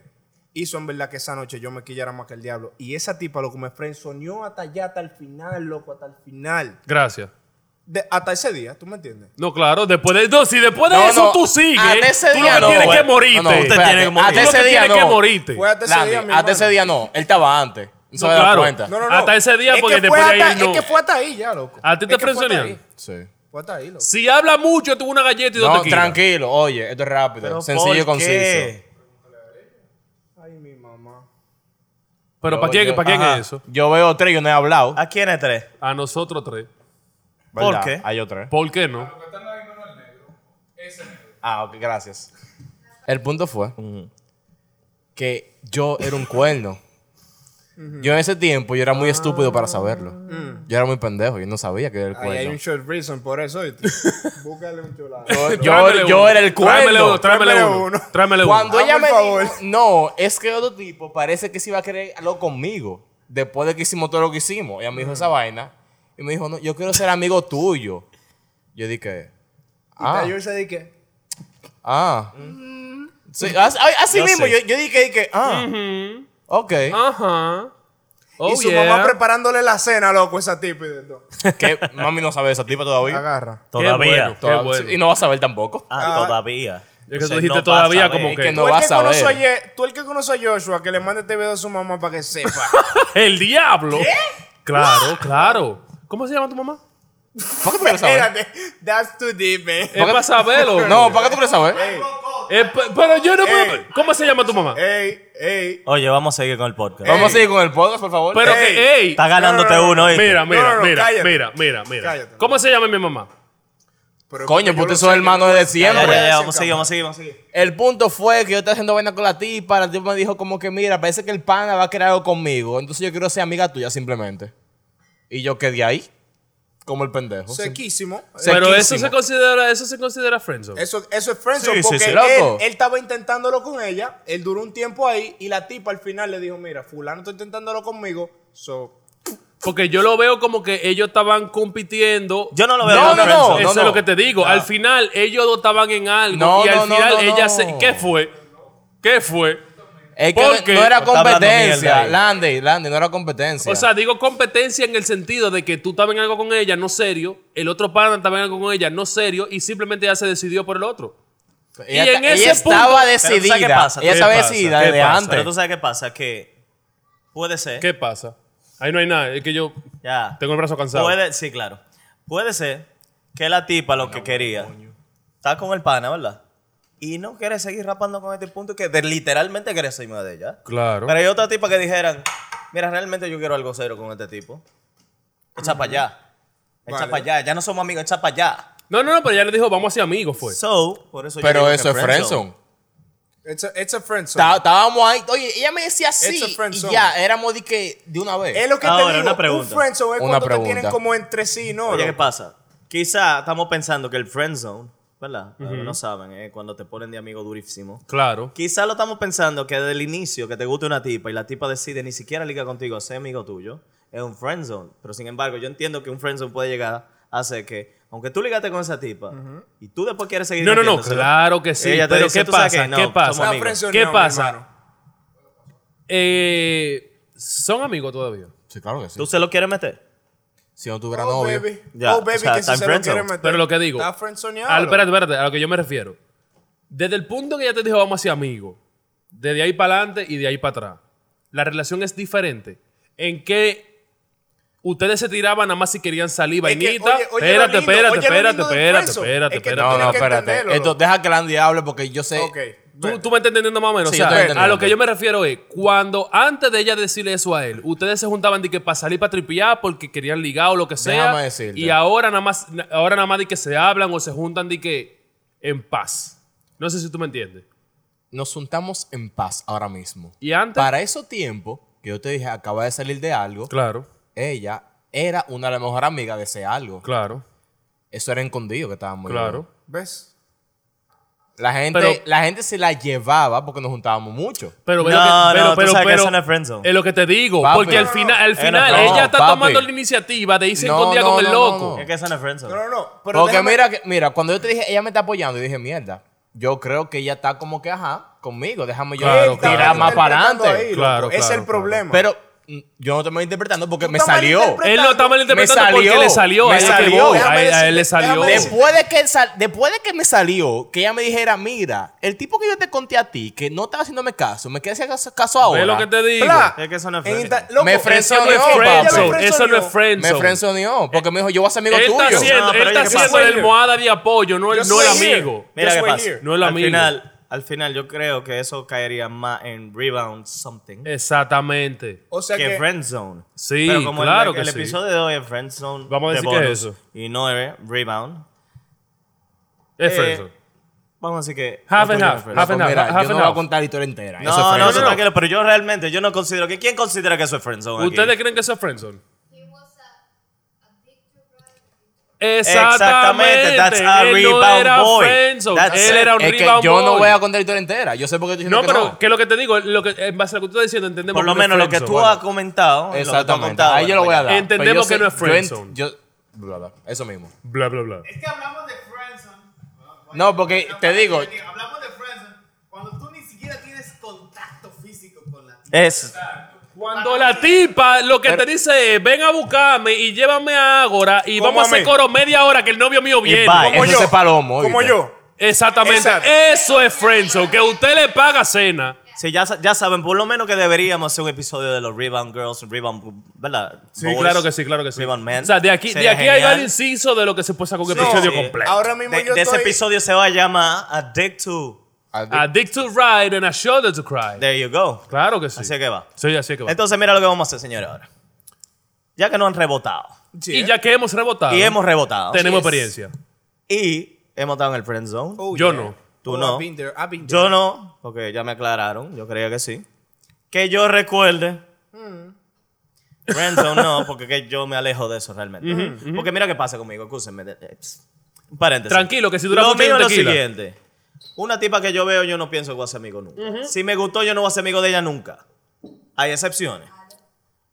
[SPEAKER 4] hizo en verdad que esa noche yo me quillara más que el diablo. Y esa tipa, loco, me frenzoneó hasta allá, hasta el final, loco, hasta el final.
[SPEAKER 2] Gracias.
[SPEAKER 4] De- hasta ese día, ¿tú me entiendes?
[SPEAKER 2] No, claro, después de no, si después de
[SPEAKER 3] No,
[SPEAKER 2] eso
[SPEAKER 3] no,
[SPEAKER 2] tú sigues,
[SPEAKER 3] hasta ese
[SPEAKER 2] tú lo
[SPEAKER 3] día
[SPEAKER 2] que
[SPEAKER 3] no,
[SPEAKER 2] tienes
[SPEAKER 3] güey.
[SPEAKER 2] que morirte.
[SPEAKER 3] No, no,
[SPEAKER 1] Usted tiene que
[SPEAKER 3] espérate.
[SPEAKER 1] morir.
[SPEAKER 3] Hasta
[SPEAKER 2] tú lo
[SPEAKER 3] ese
[SPEAKER 2] que
[SPEAKER 3] día
[SPEAKER 2] tienes que
[SPEAKER 3] no.
[SPEAKER 2] morirte.
[SPEAKER 4] Fue hasta ese
[SPEAKER 3] Landy,
[SPEAKER 4] día, mi
[SPEAKER 3] hasta ese
[SPEAKER 4] hermano.
[SPEAKER 3] día no. Él estaba antes. No se
[SPEAKER 2] No,
[SPEAKER 3] había dado
[SPEAKER 2] claro.
[SPEAKER 3] cuenta.
[SPEAKER 2] Hasta ese día,
[SPEAKER 4] Es
[SPEAKER 2] porque
[SPEAKER 4] que
[SPEAKER 2] después de
[SPEAKER 4] fue
[SPEAKER 2] ahí
[SPEAKER 4] hasta-
[SPEAKER 2] no.
[SPEAKER 4] Es que fue hasta ahí ya, loco.
[SPEAKER 2] ¿A ti te
[SPEAKER 4] Es que fue hasta
[SPEAKER 2] frenzonearon?
[SPEAKER 4] ahí.
[SPEAKER 3] Sí.
[SPEAKER 4] Pues hasta ahí, loco.
[SPEAKER 2] Si habla mucho, tuvo una galleta y dos
[SPEAKER 3] No,
[SPEAKER 2] tequilas.
[SPEAKER 3] tranquilo, oye, esto es rápido,
[SPEAKER 1] Pero
[SPEAKER 3] sencillo y
[SPEAKER 1] ¿por
[SPEAKER 3] conciso.
[SPEAKER 1] qué?
[SPEAKER 4] Ay, mi mamá.
[SPEAKER 2] Pero ¿para
[SPEAKER 3] Yo-
[SPEAKER 2] quién,
[SPEAKER 3] yo-
[SPEAKER 2] ¿para quién
[SPEAKER 1] ajá.
[SPEAKER 2] es eso?
[SPEAKER 3] Yo veo tres, yo no he hablado.
[SPEAKER 1] ¿A quién es tres?
[SPEAKER 2] A nosotros tres.
[SPEAKER 1] ¿por
[SPEAKER 3] ¿verdad?
[SPEAKER 1] qué?
[SPEAKER 3] Hay ¿eh? tres.
[SPEAKER 2] ¿Por qué no?
[SPEAKER 3] Ah, ok, gracias. El punto fue que yo era un cuerno. Yo en ese tiempo yo era muy estúpido para saberlo. Yo era muy pendejo, yo no sabía que era el
[SPEAKER 4] Ahí hay
[SPEAKER 3] cuerno.
[SPEAKER 4] un short reason por eso. ¿viste? Búscale un chulado.
[SPEAKER 2] Tráemele
[SPEAKER 3] Yo,
[SPEAKER 2] uno.
[SPEAKER 3] yo era el
[SPEAKER 2] Tráemele uno,
[SPEAKER 3] cuerno.
[SPEAKER 2] tráemele
[SPEAKER 4] Tráemele
[SPEAKER 2] uno.
[SPEAKER 4] uno.
[SPEAKER 2] Tráemele uno.
[SPEAKER 3] Cuando
[SPEAKER 4] Ah,
[SPEAKER 3] ella
[SPEAKER 4] por
[SPEAKER 3] me
[SPEAKER 4] favor.
[SPEAKER 3] dijo, no, es que otro tipo parece que se iba a querer algo conmigo. Después de que hicimos todo lo que hicimos. Ella me dijo esa vaina. Y me dijo, no, yo quiero ser amigo tuyo. Yo dije, ah.
[SPEAKER 4] Y yo se dije,
[SPEAKER 3] Ah. Sí, as- ay, así
[SPEAKER 1] Yo
[SPEAKER 3] mismo,
[SPEAKER 1] sé.
[SPEAKER 3] yo, yo dije, dije, ah. Ok.
[SPEAKER 2] Ah. Ajá. Oh,
[SPEAKER 4] y su
[SPEAKER 2] yeah.
[SPEAKER 4] mamá preparándole la cena, loco, esa tipa. y de todo.
[SPEAKER 3] Que mami no sabe de esa tipa todavía.
[SPEAKER 4] Agarra.
[SPEAKER 2] Qué
[SPEAKER 1] Todavía.
[SPEAKER 2] bueno.
[SPEAKER 3] Toda-
[SPEAKER 2] bueno.
[SPEAKER 3] Y no va a saber tampoco.
[SPEAKER 1] Ah, todavía.
[SPEAKER 2] que
[SPEAKER 1] Entonces,
[SPEAKER 2] tú dijiste
[SPEAKER 1] vas a
[SPEAKER 2] todavía
[SPEAKER 1] saber.
[SPEAKER 2] como
[SPEAKER 3] Es
[SPEAKER 2] que-
[SPEAKER 3] que
[SPEAKER 4] tú,
[SPEAKER 3] no
[SPEAKER 4] el
[SPEAKER 3] va a
[SPEAKER 4] que conoce a
[SPEAKER 3] saber.
[SPEAKER 4] Ye- tú el que conoce a Joshua, que le mande este video a su mamá para que sepa.
[SPEAKER 2] El diablo. Claro, claro. ¿Cómo se llama tu mamá?
[SPEAKER 3] ¿Por qué tú quieres saber?
[SPEAKER 4] Espérate, that's too deep, eh.
[SPEAKER 2] Es para saberlo.
[SPEAKER 3] No, ¿para qué tú quieres saber?
[SPEAKER 4] Ey,
[SPEAKER 2] Eh, pe- pero yo no puedo.
[SPEAKER 4] Ey.
[SPEAKER 2] ¿Cómo se llama tu mamá?
[SPEAKER 4] Eh, ey, ey.
[SPEAKER 1] Oye, vamos a seguir con el
[SPEAKER 2] Eh.
[SPEAKER 1] podcast.
[SPEAKER 3] Vamos a seguir con el podcast, por favor.
[SPEAKER 2] Pero
[SPEAKER 3] Eh,
[SPEAKER 2] que, ey.
[SPEAKER 1] Está ganándote
[SPEAKER 4] No, no, no,
[SPEAKER 1] uno,
[SPEAKER 4] no.
[SPEAKER 1] ¿eh?
[SPEAKER 2] Mira, mira,
[SPEAKER 4] No, no, no,
[SPEAKER 2] mira,
[SPEAKER 4] cállate.
[SPEAKER 2] mira, mira, mira.
[SPEAKER 4] Cállate.
[SPEAKER 2] ¿Cómo se llama mi mamá?
[SPEAKER 4] Pero
[SPEAKER 3] Coño,
[SPEAKER 4] yo
[SPEAKER 3] porque
[SPEAKER 4] lo
[SPEAKER 3] sos
[SPEAKER 4] sé
[SPEAKER 3] hermano
[SPEAKER 4] que-
[SPEAKER 3] de
[SPEAKER 1] Ya,
[SPEAKER 3] siempre.
[SPEAKER 1] ya, ya,
[SPEAKER 4] Cállate,
[SPEAKER 1] vamos a seguir, vamos a seguir, vamos a seguir.
[SPEAKER 3] El punto fue que yo estaba haciendo vaina con la tipa. La tipa me dijo como que, mira, parece que el pana va a querer algo conmigo. Entonces yo quiero ser amiga tuya simplemente. Y yo quedé ahí, como el pendejo.
[SPEAKER 4] Sequísimo.
[SPEAKER 3] Se-
[SPEAKER 2] Pero eso
[SPEAKER 3] Sequísimo.
[SPEAKER 2] se considera, eso se considera friendzone.
[SPEAKER 4] Eso, eso es friendzone
[SPEAKER 1] Sí, sí,
[SPEAKER 4] porque
[SPEAKER 1] sí,
[SPEAKER 3] loco.
[SPEAKER 4] él, él estaba intentándolo con ella, él duró un tiempo ahí y la tipa al final le dijo, mira, fulano está intentándolo conmigo, so...
[SPEAKER 2] Porque yo lo veo como que ellos estaban compitiendo.
[SPEAKER 1] Yo no lo veo
[SPEAKER 3] No,
[SPEAKER 1] como
[SPEAKER 3] no, no.
[SPEAKER 1] friendzone.
[SPEAKER 2] Eso es
[SPEAKER 3] no.
[SPEAKER 2] lo que te digo. Al final ellos dos estaban en algo
[SPEAKER 3] No,
[SPEAKER 2] y al
[SPEAKER 3] no, no,
[SPEAKER 2] final
[SPEAKER 3] no,
[SPEAKER 2] ella
[SPEAKER 3] no.
[SPEAKER 2] se ¿Qué fue? ¿Qué fue?
[SPEAKER 3] Es que
[SPEAKER 2] ¿Por qué?
[SPEAKER 3] no era
[SPEAKER 1] Está hablando mierda
[SPEAKER 3] competencia.
[SPEAKER 1] ahí.
[SPEAKER 3] Landy, Landy, no era competencia.
[SPEAKER 2] O sea, digo competencia en el sentido de que tú estabas en algo con ella, no serio, el otro pana estaba en algo con ella, no serio, y simplemente ella se decidió por el otro.
[SPEAKER 3] Ella,
[SPEAKER 2] Y en
[SPEAKER 3] ta-
[SPEAKER 2] ese
[SPEAKER 3] ella
[SPEAKER 2] punto-
[SPEAKER 3] estaba
[SPEAKER 1] Pero tú sabes
[SPEAKER 3] decidida.
[SPEAKER 1] qué pasa,
[SPEAKER 3] Ella
[SPEAKER 1] ¿qué
[SPEAKER 3] estaba
[SPEAKER 1] pasa?
[SPEAKER 3] decidida
[SPEAKER 1] ¿Qué
[SPEAKER 3] desde
[SPEAKER 1] pasa?
[SPEAKER 3] antes.
[SPEAKER 1] Pero tú sabes qué pasa, que puede ser.
[SPEAKER 2] ¿Qué pasa? Ahí no hay nada, es que yo
[SPEAKER 1] Ya.
[SPEAKER 2] tengo el brazo cansado.
[SPEAKER 1] Puede, sí, claro. Puede ser que la tipa lo que quería está con el pana, ¿verdad? Y no quiere seguir rapando con este punto que de- literalmente quiere ser más de ella.
[SPEAKER 2] Claro.
[SPEAKER 1] Pero hay otra tipa que dijeran, mira, realmente yo quiero algo serio con este tipo. Echa para allá. Echa
[SPEAKER 4] Vale.
[SPEAKER 1] para allá. Ya no somos amigos, echa para allá.
[SPEAKER 2] No, no, no, pero ella le dijo, vamos a ser amigos, fue.
[SPEAKER 1] So, por eso yo digo
[SPEAKER 3] Pues. Pero
[SPEAKER 1] que
[SPEAKER 3] eso es friendzone.
[SPEAKER 4] It's a, it's a friendzone.
[SPEAKER 3] Ta- Estábamos ahí. Oye, ella me decía sí.
[SPEAKER 4] It's a friend
[SPEAKER 3] Y
[SPEAKER 4] zone.
[SPEAKER 3] ya, éramos de que de una vez.
[SPEAKER 4] Es lo que
[SPEAKER 1] Ahora,
[SPEAKER 4] te digo,
[SPEAKER 1] una
[SPEAKER 4] un
[SPEAKER 1] pregunta.
[SPEAKER 4] friendzone es
[SPEAKER 3] Una
[SPEAKER 4] cuando te
[SPEAKER 3] pregunta.
[SPEAKER 4] tienen como entre sí, ¿no?
[SPEAKER 1] Oye, ¿qué
[SPEAKER 4] loco?
[SPEAKER 1] pasa? Quizá estamos pensando que el friend zone, ¿verdad? Pero No saben, ¿eh? Cuando te ponen de amigo durísimo.
[SPEAKER 2] Claro.
[SPEAKER 1] Quizá lo estamos pensando que desde el inicio que te guste una tipa y la tipa decide ni siquiera liga contigo, ser amigo tuyo, es un friend zone. Pero sin embargo, yo entiendo que un friend zone puede llegar a ser que, aunque tú ligaste con esa tipa y tú después quieres seguir
[SPEAKER 2] No, no, no,
[SPEAKER 1] metiéndosela,
[SPEAKER 2] claro que sí.
[SPEAKER 1] ella te
[SPEAKER 2] Pero
[SPEAKER 1] dice,
[SPEAKER 2] ¿qué
[SPEAKER 1] "Tú sabes
[SPEAKER 2] pasa?
[SPEAKER 1] no,
[SPEAKER 2] ¿Qué
[SPEAKER 1] somos
[SPEAKER 2] pasa?
[SPEAKER 4] Está
[SPEAKER 1] amigos".
[SPEAKER 4] friendzoneado,
[SPEAKER 2] ¿Qué
[SPEAKER 4] mi hermano.
[SPEAKER 2] pasa? Eh, son amigos todavía.
[SPEAKER 3] Sí, claro que sí.
[SPEAKER 1] ¿Tú se lo quieres meter?
[SPEAKER 3] Si no
[SPEAKER 4] Oh,
[SPEAKER 3] tuviera novio.
[SPEAKER 4] baby.
[SPEAKER 1] Ya,
[SPEAKER 4] oh, baby,
[SPEAKER 1] o sea,
[SPEAKER 4] que
[SPEAKER 1] está en
[SPEAKER 4] si se lo
[SPEAKER 1] friendzone.
[SPEAKER 4] quiere meter.
[SPEAKER 2] Pero lo que digo.
[SPEAKER 4] Está friendzoneado.
[SPEAKER 2] Ah, espérate, espérate, a lo que yo me refiero. Desde el punto que ya te dijo, vamos a ser amigos. Desde ahí para adelante y de ahí para atrás. La relación es diferente. En que ustedes se tiraban nada más si querían salir,
[SPEAKER 4] Es que,
[SPEAKER 2] vainita.
[SPEAKER 4] oye, oye, lo
[SPEAKER 2] espérate,
[SPEAKER 4] lindo,
[SPEAKER 2] espérate,
[SPEAKER 4] oye, lo
[SPEAKER 2] espérate,
[SPEAKER 4] lindo del
[SPEAKER 2] espérate,
[SPEAKER 4] friendzone.
[SPEAKER 2] espérate,
[SPEAKER 4] Es que
[SPEAKER 2] espérate.
[SPEAKER 3] No, no,
[SPEAKER 4] Tienes que
[SPEAKER 3] espérate.
[SPEAKER 4] entenderlo,
[SPEAKER 3] Esto,
[SPEAKER 4] loco.
[SPEAKER 3] deja que Landy hable porque yo sé.
[SPEAKER 4] Ok.
[SPEAKER 2] Tú,
[SPEAKER 4] ven.
[SPEAKER 2] tú me estás entendiendo más o menos.
[SPEAKER 3] Sí,
[SPEAKER 2] o
[SPEAKER 3] yo te
[SPEAKER 2] sea,
[SPEAKER 3] entiendo.
[SPEAKER 2] a lo que yo me refiero es, cuando antes de ella decirle eso a él, ustedes se juntaban de que para salir para tripear porque querían ligar o lo que sea.
[SPEAKER 3] Déjame decirte.
[SPEAKER 2] Y ahora nada más, ahora nada más de que se hablan o se juntan de que en paz. No sé si tú me entiendes.
[SPEAKER 3] Nos juntamos en paz ahora mismo.
[SPEAKER 2] Y antes.
[SPEAKER 3] Para ese tiempo que yo te dije, acaba de salir de algo,
[SPEAKER 2] Claro,
[SPEAKER 3] ella era una de las mejores amigas de ese algo.
[SPEAKER 2] claro,
[SPEAKER 3] Eso era escondido que estábamos
[SPEAKER 2] claro.
[SPEAKER 3] llevando.
[SPEAKER 4] ¿Ves?
[SPEAKER 3] La gente,
[SPEAKER 2] Pero-
[SPEAKER 3] la gente se la llevaba porque nos juntábamos mucho.
[SPEAKER 2] Pero, ve
[SPEAKER 1] No,
[SPEAKER 2] lo que-
[SPEAKER 1] no,
[SPEAKER 2] pero,
[SPEAKER 1] tú
[SPEAKER 2] pero,
[SPEAKER 1] sabes que
[SPEAKER 2] pero-
[SPEAKER 1] eso no es friendzone.
[SPEAKER 2] es lo que te digo.
[SPEAKER 3] Papi.
[SPEAKER 2] porque al
[SPEAKER 3] No, no,
[SPEAKER 2] final, al
[SPEAKER 1] no,
[SPEAKER 2] final
[SPEAKER 1] no,
[SPEAKER 2] ella está
[SPEAKER 3] papi.
[SPEAKER 2] tomando la iniciativa de irse
[SPEAKER 3] No,
[SPEAKER 2] escondida
[SPEAKER 3] no,
[SPEAKER 2] con el
[SPEAKER 3] no,
[SPEAKER 2] loco.
[SPEAKER 3] no.
[SPEAKER 1] Es que esa no es friend zone.
[SPEAKER 4] No, no, no. Pero
[SPEAKER 3] Porque
[SPEAKER 4] déjame-
[SPEAKER 3] mira, que, mira, cuando yo te dije, ella me está apoyando, yo dije, mierda, yo creo que ella está como que, ajá, conmigo, déjame yo
[SPEAKER 2] Claro,
[SPEAKER 3] tirar
[SPEAKER 2] claro.
[SPEAKER 3] más para
[SPEAKER 4] interpretando
[SPEAKER 3] adelante.
[SPEAKER 4] ahí, loco.
[SPEAKER 2] Claro,
[SPEAKER 4] es
[SPEAKER 2] claro,
[SPEAKER 4] el problema.
[SPEAKER 3] Pero mm, Yo no te estoy interpretando porque
[SPEAKER 4] Tú
[SPEAKER 3] me
[SPEAKER 4] estás
[SPEAKER 3] salió.
[SPEAKER 4] malinterpretando.
[SPEAKER 2] Él no está malinterpretando
[SPEAKER 3] Me salió.
[SPEAKER 2] porque le salió.
[SPEAKER 3] Me
[SPEAKER 2] a él es que
[SPEAKER 3] salió.
[SPEAKER 2] voy,
[SPEAKER 4] Déjame
[SPEAKER 2] A él, a él le
[SPEAKER 4] decirte,
[SPEAKER 2] salió.
[SPEAKER 4] déjame decirte.
[SPEAKER 3] Después de, que sal- después de que me salió, que ella me dijera, mira, el tipo que yo te conté a ti, que no estaba haciéndome caso, me quedé haciendo caso- caso ahora.
[SPEAKER 2] Ve lo que te digo.
[SPEAKER 4] Pla.
[SPEAKER 1] Es que eso no es
[SPEAKER 4] En
[SPEAKER 1] friend.
[SPEAKER 4] inter- loco,
[SPEAKER 3] Me
[SPEAKER 4] ella
[SPEAKER 2] Eso no
[SPEAKER 3] friendzone,
[SPEAKER 2] es
[SPEAKER 4] ella lo
[SPEAKER 2] friendzone. Eso no es
[SPEAKER 4] friendzoneó.
[SPEAKER 3] Me
[SPEAKER 2] friendzone.
[SPEAKER 3] friendzoneó, porque me dijo, yo voy a ser amigo
[SPEAKER 2] Él está
[SPEAKER 3] tuyo. Pues
[SPEAKER 2] haciendo,
[SPEAKER 1] No,
[SPEAKER 2] él
[SPEAKER 1] pero
[SPEAKER 2] está
[SPEAKER 1] oye, ¿qué pasa?
[SPEAKER 2] haciendo el
[SPEAKER 4] Here.
[SPEAKER 2] almohada de apoyo, no, el-
[SPEAKER 4] Yo
[SPEAKER 2] no el
[SPEAKER 4] soy here.
[SPEAKER 2] amigo.
[SPEAKER 1] Mira
[SPEAKER 4] Just
[SPEAKER 1] qué
[SPEAKER 4] wait
[SPEAKER 1] pasa.
[SPEAKER 4] here.
[SPEAKER 2] No el
[SPEAKER 1] al
[SPEAKER 2] amigo.
[SPEAKER 1] Final, al final, yo creo que eso caería más en rebound something
[SPEAKER 2] Exactamente.
[SPEAKER 4] O sea
[SPEAKER 1] que
[SPEAKER 4] que,
[SPEAKER 1] friend zone.
[SPEAKER 2] Sí,
[SPEAKER 1] Pero como el-
[SPEAKER 2] claro
[SPEAKER 1] el,
[SPEAKER 2] que
[SPEAKER 1] el
[SPEAKER 2] sí.
[SPEAKER 1] episodio de hoy es friend zone.
[SPEAKER 2] Vamos a
[SPEAKER 1] de
[SPEAKER 2] decir que es
[SPEAKER 1] bonus
[SPEAKER 2] eso.
[SPEAKER 1] Y no es rebound.
[SPEAKER 2] Es
[SPEAKER 1] Eh,
[SPEAKER 2] friendzone.
[SPEAKER 1] Vamos a decir que.
[SPEAKER 2] Half
[SPEAKER 1] no
[SPEAKER 2] and
[SPEAKER 1] tuyo
[SPEAKER 2] half,
[SPEAKER 1] es friend
[SPEAKER 2] half
[SPEAKER 1] zone.
[SPEAKER 2] and
[SPEAKER 3] Pues mira,
[SPEAKER 2] half
[SPEAKER 3] yo
[SPEAKER 2] and
[SPEAKER 3] no voy
[SPEAKER 2] half.
[SPEAKER 3] a contar la historia entera. Eso es
[SPEAKER 1] No, no, no,
[SPEAKER 3] friendzone.
[SPEAKER 1] tranquilo, pero yo realmente, yo no considero que. ¿Quién considera que eso es friend zone? aquí?
[SPEAKER 2] ¿Ustedes creen que eso es friendzone?
[SPEAKER 5] He was a, a picture brother.
[SPEAKER 1] Exactamente,
[SPEAKER 2] Exactamente.
[SPEAKER 1] that's a
[SPEAKER 2] él no
[SPEAKER 1] rebound
[SPEAKER 2] era
[SPEAKER 1] boy.
[SPEAKER 2] friendzone.
[SPEAKER 1] That's
[SPEAKER 2] él
[SPEAKER 1] it.
[SPEAKER 2] era un
[SPEAKER 3] Es que
[SPEAKER 2] rebound
[SPEAKER 3] yo no
[SPEAKER 2] boy.
[SPEAKER 3] voy a contar la historia entera. Yo sé por qué estoy diciendo
[SPEAKER 2] No,
[SPEAKER 3] que
[SPEAKER 2] pero
[SPEAKER 3] no.
[SPEAKER 2] que lo que te digo, lo que, en base a lo que tú estás diciendo, entendemos
[SPEAKER 1] Por lo
[SPEAKER 2] que no es
[SPEAKER 1] menos lo que
[SPEAKER 2] friendzone.
[SPEAKER 1] tú has comentado. y lo que tú has
[SPEAKER 3] Exactamente.
[SPEAKER 1] contado,
[SPEAKER 3] Ahí yo lo voy a dar.
[SPEAKER 2] Entendemos
[SPEAKER 3] Pero yo
[SPEAKER 2] que no es
[SPEAKER 3] yo ent-
[SPEAKER 2] friendzone.
[SPEAKER 3] yo- bla, bla, Eso mismo.
[SPEAKER 2] Bla, bla, bla.
[SPEAKER 6] Es que hablamos de Friendson.
[SPEAKER 3] No, porque te digo-
[SPEAKER 6] Hablamos de Friendson cuando tú ni siquiera tienes contacto físico con la tía.
[SPEAKER 1] Es.
[SPEAKER 2] Cuando la tipa lo que
[SPEAKER 3] Pero-
[SPEAKER 2] te dice es, ven a buscarme y llévame a Ágora y
[SPEAKER 4] ¿Cómo
[SPEAKER 2] vamos a
[SPEAKER 4] a
[SPEAKER 2] hacer
[SPEAKER 4] mí?
[SPEAKER 2] coro media hora que el novio mío viene.
[SPEAKER 1] bye.
[SPEAKER 2] ¿Cómo?
[SPEAKER 4] como
[SPEAKER 3] Eso
[SPEAKER 4] yo.
[SPEAKER 3] es palomo.
[SPEAKER 4] como
[SPEAKER 3] ¿oíste?
[SPEAKER 4] yo.
[SPEAKER 2] Exactamente.
[SPEAKER 4] Exacto.
[SPEAKER 2] Eso es friendzone, que usted le paga cena.
[SPEAKER 1] Sí, ya, sa- ya saben, por lo menos que deberíamos hacer un episodio de los Rebound Girls, Rebound. ¿Verdad?
[SPEAKER 2] Sí,
[SPEAKER 1] Boys.
[SPEAKER 2] claro que sí, claro que sí.
[SPEAKER 1] Rebound Men.
[SPEAKER 2] O sea, de aquí, de
[SPEAKER 1] pues, Sería
[SPEAKER 2] aquí hay
[SPEAKER 1] genial.
[SPEAKER 2] el inciso de lo que se puede sacar un
[SPEAKER 4] No,
[SPEAKER 2] episodio
[SPEAKER 4] sí.
[SPEAKER 2] completo.
[SPEAKER 4] Ahora mismo
[SPEAKER 1] De,
[SPEAKER 4] yo
[SPEAKER 1] de ese
[SPEAKER 4] estoy-
[SPEAKER 1] episodio se va a llamar Addict to.
[SPEAKER 3] Adi-
[SPEAKER 2] Addict to ride and a shoulder to cry.
[SPEAKER 1] There you go.
[SPEAKER 2] Claro que sí.
[SPEAKER 1] Así que va.
[SPEAKER 2] Sí, así que va.
[SPEAKER 1] Entonces, mira lo que vamos a hacer, señores, ahora. Ya que nos han rebotado.
[SPEAKER 4] Sí, ¿eh?
[SPEAKER 2] y ya que hemos rebotado,
[SPEAKER 1] Y hemos rebotado.
[SPEAKER 2] tenemos
[SPEAKER 4] Yes.
[SPEAKER 2] experiencia.
[SPEAKER 1] Y hemos estado en el friend zone.
[SPEAKER 4] Oh,
[SPEAKER 2] Yo no.
[SPEAKER 1] Tú
[SPEAKER 4] Oh,
[SPEAKER 1] no.
[SPEAKER 4] I've been there, I've been there.
[SPEAKER 1] Yo no, porque ya me aclararon, yo creía que sí. Que yo recuerde.
[SPEAKER 2] Mm.
[SPEAKER 1] Friend zone no, porque que yo me alejo de eso realmente. Porque mira qué pasa conmigo, escúsenme. de- de- pss, Un paréntesis.
[SPEAKER 2] Tranquilo, que si dura
[SPEAKER 1] Lo
[SPEAKER 2] mucho
[SPEAKER 1] mío es
[SPEAKER 2] no
[SPEAKER 1] lo
[SPEAKER 2] te quila.
[SPEAKER 1] siguiente. Una tipa que yo veo, yo no pienso que voy a ser amigo nunca. Si me gustó, yo no voy a ser amigo de ella nunca. Hay excepciones.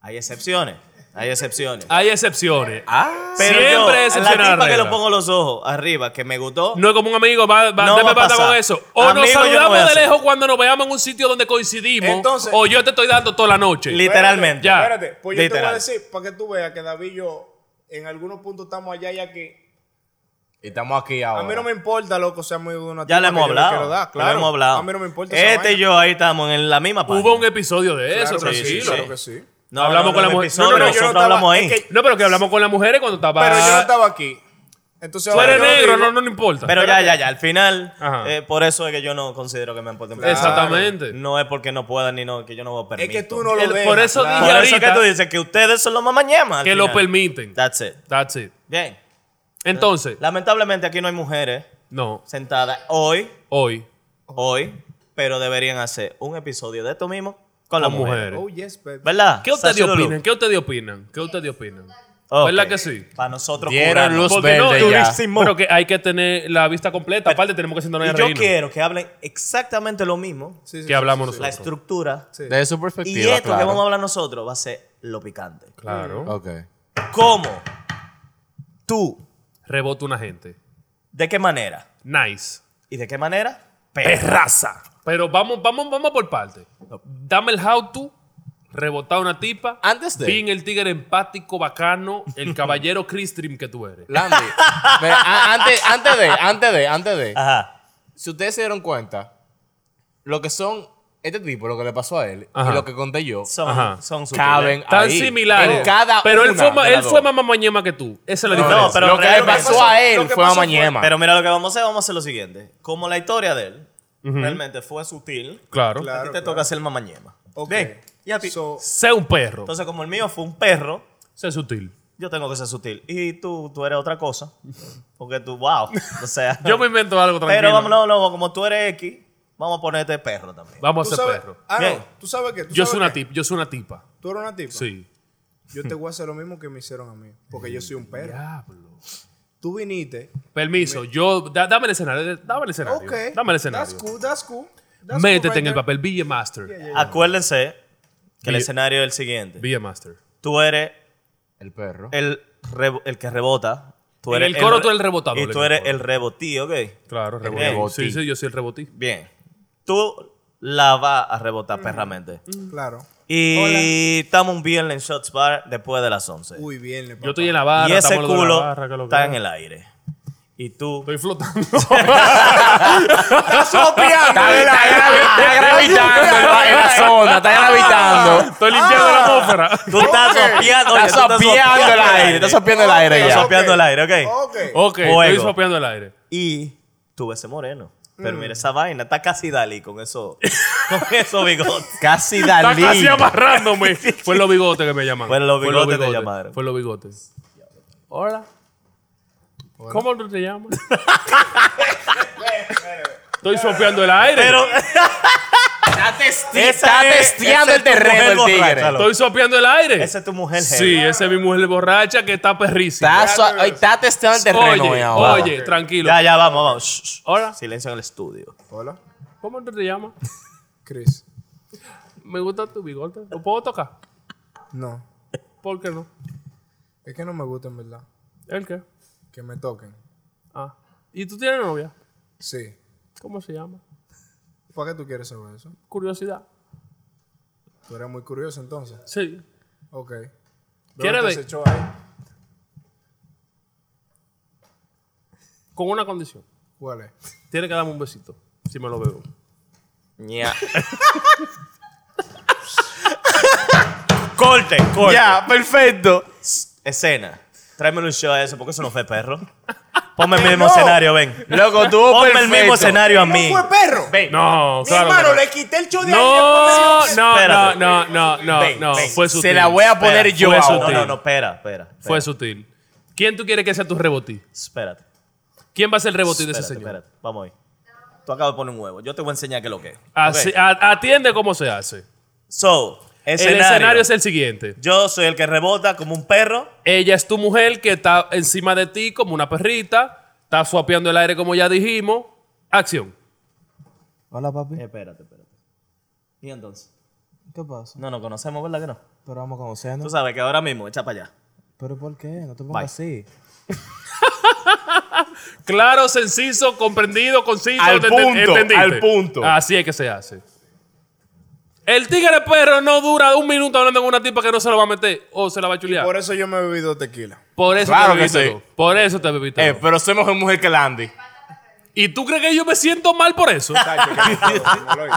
[SPEAKER 1] Hay excepciones. Hay excepciones.
[SPEAKER 2] Hay excepciones.
[SPEAKER 1] Pero yo,
[SPEAKER 2] Ah, siempre
[SPEAKER 1] la
[SPEAKER 2] excepciones a la
[SPEAKER 1] tipa que
[SPEAKER 2] regla.
[SPEAKER 1] le pongo los ojos arriba, que me gustó,
[SPEAKER 2] No es como un amigo, va, va,
[SPEAKER 1] No
[SPEAKER 2] deme
[SPEAKER 1] va a
[SPEAKER 2] pata
[SPEAKER 1] pasar.
[SPEAKER 2] con eso. O nos
[SPEAKER 1] Amigo, yo no
[SPEAKER 2] saludamos
[SPEAKER 1] voy a
[SPEAKER 2] de
[SPEAKER 1] hacer.
[SPEAKER 2] lejos cuando nos veamos en un sitio donde coincidimos.
[SPEAKER 4] Entonces-
[SPEAKER 2] o yo te estoy dando toda la noche.
[SPEAKER 1] literalmente.
[SPEAKER 2] Ya.
[SPEAKER 4] Espérate, pues yo te voy
[SPEAKER 1] Literal.
[SPEAKER 4] a decir, para que tú veas que David y yo en algunos puntos estamos allá y aquí.
[SPEAKER 3] Y estamos aquí ahora.
[SPEAKER 4] A mí no me importa, loco, sea muy de una
[SPEAKER 1] Ya
[SPEAKER 4] tipa
[SPEAKER 1] le hemos
[SPEAKER 4] Ah, que yo le
[SPEAKER 1] hablado.
[SPEAKER 4] quiero dar,
[SPEAKER 1] claro.
[SPEAKER 4] claro.
[SPEAKER 1] Le hemos hablado.
[SPEAKER 4] A mí no me importa. esa
[SPEAKER 1] Este y
[SPEAKER 4] vaina.
[SPEAKER 1] yo ahí estamos en la misma página.
[SPEAKER 2] Hubo un episodio de eso,
[SPEAKER 4] Claro que sí,
[SPEAKER 2] tranquilo.
[SPEAKER 4] claro que sí.
[SPEAKER 1] No, no,
[SPEAKER 2] Hablamos
[SPEAKER 1] no,
[SPEAKER 2] con la
[SPEAKER 1] un
[SPEAKER 2] mujer.
[SPEAKER 1] episodio,
[SPEAKER 2] No, no, no, yo no
[SPEAKER 1] nosotros
[SPEAKER 4] estaba-
[SPEAKER 1] hablamos ahí.
[SPEAKER 4] es que-
[SPEAKER 2] No, pero que hablamos con las mujeres cuando estaba.
[SPEAKER 4] Pero yo no estaba aquí. Entonces
[SPEAKER 2] Tú
[SPEAKER 4] ahora
[SPEAKER 2] eres
[SPEAKER 4] yo lo
[SPEAKER 2] negro,
[SPEAKER 4] digo.
[SPEAKER 2] no, no, no importa.
[SPEAKER 1] Pero ya, ya, ya. Al final,
[SPEAKER 2] Ajá.
[SPEAKER 1] eh, por eso es que yo no considero que me han puesto en peligro.
[SPEAKER 2] Exactamente.
[SPEAKER 1] No es porque no pueda ni no, que yo no voy a
[SPEAKER 4] Es
[SPEAKER 1] permitir.
[SPEAKER 4] que tú no lo
[SPEAKER 2] El-
[SPEAKER 4] ves.
[SPEAKER 2] por eso
[SPEAKER 1] Por
[SPEAKER 2] dije
[SPEAKER 1] eso
[SPEAKER 2] ahorita-
[SPEAKER 1] que tú dices que ustedes son los mamañemas. al
[SPEAKER 2] que lo
[SPEAKER 1] final.
[SPEAKER 2] permiten.
[SPEAKER 1] That's it.
[SPEAKER 2] That's it.
[SPEAKER 1] Bien.
[SPEAKER 2] Entonces,
[SPEAKER 1] Lamentablemente aquí no hay mujeres
[SPEAKER 2] no,
[SPEAKER 1] sentadas hoy,
[SPEAKER 2] hoy,
[SPEAKER 1] hoy, pero deberían hacer un episodio de esto mismo con las
[SPEAKER 2] con
[SPEAKER 1] mujeres.
[SPEAKER 2] mujeres.
[SPEAKER 4] Oh, yes, baby.
[SPEAKER 1] ¿Verdad?
[SPEAKER 2] ¿Qué ustedes
[SPEAKER 1] Sachi Lulú?
[SPEAKER 2] opinan? ¿Qué ustedes opinan? ¿Qué ustedes opinan?
[SPEAKER 1] Ok.
[SPEAKER 2] ¿Verdad que sí?
[SPEAKER 1] Para nosotros
[SPEAKER 3] Dieron
[SPEAKER 1] curarnos.
[SPEAKER 3] luz
[SPEAKER 2] Porque no,
[SPEAKER 3] verde ya.
[SPEAKER 1] durísimo.
[SPEAKER 2] pero que hay que tener la vista completa. Aparte, tenemos que sentarnos
[SPEAKER 1] Y
[SPEAKER 2] a
[SPEAKER 1] yo
[SPEAKER 2] reírnos.
[SPEAKER 1] quiero que hablen exactamente lo mismo,
[SPEAKER 4] Sí, sí,
[SPEAKER 2] Que hablamos
[SPEAKER 1] la
[SPEAKER 2] nosotros.
[SPEAKER 1] estructura.
[SPEAKER 3] Desde su
[SPEAKER 1] Y
[SPEAKER 3] perspectiva,
[SPEAKER 1] esto que
[SPEAKER 3] Pues claro.
[SPEAKER 1] vamos a hablar nosotros va a ser lo picante. Mm.
[SPEAKER 2] Claro.
[SPEAKER 3] Ok.
[SPEAKER 1] ¿Cómo? ¿Tú?
[SPEAKER 2] Rebota una gente.
[SPEAKER 1] ¿De qué manera?
[SPEAKER 2] Nice.
[SPEAKER 1] ¿Y de qué manera?
[SPEAKER 2] Perraza. Pero vamos, vamos, vamos por parte. Dame el how to. Rebotar una tipa.
[SPEAKER 3] Antes de-
[SPEAKER 2] Bien el tigre empático, bacano. El caballero Cristrim que tú eres.
[SPEAKER 3] Landy, pero a- antes, antes de, antes de, antes de.
[SPEAKER 1] Ajá.
[SPEAKER 3] Si ustedes se dieron cuenta, lo que son este tipo, lo que le pasó a él
[SPEAKER 2] Ajá.
[SPEAKER 3] y lo que conté yo,
[SPEAKER 1] Son,
[SPEAKER 2] Ajá.
[SPEAKER 1] son sutiles.
[SPEAKER 3] caben
[SPEAKER 2] Tan
[SPEAKER 3] ahí.
[SPEAKER 2] similares.
[SPEAKER 3] En cada
[SPEAKER 2] pero él
[SPEAKER 3] una
[SPEAKER 2] fue, ma-
[SPEAKER 3] de
[SPEAKER 2] él
[SPEAKER 3] las
[SPEAKER 2] fue
[SPEAKER 3] dos.
[SPEAKER 2] más mamañema que tú. Esa es la
[SPEAKER 1] No,
[SPEAKER 2] diferencia.
[SPEAKER 1] pero
[SPEAKER 3] lo que le
[SPEAKER 1] realmente-
[SPEAKER 3] pasó a
[SPEAKER 4] lo
[SPEAKER 3] él
[SPEAKER 4] que
[SPEAKER 3] fue
[SPEAKER 4] pasó
[SPEAKER 3] a
[SPEAKER 4] fue-
[SPEAKER 3] Mañema.
[SPEAKER 1] Pero mira lo que vamos a hacer. Vamos a hacer lo siguiente. Como la historia de él realmente fue sutil,
[SPEAKER 2] Claro.
[SPEAKER 1] a ti
[SPEAKER 4] Claro,
[SPEAKER 1] te toca hacer mamañema.
[SPEAKER 4] Ok.
[SPEAKER 1] Bien. Y a ti.
[SPEAKER 4] So,
[SPEAKER 2] Sé un perro.
[SPEAKER 1] Entonces, como el mío fue un perro,
[SPEAKER 2] sé sutil.
[SPEAKER 1] yo tengo que ser sutil. Y tú, tú eres otra cosa. Porque tú, wow. O sea.
[SPEAKER 2] Yo me invento algo tranquilo.
[SPEAKER 1] Pero vamos, no, no, como tú eres X, vamos a ponerte perro también.
[SPEAKER 2] Vamos
[SPEAKER 4] tú
[SPEAKER 2] a ser
[SPEAKER 4] sabes,
[SPEAKER 2] perro.
[SPEAKER 4] ah,
[SPEAKER 1] Bien.
[SPEAKER 4] no, tú sabes que tú
[SPEAKER 2] Yo
[SPEAKER 4] sabes
[SPEAKER 2] soy una
[SPEAKER 4] qué?
[SPEAKER 2] tipa. Yo soy una tipa.
[SPEAKER 4] Tú eres una tipa.
[SPEAKER 2] Sí.
[SPEAKER 4] Yo te voy a hacer lo mismo que me hicieron a mí, porque yo soy un perro.
[SPEAKER 2] Diablo.
[SPEAKER 4] Tú viniste.
[SPEAKER 2] Permiso. Yo. da- dame el escenario. Dame el escenario.
[SPEAKER 4] Ok.
[SPEAKER 2] Dame el escenario.
[SPEAKER 4] That's cool, that's cool. That's
[SPEAKER 2] Métete
[SPEAKER 4] cool right
[SPEAKER 2] en el
[SPEAKER 4] there.
[SPEAKER 2] papel. Be a master.
[SPEAKER 1] Acuérdense que el
[SPEAKER 2] Bien.
[SPEAKER 1] escenario es el siguiente.
[SPEAKER 2] Be a master.
[SPEAKER 1] Tú eres
[SPEAKER 3] El perro.
[SPEAKER 1] el, re- el que rebota. Tú
[SPEAKER 2] En
[SPEAKER 1] eres
[SPEAKER 2] el coro tú eres el rebotador,
[SPEAKER 1] Y
[SPEAKER 2] en
[SPEAKER 1] tú
[SPEAKER 2] el
[SPEAKER 1] eres
[SPEAKER 2] coro.
[SPEAKER 1] el rebotío, ¿ok?
[SPEAKER 2] Claro,
[SPEAKER 1] Bien.
[SPEAKER 2] rebotí. Sí, sí, yo soy el rebotí.
[SPEAKER 1] Bien. Tú la va a rebotar perramente.
[SPEAKER 4] Claro.
[SPEAKER 1] Y estamos un viernes en Shots Bar después de las 11.
[SPEAKER 4] Uy, bien, le
[SPEAKER 2] Yo estoy en la barra.
[SPEAKER 1] y ese
[SPEAKER 2] estamos los dos en la
[SPEAKER 1] culo
[SPEAKER 2] barra, que lo que
[SPEAKER 1] está en
[SPEAKER 2] es.
[SPEAKER 1] el aire. Y tú.
[SPEAKER 2] Estoy flotando.
[SPEAKER 3] Está gravitando en la- en la zona, está gravitando.
[SPEAKER 2] Estoy limpiando
[SPEAKER 1] Ah.
[SPEAKER 2] la atmósfera.
[SPEAKER 1] Tú estás sopeando. oye,
[SPEAKER 3] Está
[SPEAKER 1] tú
[SPEAKER 3] sopeando el aire, está sopeando el aire
[SPEAKER 1] Estás
[SPEAKER 3] ya.
[SPEAKER 1] sopeando el aire, ok.
[SPEAKER 4] Ok.
[SPEAKER 2] Ok, estoy
[SPEAKER 1] Fuego.
[SPEAKER 2] sopeando el aire.
[SPEAKER 1] Y tú ves ese moreno. Pero mira esa vaina, está casi Dalí con eso, con esos bigotes.
[SPEAKER 3] Casi
[SPEAKER 2] Está casi
[SPEAKER 3] Dalí.
[SPEAKER 2] amarrándome. Fue los bigotes que me llamaron.
[SPEAKER 1] Fue los bigotes que llamaron.
[SPEAKER 2] Fue los bigotes. Hola. ¿Cómo tú te llamas? Estoy sopeando el aire.
[SPEAKER 1] Pero
[SPEAKER 3] Está, testi-
[SPEAKER 1] Esa
[SPEAKER 3] está
[SPEAKER 1] es-
[SPEAKER 3] testeando
[SPEAKER 1] esa
[SPEAKER 3] el
[SPEAKER 1] es tu mujer
[SPEAKER 3] terreno el
[SPEAKER 1] borracha,
[SPEAKER 3] tigre.
[SPEAKER 1] loco.
[SPEAKER 2] Estoy sopeando el aire.
[SPEAKER 1] esa es tu mujer,
[SPEAKER 2] Sí,
[SPEAKER 1] jefe.
[SPEAKER 2] esa es mi mujer borracha que está perrísima.
[SPEAKER 3] Está, so- ay, está testeando el terreno.
[SPEAKER 2] Oye,
[SPEAKER 3] ya, va.
[SPEAKER 2] oye, tranquilo.
[SPEAKER 1] Ya, ya, vamos, vamos. Shh, shh.
[SPEAKER 2] Hola.
[SPEAKER 1] Silencio en el estudio.
[SPEAKER 4] Hola,
[SPEAKER 2] ¿Cómo tú te llamas?
[SPEAKER 4] Chris.
[SPEAKER 2] Me gusta tu bigote. ¿Lo puedo tocar?
[SPEAKER 4] No,
[SPEAKER 2] ¿Por qué no?
[SPEAKER 4] es que no me gusta en verdad
[SPEAKER 2] ¿El qué?
[SPEAKER 4] que me toquen.
[SPEAKER 2] Ah. ¿Y tú tienes novia?
[SPEAKER 4] Sí.
[SPEAKER 2] ¿Cómo se llama?
[SPEAKER 4] ¿Para qué tú quieres saber eso?
[SPEAKER 2] Curiosidad.
[SPEAKER 4] Tú eres muy curioso entonces.
[SPEAKER 2] Sí.
[SPEAKER 4] Ok.
[SPEAKER 2] ¿Quieres
[SPEAKER 4] Veo que
[SPEAKER 2] ver?
[SPEAKER 4] se echó ahí.
[SPEAKER 2] Con una condición.
[SPEAKER 4] ¿Cuál es?
[SPEAKER 2] Tiene que darme un besito. Si me lo bebo.
[SPEAKER 1] Ya. corte, corte.
[SPEAKER 3] Ya, perfecto.
[SPEAKER 1] Escena. Tráemelo un show a eso, porque eso no fue perro. Ponme el mismo escenario, ven.
[SPEAKER 3] Loco, tú
[SPEAKER 1] Ponme el
[SPEAKER 3] perfecto.
[SPEAKER 1] mismo escenario a mí.
[SPEAKER 4] perro!
[SPEAKER 1] Ven.
[SPEAKER 2] No, claro. que no.
[SPEAKER 4] quité el show de
[SPEAKER 2] No, no, no,
[SPEAKER 1] Espérate.
[SPEAKER 2] no, no, no,
[SPEAKER 1] Ven,
[SPEAKER 2] no.
[SPEAKER 1] ven.
[SPEAKER 2] Fue sutil.
[SPEAKER 3] Se la voy a poner
[SPEAKER 1] Espera,
[SPEAKER 3] yo
[SPEAKER 2] fue
[SPEAKER 3] ahora.
[SPEAKER 1] No, no,
[SPEAKER 2] sutil.
[SPEAKER 1] no, espera, espera. espera.
[SPEAKER 2] Fue sutil. ¿Quién tú quieres que sea tu rebotí?
[SPEAKER 1] Espérate.
[SPEAKER 2] ¿Quién va a ser el rebotí de
[SPEAKER 1] Espérate,
[SPEAKER 2] ese señor?
[SPEAKER 1] espérate. Vamos ahí. Tú acabas de poner un huevo. Yo te voy a enseñar qué es lo que es.
[SPEAKER 2] Así-
[SPEAKER 1] Ok.
[SPEAKER 2] a- atiende cómo se hace.
[SPEAKER 1] So,
[SPEAKER 2] El
[SPEAKER 1] escenario.
[SPEAKER 2] escenario es el siguiente.
[SPEAKER 1] Yo soy el que rebota como un perro.
[SPEAKER 2] Ella es tu mujer que está encima de ti como una perrita. Está suapeando el aire como ya dijimos. Acción.
[SPEAKER 7] Hola, papi.
[SPEAKER 1] Eh, Espérate, espérate. ¿Y entonces?
[SPEAKER 7] ¿Qué pasa?
[SPEAKER 1] No nos conocemos, ¿verdad que no?
[SPEAKER 7] Pero vamos a conocernos.
[SPEAKER 1] Tú sabes que ahora mismo, echa para allá.
[SPEAKER 7] ¿Pero por qué? No te pongas así.
[SPEAKER 2] Claro, senciso, comprendido, conciso.
[SPEAKER 3] Al
[SPEAKER 2] enten-
[SPEAKER 3] punto,
[SPEAKER 2] entendiste.
[SPEAKER 3] al punto.
[SPEAKER 2] Así es que se hace. El tigre perro no dura un minuto hablando con una tipa que no se lo va a meter o se la va a chulear.
[SPEAKER 4] Por
[SPEAKER 2] Por,
[SPEAKER 4] eso yo me he bebido tequila.
[SPEAKER 2] eso
[SPEAKER 3] Claro
[SPEAKER 2] te
[SPEAKER 3] que
[SPEAKER 2] bebiste
[SPEAKER 3] sí.
[SPEAKER 2] todo. Por eso te bebiste
[SPEAKER 3] Eh,
[SPEAKER 2] todo.
[SPEAKER 3] pero soy mejor mujer que Landy.
[SPEAKER 2] ¿Y tú crees que yo me siento mal por eso?
[SPEAKER 4] Tacho, que me cago, si me lo oigo.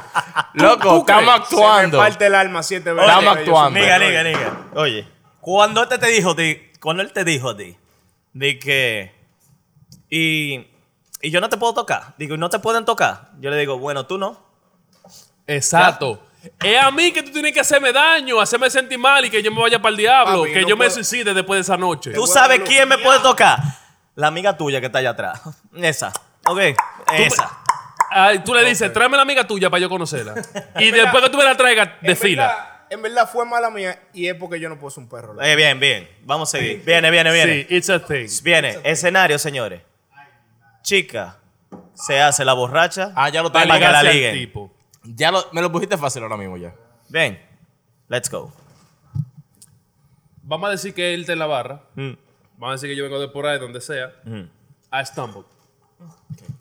[SPEAKER 3] Loco, estamos
[SPEAKER 4] Se me
[SPEAKER 3] actuando.
[SPEAKER 4] parte el alma siete veces.
[SPEAKER 3] Estamos
[SPEAKER 4] que yo
[SPEAKER 3] actuando.
[SPEAKER 4] soy
[SPEAKER 1] Niga,
[SPEAKER 4] un
[SPEAKER 1] niga,
[SPEAKER 4] héroe.
[SPEAKER 1] niga. Oye, cuando este te dijo, de, cuando él te dijo a ti, de que, y, y yo no te puedo tocar, digo, no te pueden tocar, yo le digo, bueno, tú no.
[SPEAKER 2] Exacto. Es a mí que tú tienes que hacerme daño, hacerme sentir mal y que yo me vaya para el diablo,
[SPEAKER 4] Papi,
[SPEAKER 2] que
[SPEAKER 4] no
[SPEAKER 2] yo me
[SPEAKER 4] puedo.
[SPEAKER 2] suicide después de esa noche.
[SPEAKER 1] Tú
[SPEAKER 4] voy a
[SPEAKER 1] sabes
[SPEAKER 4] dar
[SPEAKER 1] quién me puede tocar. La amiga tuya que está allá atrás. Esa, ok, esa.
[SPEAKER 2] Ay, Ah, tú le dices, tráeme la amiga tuya para yo conocerla. y después que tú me la traigas,
[SPEAKER 4] En
[SPEAKER 2] desfila.
[SPEAKER 4] verdad- En verdad fue mala mía y es porque yo no puedo ser un perro. loco.
[SPEAKER 1] Eh, bien, bien, vamos a seguir. Viene, viene, viene.
[SPEAKER 2] Sí, it's a thing.
[SPEAKER 1] Viene, escenario, señores. Chica, se hace la borracha.
[SPEAKER 3] Ah, ya lo
[SPEAKER 1] para
[SPEAKER 3] tengo.
[SPEAKER 1] que la
[SPEAKER 2] Ligarse al
[SPEAKER 1] liguen.
[SPEAKER 2] tipo.
[SPEAKER 3] Ya lo- me lo pusiste fácil ahora mismo ya.
[SPEAKER 1] Ven, let's go.
[SPEAKER 2] Vamos a decir que él está en la barra.
[SPEAKER 1] Mm.
[SPEAKER 2] Vamos a decir que yo vengo de por ahí, donde sea. I stumbled.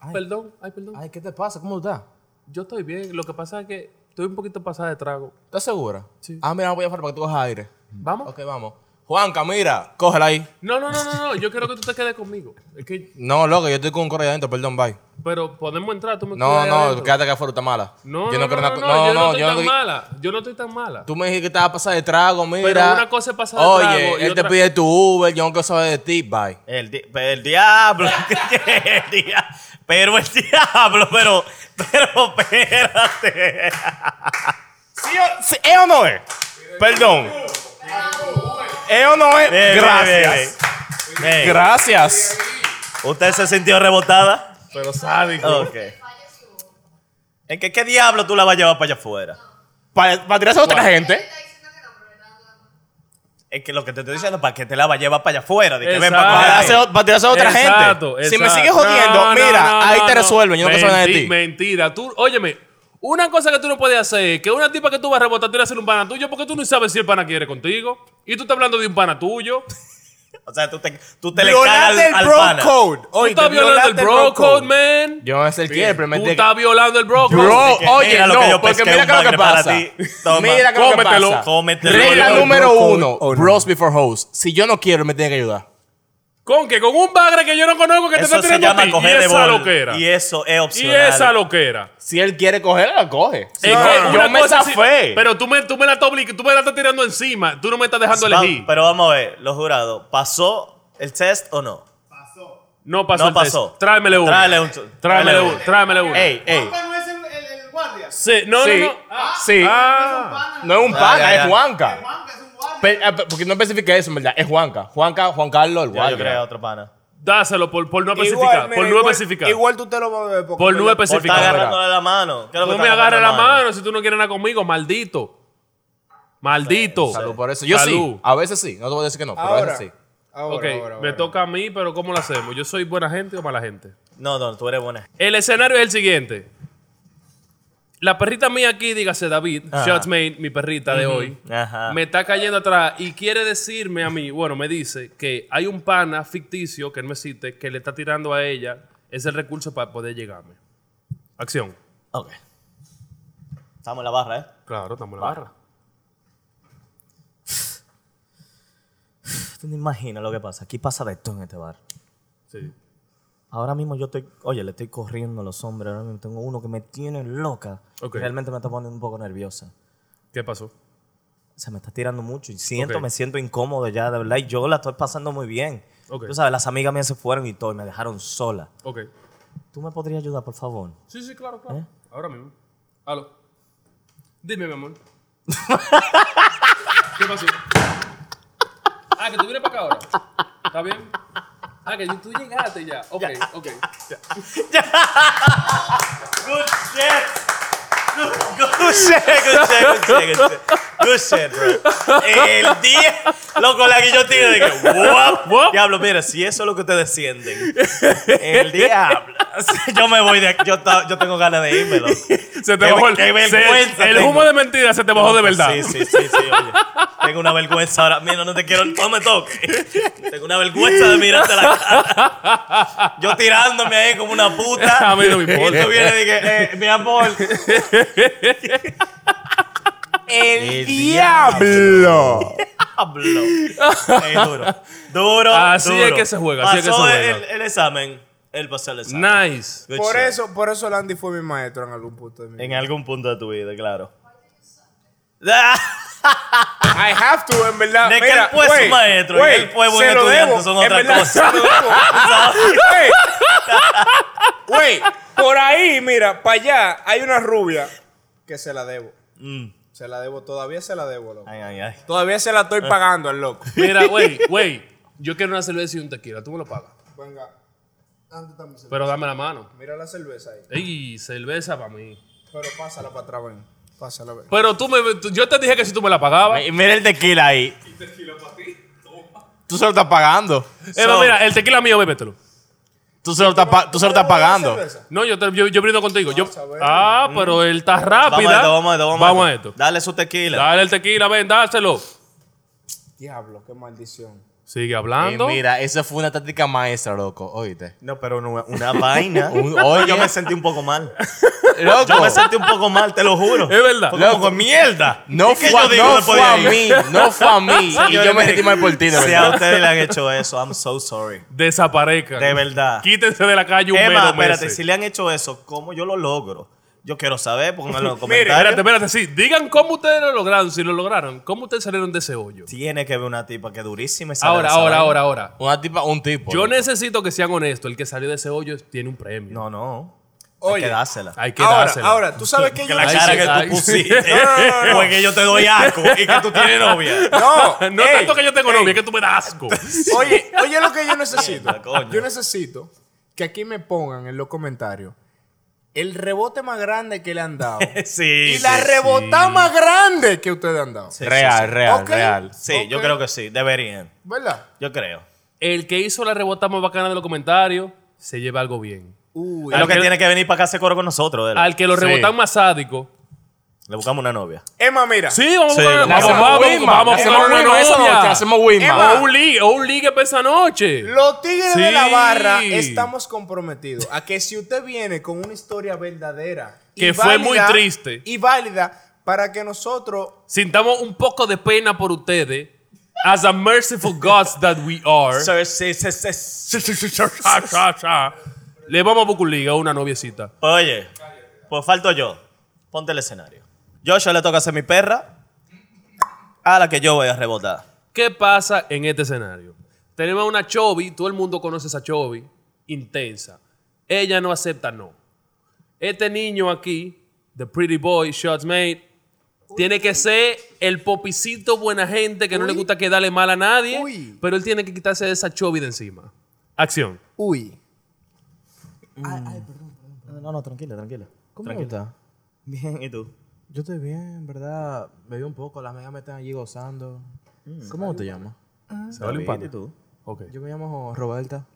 [SPEAKER 7] Ay.
[SPEAKER 2] Perdón, ay, perdón.
[SPEAKER 7] Ay, ¿qué te pasa? ¿Cómo tú estás?
[SPEAKER 2] Yo estoy bien. Lo que pasa es que estoy un poquito pasada de trago.
[SPEAKER 3] ¿Estás segura?
[SPEAKER 2] Sí.
[SPEAKER 3] Ah, mira, voy a para que tú cojas aire.
[SPEAKER 2] ¿Vamos?
[SPEAKER 3] Ok, vamos. Juanca, mira, cógela ahí.
[SPEAKER 2] No, no, no, no, no. Yo quiero que tú te quedes conmigo. Es que,
[SPEAKER 3] No, loco, yo estoy con un correo ahí adentro, perdón, bye.
[SPEAKER 2] pero podemos entrar. Tú me
[SPEAKER 3] No,
[SPEAKER 2] cuidas ahí
[SPEAKER 3] no,
[SPEAKER 2] adentro.
[SPEAKER 3] quédate acá afuera, está mala.
[SPEAKER 2] No,
[SPEAKER 3] yo
[SPEAKER 2] no, no,
[SPEAKER 3] quiero
[SPEAKER 2] no,
[SPEAKER 3] una-
[SPEAKER 2] no, yo no estoy tan
[SPEAKER 3] quiero-
[SPEAKER 2] mala. Yo no estoy tan mala.
[SPEAKER 3] Tú me dijiste que estabas pasada de trago, mira.
[SPEAKER 2] una cosa es pasada de
[SPEAKER 3] Oye,
[SPEAKER 2] trago y
[SPEAKER 3] él
[SPEAKER 2] otra-
[SPEAKER 3] te pide tu Uber, yo no quiero saber de ti, bye.
[SPEAKER 1] El, di- el diablo. el dia- pero el diablo, pero. Pero espérate.
[SPEAKER 3] ¿Es o no es? Perdón. ¿Es o no es?
[SPEAKER 1] Ven, ven, ven, ven. Ven.
[SPEAKER 3] Gracias.
[SPEAKER 1] ¿Usted se sintió rebotada?
[SPEAKER 3] Pero sádico.
[SPEAKER 1] Ok. ¿En qué, qué diablo tú la vas a llevar para allá afuera?
[SPEAKER 3] Para tirarse a otra gente.
[SPEAKER 5] Está diciendo que no, pero es nada más.
[SPEAKER 1] Es que lo que te estoy diciendo, ¿para qué te la vas a llevar para allá afuera? De que ven
[SPEAKER 2] Exacto.
[SPEAKER 1] para
[SPEAKER 3] Para
[SPEAKER 1] acá.
[SPEAKER 3] tirarse, para tirarse a otra
[SPEAKER 2] Exacto,
[SPEAKER 3] gente. Si me
[SPEAKER 2] exacto.
[SPEAKER 3] sigues jodiendo,
[SPEAKER 2] No, no,
[SPEAKER 3] mira,
[SPEAKER 2] no,
[SPEAKER 3] ahí
[SPEAKER 2] no,
[SPEAKER 3] te
[SPEAKER 2] no.
[SPEAKER 3] resuelven. Yo no quiero saber nada de
[SPEAKER 2] Menti-
[SPEAKER 3] ti.
[SPEAKER 2] Mentira. Tú, óyeme, una cosa que tú no puedes hacer es que una tipa que tú vas a rebotar, tú le haces un pana tuyo porque tú no sabes si el pana quiere contigo. Y tú estás hablando de un pana tuyo.
[SPEAKER 1] O sea, tú te, tú te le cagas
[SPEAKER 4] Violaste
[SPEAKER 1] al,
[SPEAKER 4] el
[SPEAKER 1] al
[SPEAKER 4] bro
[SPEAKER 1] pana.
[SPEAKER 4] code.
[SPEAKER 2] Tú
[SPEAKER 4] Oye,
[SPEAKER 2] estás violando el bro code, man.
[SPEAKER 3] Yo no sé el quién, pero me
[SPEAKER 2] Tú estás violando el bro
[SPEAKER 3] Bro,
[SPEAKER 2] code.
[SPEAKER 1] que
[SPEAKER 3] oye,
[SPEAKER 1] mira lo
[SPEAKER 3] no,
[SPEAKER 1] que yo
[SPEAKER 3] porque
[SPEAKER 1] pesqué,
[SPEAKER 3] mira
[SPEAKER 1] un
[SPEAKER 3] que lo que
[SPEAKER 1] bagre para
[SPEAKER 3] pasa.
[SPEAKER 1] ti. Toma.
[SPEAKER 3] Mira que lo que
[SPEAKER 2] Cómetelo.
[SPEAKER 3] pasa.
[SPEAKER 1] Cómetelo.
[SPEAKER 3] Regla
[SPEAKER 1] Yo-
[SPEAKER 3] número
[SPEAKER 4] yo-
[SPEAKER 3] uno,
[SPEAKER 4] oh, no.
[SPEAKER 3] bros before hoes. Si yo no quiero, él me tiene que ayudar.
[SPEAKER 2] ¿Con qué? Con un bagre que yo no conozco que te
[SPEAKER 1] Eso
[SPEAKER 2] está
[SPEAKER 1] se
[SPEAKER 2] tirando
[SPEAKER 1] llama
[SPEAKER 2] a ti. Y
[SPEAKER 1] coger de
[SPEAKER 2] esa
[SPEAKER 1] bol.
[SPEAKER 2] loquera.
[SPEAKER 1] Y eso es
[SPEAKER 2] Y
[SPEAKER 1] opcional.
[SPEAKER 2] esa loquera.
[SPEAKER 3] Si él quiere cogerla, la coge.
[SPEAKER 2] Es
[SPEAKER 3] No,
[SPEAKER 2] que una
[SPEAKER 3] yo me
[SPEAKER 2] cosa sí-
[SPEAKER 3] zafé.
[SPEAKER 2] pero tú me, tú me la estás oblig- tú me la estás tirando encima. Tú no me estás dejando
[SPEAKER 1] Va-
[SPEAKER 2] elegir.
[SPEAKER 1] Pero vamos a ver, los jurados, ¿pasó el test o no?
[SPEAKER 2] No pasó.
[SPEAKER 1] No
[SPEAKER 2] el test.
[SPEAKER 1] pasó.
[SPEAKER 2] Tráemele uno.
[SPEAKER 1] Tráele un- tráele
[SPEAKER 2] Tráemele
[SPEAKER 1] uno.
[SPEAKER 2] uno. Tráemele uno.
[SPEAKER 1] Ey, ey.
[SPEAKER 6] Juanca no es el, el, el guardia. Es
[SPEAKER 2] Sí, no,
[SPEAKER 3] Sí.
[SPEAKER 2] no, no. Ah,
[SPEAKER 3] Sí.
[SPEAKER 6] un
[SPEAKER 2] ah.
[SPEAKER 6] pana.
[SPEAKER 3] No es un
[SPEAKER 1] Ya,
[SPEAKER 3] pana,
[SPEAKER 1] ya, ya.
[SPEAKER 3] es
[SPEAKER 6] Juanca
[SPEAKER 3] Juanca.
[SPEAKER 6] es un guardia.
[SPEAKER 3] Pe- ah, pe- porque no especifica eso, en verdad. Es Juanca. Juanca, Juan Carlos, el
[SPEAKER 1] Ya, yo
[SPEAKER 3] guardia.
[SPEAKER 1] creía otro pana.
[SPEAKER 2] dáselo por, por no especificar. Por no especificar.
[SPEAKER 4] Igual tú te lo vas a beber. porque-
[SPEAKER 2] Por no
[SPEAKER 1] Por estar
[SPEAKER 2] especificar.
[SPEAKER 1] agarrándole la mano. ¿Qué es lo que
[SPEAKER 2] Tú
[SPEAKER 1] está
[SPEAKER 2] me agarras
[SPEAKER 1] agarrando
[SPEAKER 2] la mano si tú no quieres nada conmigo, maldito. Maldito.
[SPEAKER 3] Salud por eso. Yo
[SPEAKER 2] Salud.
[SPEAKER 3] sí. A veces sí. No te voy a decir que no, pero a
[SPEAKER 4] Ahora.
[SPEAKER 3] veces sí.
[SPEAKER 4] ahora,
[SPEAKER 2] Ok,
[SPEAKER 4] ahora,
[SPEAKER 2] me
[SPEAKER 4] ahora.
[SPEAKER 2] toca a mí, pero ¿cómo lo hacemos? ¿Yo soy buena gente o mala gente?
[SPEAKER 1] No, no, tú eres buena.
[SPEAKER 2] El escenario es el siguiente. La perrita mía aquí, dígase David,
[SPEAKER 1] Ajá.
[SPEAKER 2] Shotsmane, mi perrita de hoy,
[SPEAKER 1] Ajá.
[SPEAKER 2] me está cayendo atrás y quiere decirme a mí, bueno, me dice que hay un pana ficticio que no existe, que le está tirando a ella ese recurso para poder llegarme. Acción.
[SPEAKER 1] Ok. Estamos en la barra, ¿eh?
[SPEAKER 2] Claro, estamos en la barra.
[SPEAKER 1] Tú no imaginas lo que pasa. Aquí pasa de todo en este bar.
[SPEAKER 2] Sí.
[SPEAKER 1] Ahora mismo yo estoy, oye, le estoy corriendo a los hombres. Ahora mismo tengo uno que me tiene loca.
[SPEAKER 2] Ok.
[SPEAKER 1] Realmente me está poniendo un poco nerviosa.
[SPEAKER 2] ¿Qué pasó?
[SPEAKER 1] Se me está tirando mucho y siento,
[SPEAKER 2] Ok.
[SPEAKER 1] me siento incómodo ya, de verdad. Y yo la estoy pasando muy bien.
[SPEAKER 2] Ok.
[SPEAKER 1] Tú sabes, las amigas mías se fueron y todo y me dejaron sola.
[SPEAKER 2] Ok.
[SPEAKER 1] ¿Tú me podrías ayudar, por favor?
[SPEAKER 2] Sí, sí, claro,
[SPEAKER 1] ¿Eh?
[SPEAKER 2] claro. Ahora mismo. Aló. Dime, mi amor. ¿Qué pasó? Ah, que tú vienes para acá ahora. ¿Está bien? Ah, que tú llegaste ya. Ok, ok.
[SPEAKER 1] Good shit. Good shit, good shit, good shit, good shit. Good shit, bro. El día, loco, la que yo tiro de que, "Guap".
[SPEAKER 2] Guap.
[SPEAKER 1] Diablo, mira, si eso es lo que ustedes sienten, el diablo. Yo me voy de aquí, yo, ta- yo tengo ganas de irme, loco.
[SPEAKER 2] Se te
[SPEAKER 1] Qué-
[SPEAKER 2] bajó el,
[SPEAKER 1] qué vergüenza
[SPEAKER 2] se- el
[SPEAKER 1] tengo.
[SPEAKER 2] humo de mentira se te bajó de verdad.
[SPEAKER 1] pues Sí, sí, sí, sí, oye. Tengo una vergüenza ahora. Mira, no te quiero, no me toques. Tengo una vergüenza de mirarte a la cara. Yo tirándome ahí como una puta.
[SPEAKER 2] A mí no me
[SPEAKER 1] Y
[SPEAKER 2] importa.
[SPEAKER 1] tú vienes y dices, eh, mi amor. El
[SPEAKER 3] ¡Diablo!
[SPEAKER 1] diablo. Eh, duro. Duro.
[SPEAKER 2] Así
[SPEAKER 1] duro.
[SPEAKER 2] es que se juega, así es que
[SPEAKER 1] Pasó
[SPEAKER 2] se juega.
[SPEAKER 1] El, el examen. Él pasó el examen.
[SPEAKER 2] Nice.
[SPEAKER 1] Good
[SPEAKER 4] Por
[SPEAKER 1] shit.
[SPEAKER 4] eso, por eso Landy fue mi maestro en algún punto de mi
[SPEAKER 1] En
[SPEAKER 4] vida.
[SPEAKER 1] algún punto de tu vida, claro.
[SPEAKER 2] Ah.
[SPEAKER 4] I have to, en verdad.
[SPEAKER 1] De que
[SPEAKER 4] Mira,
[SPEAKER 1] él fue su
[SPEAKER 4] güey,
[SPEAKER 1] maestro y
[SPEAKER 4] güey,
[SPEAKER 1] él fue buen
[SPEAKER 4] se lo
[SPEAKER 1] estudiante,
[SPEAKER 4] debo.
[SPEAKER 1] son
[SPEAKER 4] En
[SPEAKER 1] otra
[SPEAKER 4] verdad,
[SPEAKER 1] cosa.
[SPEAKER 4] se lo debo. Güey, Güey, por ahí, mira, para allá hay una rubia que se la debo.
[SPEAKER 1] Mm.
[SPEAKER 4] Se la debo, todavía se la debo, loco.
[SPEAKER 1] Ay, ay, ay.
[SPEAKER 4] Todavía se la estoy pagando al loco.
[SPEAKER 2] Mira, güey, güey. Yo quiero una cerveza y un tequila. Tú me lo pagas.
[SPEAKER 4] Venga, antes también se-
[SPEAKER 2] Pero dame la mano.
[SPEAKER 4] Mira la cerveza ahí.
[SPEAKER 2] Ey, cerveza para mí.
[SPEAKER 4] Pero pásala para atrás, ven. Pásala, ven.
[SPEAKER 2] Pero tú me... tú- yo te dije que si tú me la pagabas.
[SPEAKER 3] Mi- Mira el tequila ahí. Tú se lo estás pagando.
[SPEAKER 2] Eva, Eh, mira, el tequila mío, bébetelo.
[SPEAKER 3] Tú se lo estás, pa- tú se lo estás pagando.
[SPEAKER 2] No, yo, te- yo, yo brindo contigo. Yo,
[SPEAKER 4] Vamos a ver.
[SPEAKER 2] ah, pero él está rápida.
[SPEAKER 1] Vamos a esto, vamos a esto, vamos,
[SPEAKER 2] Vamos a esto.
[SPEAKER 1] Dale su tequila.
[SPEAKER 2] Dale el tequila, ven, dáselo.
[SPEAKER 4] Diablo, qué maldición.
[SPEAKER 2] Sigue
[SPEAKER 3] Y
[SPEAKER 1] Eh,
[SPEAKER 2] hablando.
[SPEAKER 3] mira, esa fue una táctica maestra, loco. Oíste.
[SPEAKER 1] No, pero no, una vaina.
[SPEAKER 3] Un- oye.
[SPEAKER 1] Yo me sentí un poco mal.
[SPEAKER 3] Loco.
[SPEAKER 1] Yo me sentí un poco mal, te lo juro.
[SPEAKER 2] Es verdad.
[SPEAKER 1] Fue como, mierda.
[SPEAKER 3] No
[SPEAKER 1] ¿Qué
[SPEAKER 3] fue,
[SPEAKER 1] yo digo
[SPEAKER 3] no
[SPEAKER 1] después
[SPEAKER 3] fue
[SPEAKER 1] de
[SPEAKER 3] a
[SPEAKER 1] ahí?
[SPEAKER 3] mí, no fue a mí. y yo me sentí mal por ti, de
[SPEAKER 1] Si a
[SPEAKER 3] verdad.
[SPEAKER 1] ustedes le han hecho eso, I'm so sorry.
[SPEAKER 2] Desaparezcan.
[SPEAKER 1] De verdad.
[SPEAKER 2] Quítense de la calle un
[SPEAKER 1] Emma,
[SPEAKER 2] mero
[SPEAKER 1] espérate,
[SPEAKER 2] meses.
[SPEAKER 1] si le han hecho eso, ¿cómo yo lo logro? Yo quiero saber, pónganlo en los comentarios.
[SPEAKER 2] Espérate, espérate, sí. Digan cómo ustedes lo lograron, si lo lograron. ¿Cómo ustedes salieron de ese hoyo?
[SPEAKER 1] Tiene que haber una tipa que durísima. y sale
[SPEAKER 2] ahora,
[SPEAKER 1] de esa
[SPEAKER 2] ahora,
[SPEAKER 1] vaina.
[SPEAKER 2] ahora, ahora.
[SPEAKER 3] Una tipa, un tipo.
[SPEAKER 2] Yo
[SPEAKER 3] loco.
[SPEAKER 2] necesito que sean honestos. El que salió de ese hoyo tiene un premio.
[SPEAKER 1] No, no. Hay
[SPEAKER 4] Oye,
[SPEAKER 1] que dársela.
[SPEAKER 2] Hay que
[SPEAKER 4] Ahora,
[SPEAKER 2] dársela.
[SPEAKER 4] ahora, tú sabes que
[SPEAKER 1] Que
[SPEAKER 4] yo
[SPEAKER 1] la
[SPEAKER 2] Ay,
[SPEAKER 1] cara
[SPEAKER 2] sí,
[SPEAKER 1] que
[SPEAKER 2] ay.
[SPEAKER 1] tú pusiste
[SPEAKER 4] no, no, no.
[SPEAKER 1] fue que yo te doy asco y que tú tienes novia.
[SPEAKER 4] No,
[SPEAKER 2] No
[SPEAKER 4] ey,
[SPEAKER 2] tanto que yo tengo
[SPEAKER 4] ey,
[SPEAKER 2] novia, es que tú me das asco.
[SPEAKER 4] Oye, oye lo que yo necesito.
[SPEAKER 1] Mierda, coño.
[SPEAKER 4] Yo necesito que aquí me pongan en los comentarios el rebote más grande que le han dado.
[SPEAKER 1] Sí.
[SPEAKER 4] y
[SPEAKER 1] sí,
[SPEAKER 4] la rebotada más grande que ustedes han dado.
[SPEAKER 1] sí, sí,
[SPEAKER 3] Real,
[SPEAKER 1] sí.
[SPEAKER 3] real,
[SPEAKER 4] Ok.
[SPEAKER 3] real.
[SPEAKER 1] Sí, yo
[SPEAKER 4] Ok.
[SPEAKER 1] creo que sí. Deberían.
[SPEAKER 4] ¿Verdad?
[SPEAKER 1] Yo creo.
[SPEAKER 2] El que hizo la rebota más bacana de los comentarios se lleva algo bien.
[SPEAKER 4] Uy,
[SPEAKER 1] Es lo que
[SPEAKER 2] Al que-
[SPEAKER 1] tiene que venir para acá a hacer coro con nosotros. él.
[SPEAKER 2] Al que lo
[SPEAKER 3] Sí.
[SPEAKER 2] rebotan más sádico
[SPEAKER 1] Le buscamos una novia.
[SPEAKER 4] Emma, mira.
[SPEAKER 2] Sí, vamos
[SPEAKER 1] Sí,
[SPEAKER 2] a poner-
[SPEAKER 1] claro.
[SPEAKER 2] vamos, vamos, vamos, vamos a
[SPEAKER 3] Hacemos
[SPEAKER 2] poner una
[SPEAKER 3] Wima esa noche,
[SPEAKER 2] novia.
[SPEAKER 3] hacemos Wima.
[SPEAKER 2] O un ligue, o un ligue para esa noche.
[SPEAKER 4] Los tigres de la
[SPEAKER 2] Sí.
[SPEAKER 4] barra estamos comprometidos a que si usted viene con una historia verdadera y
[SPEAKER 2] Que fue muy triste.
[SPEAKER 4] y válida para que nosotros
[SPEAKER 2] Sintamos un poco de pena por ustedes. As a merciful gods that we are.
[SPEAKER 1] Sir, sí, sí, sí, sí, sí, sí, sí,
[SPEAKER 2] Cha,
[SPEAKER 1] sí.
[SPEAKER 2] cha, cha. Le vamos a buscar un ligue a una noviecita.
[SPEAKER 1] Oye, pues falto yo. Ponte el escenario. Joshua le toca ser mi perra, a la que yo voy a rebotar.
[SPEAKER 2] ¿Qué pasa en este escenario? Tenemos a una Chovy, todo el mundo conoce a esa Chovy, intensa. Ella no acepta no. Este niño aquí, The Pretty Boy, Shots Made, tiene que ser el popicito buena gente que no le gusta quedarle mal a nadie,
[SPEAKER 4] Uy.
[SPEAKER 2] pero él tiene que quitarse esa Chovy de encima. Acción.
[SPEAKER 4] uy
[SPEAKER 7] No, no, tranquila, tranquila. ¿Cómo tú estás?
[SPEAKER 1] Bien, ¿y tú?
[SPEAKER 7] Yo estoy bien, en verdad. Bebí un poco, las medias me están allí gozando.
[SPEAKER 1] Mm,
[SPEAKER 7] ¿Cómo te llamas?
[SPEAKER 1] David, ¿y tú?
[SPEAKER 2] Ok.
[SPEAKER 7] Yo me llamo Roberta.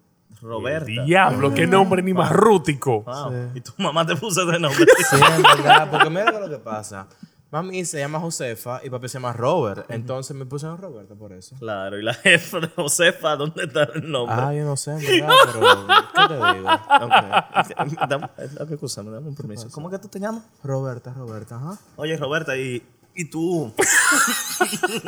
[SPEAKER 1] Roberta.
[SPEAKER 2] Diablo, qué nombre ni más rútico.
[SPEAKER 1] Wow. Y tu mamá te puso de nombre.
[SPEAKER 7] Sí, en verdad, porque mira lo que pasa. Mami se llama Josefa y papi se llama Robert. Entonces me pusieron Roberta por eso.
[SPEAKER 1] Claro, y la jefa de Josefa, ¿dónde está el nombre?
[SPEAKER 7] Ah, yo no sé, en verdad, pero ¿qué te digo?
[SPEAKER 1] Ok. Dame- ok, escúchame, dame un permiso. ¿Cómo que tú te llamas?
[SPEAKER 7] Roberta, Roberta, ajá.
[SPEAKER 1] Oye, Roberta, ¿y, y tú?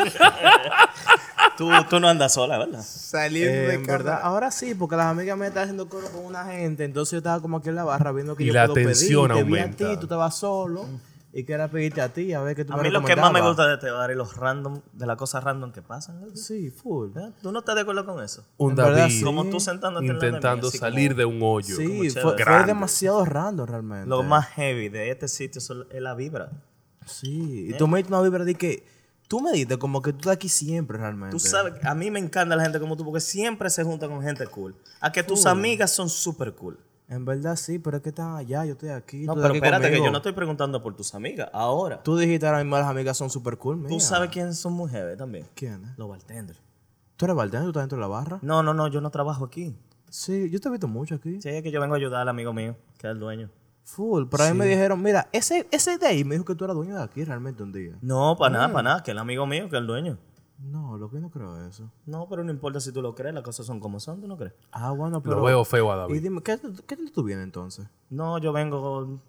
[SPEAKER 1] tú? Tú no andas sola, ¿verdad?
[SPEAKER 4] salir
[SPEAKER 7] Eh,
[SPEAKER 4] de
[SPEAKER 7] en verdad,
[SPEAKER 4] casa
[SPEAKER 7] ahora sí, porque las amigas me están haciendo coro con una gente, entonces yo estaba como aquí en la barra viendo que
[SPEAKER 2] Y
[SPEAKER 7] yo
[SPEAKER 2] la
[SPEAKER 7] puedo pedir,
[SPEAKER 2] tensión
[SPEAKER 7] te vi a
[SPEAKER 2] aumenta.
[SPEAKER 7] ti, tú estabas solo y quería pedirte a ti a ver qué tú
[SPEAKER 1] A
[SPEAKER 7] me
[SPEAKER 1] mí lo que más me
[SPEAKER 7] recomendabas.
[SPEAKER 1] gusta de este bar es los random, de las cosas random que pasan. ¿verdad?
[SPEAKER 7] Sí, full.
[SPEAKER 1] ¿Eh? ¿Tú no estás de acuerdo con eso?
[SPEAKER 2] Un
[SPEAKER 7] En verdad,
[SPEAKER 2] David
[SPEAKER 7] sí.
[SPEAKER 1] Como tú sentándote al lado de mí,
[SPEAKER 2] intentando
[SPEAKER 1] así
[SPEAKER 2] salir
[SPEAKER 1] como-
[SPEAKER 2] de un hoyo.
[SPEAKER 7] Sí,
[SPEAKER 1] chévere.
[SPEAKER 7] fue, fue
[SPEAKER 2] Grande.
[SPEAKER 7] demasiado random realmente.
[SPEAKER 1] Lo más heavy de este sitio son- es la vibra.
[SPEAKER 7] Sí, y tú me diste una vibra de que tú me diste como que tú estás aquí siempre realmente.
[SPEAKER 1] Tú sabes, a mí me encanta la gente como tú porque siempre se junta con gente cool. A que tus amigas son súper cool.
[SPEAKER 7] En verdad sí, pero es que están allá, yo estoy aquí.
[SPEAKER 1] No,
[SPEAKER 7] tú estás
[SPEAKER 1] pero
[SPEAKER 7] aquí
[SPEAKER 1] espérate que
[SPEAKER 7] conmigo.
[SPEAKER 1] yo no estoy preguntando por tus amigas. Ahora, tú,
[SPEAKER 7] Tú dijiste ahora mismo las amigas son super cool, mía.
[SPEAKER 1] sabes quiénes son mujeres también.
[SPEAKER 7] quién es?
[SPEAKER 1] Los bartenders.
[SPEAKER 7] ¿Tú eres bartender? ¿Tú estás dentro de la barra?
[SPEAKER 1] No, no, no, yo no trabajo aquí.
[SPEAKER 7] Sí, yo te he visto mucho aquí.
[SPEAKER 1] Sí, es que yo vengo a ayudar al amigo mío, que es el dueño.
[SPEAKER 7] Full, pero a mí me dijeron, mira, ese, ese de ahí me dijo que tú eras dueño de aquí realmente un día.
[SPEAKER 1] No, para nada, para nada, que el amigo mío, que es el dueño.
[SPEAKER 7] No, lo que no creo es eso.
[SPEAKER 1] No, pero no importa si tú lo crees, las cosas son como son, ¿tú no crees?
[SPEAKER 7] Ah, bueno, pero...
[SPEAKER 2] Lo veo feo a
[SPEAKER 7] Y
[SPEAKER 2] David.
[SPEAKER 7] dime, ¿qué, qué tal tú vienes entonces?
[SPEAKER 1] No, yo vengo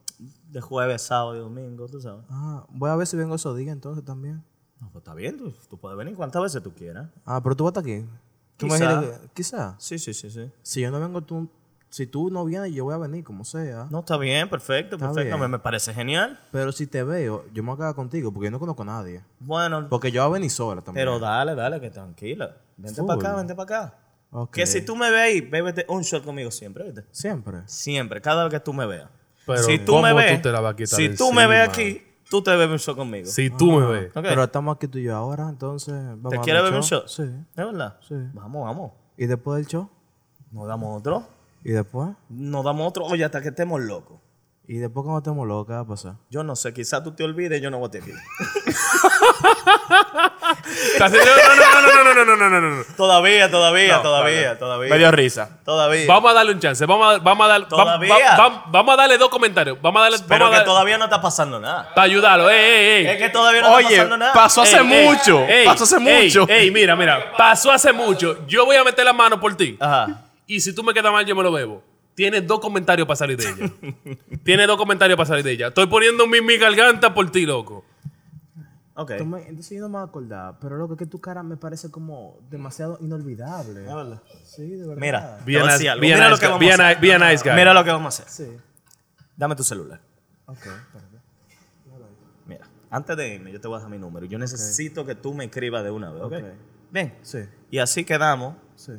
[SPEAKER 1] de jueves, sábado y domingo, tú sabes.
[SPEAKER 7] Ah, voy a ver si vengo esos días entonces también.
[SPEAKER 1] No, pues está bien, tú, tú puedes venir cuantas veces tú quieras.
[SPEAKER 7] Ah, pero tú vas a estar aquí. Tú me
[SPEAKER 1] Quizá.
[SPEAKER 7] dijiste que- Quizá.
[SPEAKER 1] Sí, sí, sí, sí.
[SPEAKER 7] Si yo no vengo, tú... Si tú no vienes, yo voy a venir, como sea.
[SPEAKER 1] No, está bien, perfecto,
[SPEAKER 7] Está
[SPEAKER 1] perfecto.
[SPEAKER 7] bien.
[SPEAKER 1] Me, me parece genial.
[SPEAKER 7] Pero si te veo, yo me voy a quedar contigo, porque yo no conozco a nadie.
[SPEAKER 1] Bueno,
[SPEAKER 7] Porque yo voy a venir sola también.
[SPEAKER 1] pero dale, dale, que tranquila. Vente para acá, vente para acá.
[SPEAKER 7] Ok.
[SPEAKER 1] Que si tú me ves, ahí, bébete un shot conmigo siempre, ¿viste?
[SPEAKER 7] Siempre.
[SPEAKER 1] Siempre, cada vez que tú me veas.
[SPEAKER 2] Pero,
[SPEAKER 1] si tú
[SPEAKER 2] ¿cómo
[SPEAKER 1] me ves,
[SPEAKER 2] tú te la vas a quitar
[SPEAKER 1] si
[SPEAKER 2] de
[SPEAKER 1] tú me ves
[SPEAKER 2] encima?
[SPEAKER 1] aquí, tú te bebes un shot conmigo.
[SPEAKER 2] Si tú me ves.
[SPEAKER 1] Ok.
[SPEAKER 7] Pero estamos aquí tú y yo ahora, entonces... Vamos
[SPEAKER 1] ¿Te
[SPEAKER 7] a
[SPEAKER 1] quieres
[SPEAKER 7] dar
[SPEAKER 1] beber un shot?
[SPEAKER 7] Sí.
[SPEAKER 1] ¿Es verdad?
[SPEAKER 7] Sí.
[SPEAKER 1] Vamos, vamos.
[SPEAKER 7] ¿Y después del show?
[SPEAKER 1] Nos damos otro.
[SPEAKER 7] ¿Y después?
[SPEAKER 1] Nos damos otro. Oye, hasta que estemos locos.
[SPEAKER 7] Y después cuando estemos locos, ¿qué va a pasar?
[SPEAKER 1] Yo no sé, quizás tú te olvides, yo no voy a te
[SPEAKER 2] Estás haciendo- No, no, no, no, no, no, no, no, no, no.
[SPEAKER 1] Todavía, todavía, todavía, todavía.
[SPEAKER 3] Me dio risa.
[SPEAKER 1] Todavía.
[SPEAKER 2] Vamos a darle un chance. Vamos a, vamos a darle.
[SPEAKER 1] Todavía.
[SPEAKER 2] vamos a darle dos comentarios. Vamos a darle.
[SPEAKER 1] Pero
[SPEAKER 2] vamos a
[SPEAKER 1] que
[SPEAKER 2] darle-
[SPEAKER 1] todavía no está pasando nada.
[SPEAKER 2] Para ayudarlo. Ey, ey, ey.
[SPEAKER 1] Es que todavía no está
[SPEAKER 3] Oye,
[SPEAKER 1] pasando nada.
[SPEAKER 3] pasó hace
[SPEAKER 2] Ey, ey,
[SPEAKER 3] mucho.
[SPEAKER 2] ey,
[SPEAKER 3] Pasó hace
[SPEAKER 2] ey,
[SPEAKER 3] mucho.
[SPEAKER 2] Ey, mira, mira. Pasó hace mucho. Yo voy a meter la mano por ti.
[SPEAKER 1] Ajá.
[SPEAKER 2] Y si tú me quedas mal, yo me lo bebo. Tienes dos comentarios para salir de ella. Tienes dos comentarios para salir de ella. Estoy poniendo mi, mi garganta por ti, loco.
[SPEAKER 1] Ok.
[SPEAKER 7] Tú me- entonces yo no me voy a acordar, pero loco, que tu cara me parece como demasiado inolvidable. Sí, de verdad.
[SPEAKER 1] Mira, te
[SPEAKER 2] Bien,
[SPEAKER 1] voy a
[SPEAKER 2] nice-
[SPEAKER 1] decir algo.
[SPEAKER 2] bien
[SPEAKER 1] Mira lo
[SPEAKER 2] nice
[SPEAKER 1] que
[SPEAKER 2] guy,
[SPEAKER 1] vamos
[SPEAKER 2] bien
[SPEAKER 1] a
[SPEAKER 2] nice-
[SPEAKER 1] hacer.
[SPEAKER 2] bien nice guy.
[SPEAKER 1] Mira lo que vamos a hacer.
[SPEAKER 7] Sí.
[SPEAKER 1] Dame tu celular.
[SPEAKER 7] Ok, espérate.
[SPEAKER 1] Mira, antes de irme, yo te voy a dejar mi número. Yo necesito que tú me escribas de una vez, ¿ok?
[SPEAKER 7] Ok.
[SPEAKER 1] Ven.
[SPEAKER 7] Sí,
[SPEAKER 1] Y así quedamos.
[SPEAKER 7] sí,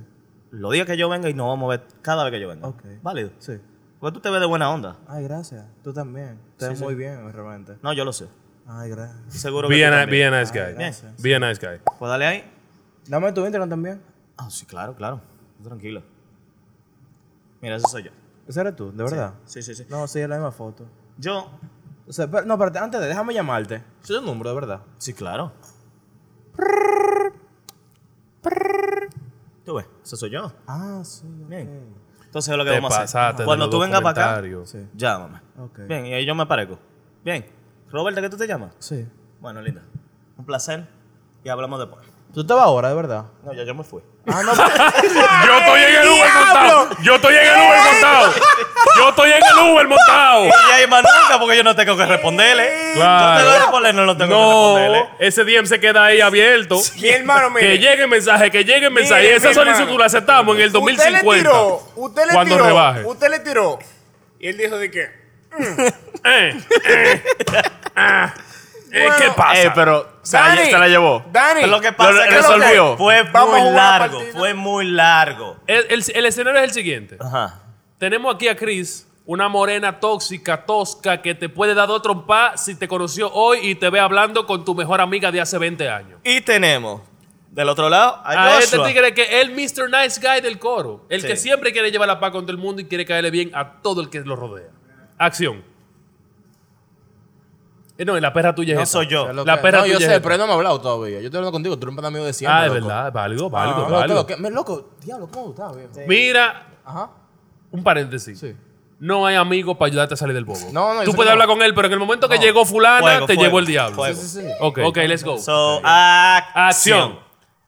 [SPEAKER 1] Los días que yo venga y nos vamos a ver cada vez que yo venga.
[SPEAKER 7] Ok.
[SPEAKER 1] Válido.
[SPEAKER 7] sí.
[SPEAKER 1] Porque tú te ves de buena onda.
[SPEAKER 7] Ay, gracias. Tú también. Te ves muy bien, realmente.
[SPEAKER 1] No, yo lo sé.
[SPEAKER 7] Ay, gracias.
[SPEAKER 1] Seguro que
[SPEAKER 2] Bien,
[SPEAKER 1] tú
[SPEAKER 2] ni-
[SPEAKER 1] también.
[SPEAKER 2] bien nice guy.
[SPEAKER 1] gracias.
[SPEAKER 2] Bien nice guy.
[SPEAKER 1] Pues dale ahí.
[SPEAKER 7] Dame tu Instagram también.
[SPEAKER 1] Ah, sí, claro, claro. Tú Tranquilo. Mira, eso soy yo.
[SPEAKER 7] ¿Ese eres tú? ¿De verdad?
[SPEAKER 1] Sí, sí, sí.
[SPEAKER 7] No, sí, es la misma foto.
[SPEAKER 1] Yo.
[SPEAKER 7] O sea, pero- no, espérate, antes de, déjame llamarte. Soy tu número, de verdad.
[SPEAKER 1] Sí, claro. Tú ves, eso soy yo.
[SPEAKER 7] Ah, sí.
[SPEAKER 1] Bien.
[SPEAKER 7] Mm.
[SPEAKER 1] Entonces es lo que
[SPEAKER 2] Te
[SPEAKER 1] vamos a hacer.
[SPEAKER 2] pasaste. de
[SPEAKER 1] Cuando
[SPEAKER 2] los
[SPEAKER 1] tú
[SPEAKER 2] dos
[SPEAKER 1] vengas para acá,
[SPEAKER 2] comentarios.
[SPEAKER 7] Sí.
[SPEAKER 1] llámame.
[SPEAKER 7] Ok.
[SPEAKER 1] Bien, y ahí yo me aparezco. Bien. Roberta, ¿qué tú te llamas?
[SPEAKER 3] Sí.
[SPEAKER 1] Bueno, linda. Un placer. Y hablamos después.
[SPEAKER 3] ¿Tú estabas ahora, de verdad?
[SPEAKER 1] No, ya yo me fui.
[SPEAKER 7] Ah,
[SPEAKER 2] Yo estoy en el Uber montado. Yo estoy en el Uber montado. Yo estoy en el Uber montado.
[SPEAKER 1] Y ya hay más nunca porque yo no tengo que responderle. Yo
[SPEAKER 2] Claro.
[SPEAKER 1] te voy a responder, no lo tengo que
[SPEAKER 2] No,
[SPEAKER 1] responderle.
[SPEAKER 2] ese DM se queda ahí abierto.
[SPEAKER 4] Mi hermano, mire.
[SPEAKER 2] Que llegue mensaje, que llegue mensaje.
[SPEAKER 4] Mire,
[SPEAKER 2] Y esa
[SPEAKER 4] mi
[SPEAKER 2] solicitud
[SPEAKER 4] hermano.
[SPEAKER 2] la aceptamos en el 2050.
[SPEAKER 4] Usted le tiró. Usted le
[SPEAKER 2] cuando
[SPEAKER 4] tiró.
[SPEAKER 2] rebaje.
[SPEAKER 4] Usted le tiró. Y él dijo de qué.
[SPEAKER 2] Eh, eh, ah, eh,
[SPEAKER 4] Bueno,
[SPEAKER 2] ¿Qué pasa?
[SPEAKER 8] Eh, pero se la,
[SPEAKER 4] Dani,
[SPEAKER 8] lle- se la llevó.
[SPEAKER 4] Dani.
[SPEAKER 1] Pero lo que pasa
[SPEAKER 8] Lo
[SPEAKER 1] es que
[SPEAKER 8] resolvió.
[SPEAKER 1] fue
[SPEAKER 4] Vamos a
[SPEAKER 1] muy
[SPEAKER 4] jugar
[SPEAKER 1] largo.
[SPEAKER 4] partida.
[SPEAKER 1] Fue muy largo.
[SPEAKER 2] El, el- el escenario es el siguiente.
[SPEAKER 1] Ajá.
[SPEAKER 2] Tenemos aquí a Chris, una morena tóxica, tosca, que te puede dar dos trompas si te conoció hoy y te ve hablando con tu mejor amiga de hace 20 años.
[SPEAKER 1] Y tenemos del otro lado a,
[SPEAKER 2] A este
[SPEAKER 1] Joshua.
[SPEAKER 2] tigre que es el Mr. Nice Guy del coro. El
[SPEAKER 1] Sí.
[SPEAKER 2] que siempre quiere llevar la paz con todo el mundo y quiere caerle bien a todo el que lo rodea. Acción. Eh, No, la perra tuya es
[SPEAKER 1] No
[SPEAKER 2] esa.
[SPEAKER 1] soy yo.
[SPEAKER 2] La perra
[SPEAKER 3] No,
[SPEAKER 2] tuya
[SPEAKER 3] yo
[SPEAKER 2] es
[SPEAKER 3] sé,
[SPEAKER 2] esa.
[SPEAKER 3] pero él no me ha hablado todavía. Yo te hablo contigo, tú eres un pan amigo de siempre.
[SPEAKER 2] Ah, es
[SPEAKER 3] loco.
[SPEAKER 2] verdad, es válido,
[SPEAKER 3] Ah,
[SPEAKER 2] válido,
[SPEAKER 3] loco,
[SPEAKER 2] válido.
[SPEAKER 3] loco, me- loco, diablo, ¿cómo gustaba, viejo?
[SPEAKER 2] Mira,
[SPEAKER 3] Ajá.
[SPEAKER 2] un paréntesis.
[SPEAKER 3] Sí.
[SPEAKER 2] No hay amigo para ayudarte a salir del bobo.
[SPEAKER 3] No, no, yo
[SPEAKER 2] Tú
[SPEAKER 3] sé
[SPEAKER 2] puedes
[SPEAKER 3] que
[SPEAKER 2] hablar
[SPEAKER 3] no.
[SPEAKER 2] con él, pero en el momento que llegó fulana,
[SPEAKER 1] Fuego,
[SPEAKER 2] te
[SPEAKER 1] fuego,
[SPEAKER 2] llevó el diablo.
[SPEAKER 1] fuego.
[SPEAKER 3] Sí, sí, sí.
[SPEAKER 2] Ok, ok, let's go.
[SPEAKER 1] So, acción.
[SPEAKER 2] Acción.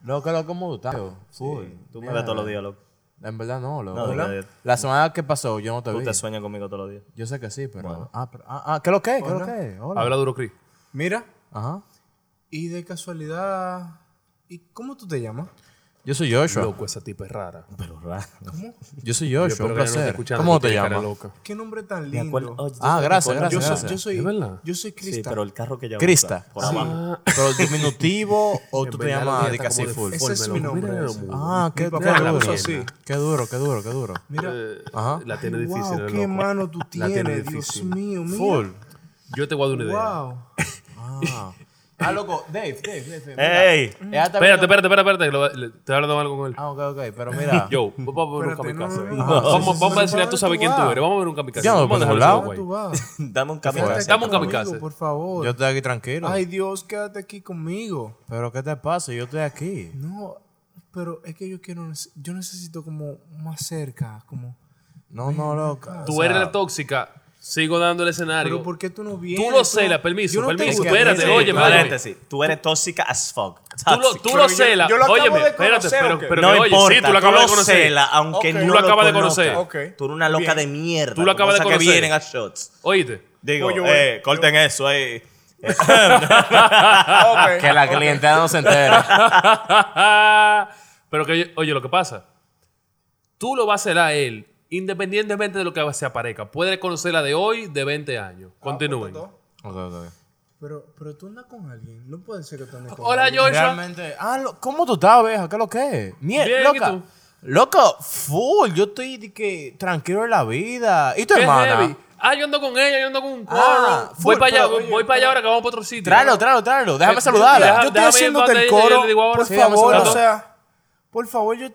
[SPEAKER 3] Loco, loco, ¿cómo gustaba? Full.
[SPEAKER 1] Tú me ves todos los días, loco.
[SPEAKER 3] En verdad no, loco.
[SPEAKER 1] No, de verdad.
[SPEAKER 3] La semana que pasó, yo no te
[SPEAKER 1] Tú
[SPEAKER 3] vi.
[SPEAKER 1] te sueñas conmigo todos los días.
[SPEAKER 3] Yo sé que sí, pero. Ah, pero- ah, ah, ¿qué lo que? es? ¿Qué lo que? es? Hola.
[SPEAKER 2] Habla duro, Chris.
[SPEAKER 4] Mira.
[SPEAKER 3] Ajá.
[SPEAKER 4] Y de casualidad. ¿Y cómo tú te llamas?
[SPEAKER 3] Yo soy Joshua.
[SPEAKER 2] Loco, esa tipa es rara.
[SPEAKER 1] Pero raro.
[SPEAKER 3] Yo soy
[SPEAKER 2] Yo
[SPEAKER 3] Joshua,
[SPEAKER 2] espero que
[SPEAKER 3] un
[SPEAKER 2] ella no esté
[SPEAKER 3] placer.
[SPEAKER 2] escuchando,
[SPEAKER 3] ¿Cómo
[SPEAKER 2] porque
[SPEAKER 3] te
[SPEAKER 2] tiene cara
[SPEAKER 3] llamas?
[SPEAKER 2] loca.
[SPEAKER 4] Qué nombre tan lindo.
[SPEAKER 3] Ah, gracias,
[SPEAKER 4] yo,
[SPEAKER 3] gracias,
[SPEAKER 4] soy, yo
[SPEAKER 3] gracias.
[SPEAKER 4] soy.
[SPEAKER 2] ¿Es verdad? Ah,
[SPEAKER 4] Yo soy
[SPEAKER 1] Sí,
[SPEAKER 4] Crista.
[SPEAKER 1] pero el carro que yo
[SPEAKER 3] Crista.
[SPEAKER 1] Por abajo.
[SPEAKER 3] Pero diminutivo o tú
[SPEAKER 2] En
[SPEAKER 3] te
[SPEAKER 2] verdad, la
[SPEAKER 3] llamas
[SPEAKER 2] tía
[SPEAKER 3] de
[SPEAKER 2] está
[SPEAKER 3] casi
[SPEAKER 2] como
[SPEAKER 3] full.
[SPEAKER 2] deforme,
[SPEAKER 4] Ese es mi
[SPEAKER 2] loco.
[SPEAKER 4] nombre,
[SPEAKER 2] Mira,
[SPEAKER 4] ese.
[SPEAKER 2] loco.
[SPEAKER 3] Ah, qué, qué
[SPEAKER 4] papá la
[SPEAKER 3] duro.
[SPEAKER 4] puso así.
[SPEAKER 3] Qué duro, qué duro, qué duro.
[SPEAKER 4] Mira.
[SPEAKER 3] Ajá.
[SPEAKER 2] La tiene difícil.
[SPEAKER 4] wow,
[SPEAKER 2] el
[SPEAKER 4] qué
[SPEAKER 2] loco.
[SPEAKER 4] mano tú
[SPEAKER 2] La tiene
[SPEAKER 4] tienes, Dios
[SPEAKER 2] difícil.
[SPEAKER 4] mío, mira.
[SPEAKER 3] Full.
[SPEAKER 2] Yo te voy a dar una idea.
[SPEAKER 4] Wow.
[SPEAKER 3] Ah. Ah, loco, Dave, Dave, Dave. Dave, mira.
[SPEAKER 1] ¡Ey!
[SPEAKER 3] Ella está
[SPEAKER 2] Mm. Espérate,
[SPEAKER 3] viendo-
[SPEAKER 2] espérate, espérate, espérate. que lo- le- Te hablando algo con él.
[SPEAKER 3] Ah, ok, ok, pero mira.
[SPEAKER 2] Yo, vamos a ver un
[SPEAKER 4] Espérate,
[SPEAKER 2] kamikaze.
[SPEAKER 4] no, no,
[SPEAKER 2] Vamos-
[SPEAKER 4] no.
[SPEAKER 2] Vamos, vamos a decirle a tú
[SPEAKER 4] Tú
[SPEAKER 2] sabes quién tú
[SPEAKER 4] vas.
[SPEAKER 2] eres. Vamos a ver un kamikaze.
[SPEAKER 3] Ya no
[SPEAKER 2] Vamos a
[SPEAKER 3] podemos
[SPEAKER 2] dejarlo
[SPEAKER 3] hablar.
[SPEAKER 2] guay.
[SPEAKER 4] Tú vas.
[SPEAKER 1] Dame un café.
[SPEAKER 4] Quédate
[SPEAKER 2] Dame un
[SPEAKER 4] aquí
[SPEAKER 2] kamikaze.
[SPEAKER 4] conmigo, Por favor.
[SPEAKER 3] Yo estoy aquí tranquilo.
[SPEAKER 4] Ay, Dios, quédate aquí conmigo.
[SPEAKER 3] Pero ¿qué te pasa? Yo estoy aquí.
[SPEAKER 4] No, pero es que yo quiero, nece- yo necesito como más cerca, como.
[SPEAKER 3] No, no, loca.
[SPEAKER 2] Tú eres la tóxica. Sigo dando el escenario.
[SPEAKER 4] Pero ¿por qué tú no vienes?
[SPEAKER 2] Tú lo
[SPEAKER 4] Tú-
[SPEAKER 2] celas, permiso,
[SPEAKER 4] yo no te
[SPEAKER 2] permiso.
[SPEAKER 4] gusto.
[SPEAKER 2] Espérate,
[SPEAKER 1] Sí,
[SPEAKER 2] oye, madre.
[SPEAKER 1] paréntesis. Tú eres tóxica as fuck.
[SPEAKER 2] Tú lo, tú lo celas.
[SPEAKER 4] yo lo acabo
[SPEAKER 2] Óyeme,
[SPEAKER 4] de
[SPEAKER 2] espérate,
[SPEAKER 4] conocer,
[SPEAKER 2] pero,
[SPEAKER 4] ¿o qué?
[SPEAKER 2] pero
[SPEAKER 1] no
[SPEAKER 2] que, oye,
[SPEAKER 1] importa,
[SPEAKER 2] sí, tú lo acabas de conocer.
[SPEAKER 1] celas, aunque
[SPEAKER 4] Ok.
[SPEAKER 1] no
[SPEAKER 2] Tú lo acabas de
[SPEAKER 1] conozcas.
[SPEAKER 2] conocer.
[SPEAKER 4] Ok.
[SPEAKER 1] Tú eres una loca
[SPEAKER 4] Bien.
[SPEAKER 1] de mierda.
[SPEAKER 2] Tú lo
[SPEAKER 1] como
[SPEAKER 2] acabas de
[SPEAKER 1] esas
[SPEAKER 2] conocer.
[SPEAKER 1] que vienen a shots.
[SPEAKER 2] Oíste.
[SPEAKER 1] Digo,
[SPEAKER 4] Oye, bueno,
[SPEAKER 1] eh, corten eso ahí.
[SPEAKER 2] Ah,
[SPEAKER 4] Ok.
[SPEAKER 3] Que la clientela no se entere.
[SPEAKER 2] pero que, oye, lo que pasa. Tú lo vas a celar a él, independientemente de lo que se aparezca. Puedes conocerla de hoy, de 20 años.
[SPEAKER 4] Ah,
[SPEAKER 2] Continúen.
[SPEAKER 4] pues,
[SPEAKER 3] Ok, ok.
[SPEAKER 4] Pero, pero tú andas con alguien. No puede ser que tú andes con
[SPEAKER 2] Hola,
[SPEAKER 4] alguien.
[SPEAKER 2] Joshua.
[SPEAKER 3] Realmente. Ah, lo- ¿cómo tú estás, abeja? ¿Qué es lo que es?
[SPEAKER 2] Bien, ¿y
[SPEAKER 3] Mierda, loca.
[SPEAKER 2] tú?
[SPEAKER 3] Loco, full. Yo estoy de que tranquilo en la vida. ¿Y tu
[SPEAKER 2] ¿Qué
[SPEAKER 3] hermana?
[SPEAKER 2] heavy? Ah, yo ando con ella, yo ando con un coro.
[SPEAKER 3] Ah,
[SPEAKER 2] voy
[SPEAKER 3] full,
[SPEAKER 2] para allá,
[SPEAKER 3] pero, oye,
[SPEAKER 2] voy para allá ahora que vamos para otro sitio.
[SPEAKER 3] Tráelo, tráelo, tráelo. Déjame
[SPEAKER 2] Eh,
[SPEAKER 3] saludarla.
[SPEAKER 2] deja-
[SPEAKER 4] Yo estoy
[SPEAKER 2] déjame ir
[SPEAKER 4] haciéndote
[SPEAKER 2] donde
[SPEAKER 4] el
[SPEAKER 2] ella y
[SPEAKER 4] coro.
[SPEAKER 2] le digo ahora.
[SPEAKER 4] Por
[SPEAKER 3] Sí, vamos
[SPEAKER 4] favor,
[SPEAKER 3] a
[SPEAKER 4] o
[SPEAKER 3] hablar.
[SPEAKER 4] sea. Por favor, yo.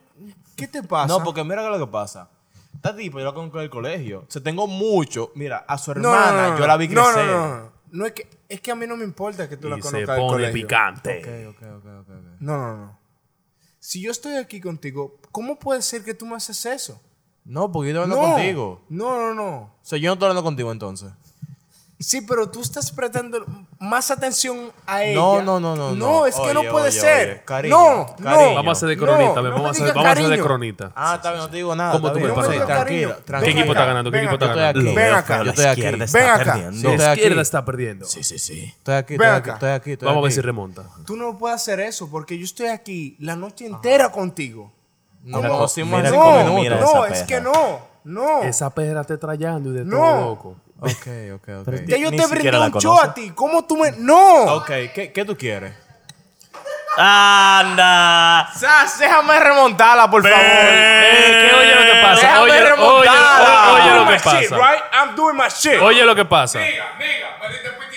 [SPEAKER 4] ¿Qué te pasa?
[SPEAKER 3] No, porque mira lo que pasa. Esta tipo yo la conozco del colegio. Se tengo mucho. Mira, a su
[SPEAKER 4] No, no, no,
[SPEAKER 3] hermana
[SPEAKER 4] no,
[SPEAKER 3] yo la vi
[SPEAKER 4] no,
[SPEAKER 3] crecer.
[SPEAKER 4] No, no, no. No, es que, es que a mí no me importa que tú la
[SPEAKER 2] Y se
[SPEAKER 4] conozcas del
[SPEAKER 2] pone
[SPEAKER 4] colegio.
[SPEAKER 2] picante.
[SPEAKER 3] Ok, ok, ok, ok.
[SPEAKER 4] No, no, no. Si yo estoy aquí contigo, ¿cómo puede ser que tú me haces eso?
[SPEAKER 3] No, porque yo estoy
[SPEAKER 4] No,
[SPEAKER 3] hablando contigo.
[SPEAKER 4] no, no, no.
[SPEAKER 3] O sea, yo no estoy hablando contigo entonces.
[SPEAKER 4] Sí, pero tú estás prestando más atención a ella.
[SPEAKER 3] No, no, no, no,
[SPEAKER 4] No,
[SPEAKER 3] no.
[SPEAKER 4] es que no
[SPEAKER 3] Oye,
[SPEAKER 4] puede
[SPEAKER 3] oye,
[SPEAKER 4] ser.
[SPEAKER 3] oye. Cariño,
[SPEAKER 4] no,
[SPEAKER 3] cariño.
[SPEAKER 4] no.
[SPEAKER 2] Vamos a hacer de
[SPEAKER 4] No,
[SPEAKER 2] cronita, ven,
[SPEAKER 4] no
[SPEAKER 2] vamos,
[SPEAKER 4] me
[SPEAKER 2] a hacer,
[SPEAKER 4] digas
[SPEAKER 2] vamos a hacer de
[SPEAKER 4] cariño.
[SPEAKER 2] cronita.
[SPEAKER 3] Ah, está bien, no te digo nada.
[SPEAKER 2] ¿Cómo
[SPEAKER 3] está
[SPEAKER 2] tú me
[SPEAKER 3] bien.
[SPEAKER 2] pasas?
[SPEAKER 3] Sí,
[SPEAKER 4] No me digas
[SPEAKER 3] Tranquila,
[SPEAKER 4] cariño.
[SPEAKER 2] ¿Qué
[SPEAKER 4] Ven
[SPEAKER 2] equipo
[SPEAKER 3] tranquila.
[SPEAKER 4] acá,
[SPEAKER 2] está ganando? ¿Qué
[SPEAKER 4] ven
[SPEAKER 2] equipo está
[SPEAKER 4] acá.
[SPEAKER 2] ganando?
[SPEAKER 3] Yo
[SPEAKER 1] Lo
[SPEAKER 3] estoy
[SPEAKER 4] Ven
[SPEAKER 1] veo
[SPEAKER 4] acá.
[SPEAKER 1] que la
[SPEAKER 3] Yo estoy aquí.
[SPEAKER 1] izquierda
[SPEAKER 4] Ven
[SPEAKER 1] está
[SPEAKER 4] acá.
[SPEAKER 1] perdiendo.
[SPEAKER 3] Yo estoy
[SPEAKER 2] La
[SPEAKER 3] aquí.
[SPEAKER 2] izquierda está perdiendo.
[SPEAKER 1] Sí, sí, sí.
[SPEAKER 3] Estoy aquí, estoy
[SPEAKER 4] Ven
[SPEAKER 3] aquí,
[SPEAKER 4] acá.
[SPEAKER 3] estoy aquí. estoy
[SPEAKER 2] Vamos a ver
[SPEAKER 3] aquí.
[SPEAKER 2] si remonta.
[SPEAKER 4] Tú no puedes hacer eso porque yo estoy aquí la noche entera contigo.
[SPEAKER 3] Nos
[SPEAKER 1] Mira,
[SPEAKER 3] conocimos
[SPEAKER 1] mira
[SPEAKER 3] hace
[SPEAKER 1] cómo
[SPEAKER 3] cinco
[SPEAKER 4] No,
[SPEAKER 3] minutos.
[SPEAKER 1] mira
[SPEAKER 4] no,
[SPEAKER 1] esa
[SPEAKER 4] es
[SPEAKER 1] perra.
[SPEAKER 4] que no. No.
[SPEAKER 3] Oh.
[SPEAKER 2] Esa perra te trayendo y de
[SPEAKER 4] No.
[SPEAKER 2] todo loco.
[SPEAKER 3] Ok, ok, ok.
[SPEAKER 4] Ya yo
[SPEAKER 1] Ni
[SPEAKER 4] te
[SPEAKER 1] siquiera
[SPEAKER 4] brindé
[SPEAKER 1] la
[SPEAKER 4] un show
[SPEAKER 1] conoce.
[SPEAKER 4] a ti. ¿Cómo tú me.? ¡No!
[SPEAKER 3] Ok, ¿qué, qué tú quieres?
[SPEAKER 1] ¡Anda!
[SPEAKER 3] Sas, déjame remontarla, por favor.
[SPEAKER 2] Eh, ¿qué oye lo que pasa?
[SPEAKER 3] Déjame
[SPEAKER 2] Oye, oye,
[SPEAKER 3] remontarla.
[SPEAKER 2] oye, oye lo que
[SPEAKER 4] I'm doing my shit,
[SPEAKER 2] pasa.
[SPEAKER 4] right? I'm doing my shit.
[SPEAKER 2] Oye lo que pasa.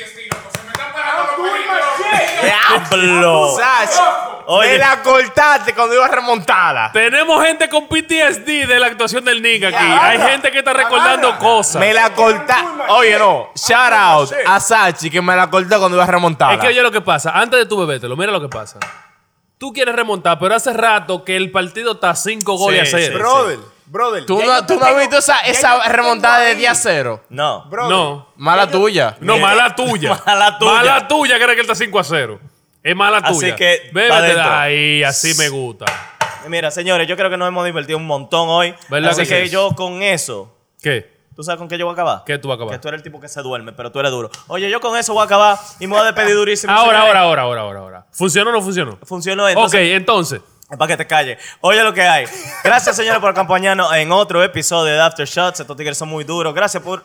[SPEAKER 4] I'm doing my shit.
[SPEAKER 1] ¡Diablo!
[SPEAKER 3] Sas,
[SPEAKER 1] Oye.
[SPEAKER 3] me la cortaste cuando iba a remontarla.
[SPEAKER 2] Tenemos gente con PTSD de la actuación del Nick aquí. Hay gente que está recordando
[SPEAKER 4] Agarra.
[SPEAKER 2] cosas.
[SPEAKER 3] Me la
[SPEAKER 4] I'm doing
[SPEAKER 3] cortaste.
[SPEAKER 4] my
[SPEAKER 3] Oye,
[SPEAKER 4] shit.
[SPEAKER 3] no. Shout out
[SPEAKER 4] shit.
[SPEAKER 3] a Sachi que me la cortó cuando iba a remontarla.
[SPEAKER 2] Es que oye lo que pasa. Antes de tu bebételo, mira lo que pasa. Tú quieres remontar, pero hace rato que el partido está 5 goles
[SPEAKER 1] Sí,
[SPEAKER 2] a 0.
[SPEAKER 1] sí,
[SPEAKER 4] Brother, Brother.
[SPEAKER 3] ¿Tú
[SPEAKER 4] ya
[SPEAKER 3] no,
[SPEAKER 4] yo
[SPEAKER 3] tú
[SPEAKER 4] te
[SPEAKER 3] no has
[SPEAKER 4] tengo-
[SPEAKER 3] visto esa,
[SPEAKER 4] ya
[SPEAKER 3] esa
[SPEAKER 4] yo te
[SPEAKER 3] remontada
[SPEAKER 4] tengo
[SPEAKER 3] de
[SPEAKER 4] ahí.
[SPEAKER 3] día cero?
[SPEAKER 1] No.
[SPEAKER 4] Brother,
[SPEAKER 2] No.
[SPEAKER 3] Mala tuya.
[SPEAKER 2] No,
[SPEAKER 1] Mira.
[SPEAKER 2] mala tuya.
[SPEAKER 1] Mala tuya.
[SPEAKER 2] Mala tuya que era que él está 5 a 0. Es mala
[SPEAKER 1] Así
[SPEAKER 2] tuya.
[SPEAKER 1] que, pa'
[SPEAKER 2] Bébete de
[SPEAKER 1] dentro.
[SPEAKER 2] ahí, así me gusta.
[SPEAKER 1] Mira, señores, yo creo que nos hemos divertido un montón hoy.
[SPEAKER 2] ¿Verdad
[SPEAKER 1] Así
[SPEAKER 2] que
[SPEAKER 1] que
[SPEAKER 2] sí?
[SPEAKER 1] yo con eso.
[SPEAKER 2] ¿Qué?
[SPEAKER 1] ¿Tú sabes con qué yo voy a acabar?
[SPEAKER 2] ¿Qué tú vas a acabar?
[SPEAKER 1] Que tú eres el tipo que se duerme, pero tú eres duro. Oye, yo con eso voy a acabar y me voy a despedir durísimo.
[SPEAKER 2] Ahora,
[SPEAKER 1] señores.
[SPEAKER 2] ahora, ahora, ahora, ahora, ahora. ¿Funcionó o no funcionó?
[SPEAKER 1] Funcionó entonces.
[SPEAKER 2] ok, entonces.
[SPEAKER 1] Para que te calles. Oye lo que hay. Gracias, señores, por acompañarnos en otro episodio de After Shots. Estos tigres son muy duros. Gracias por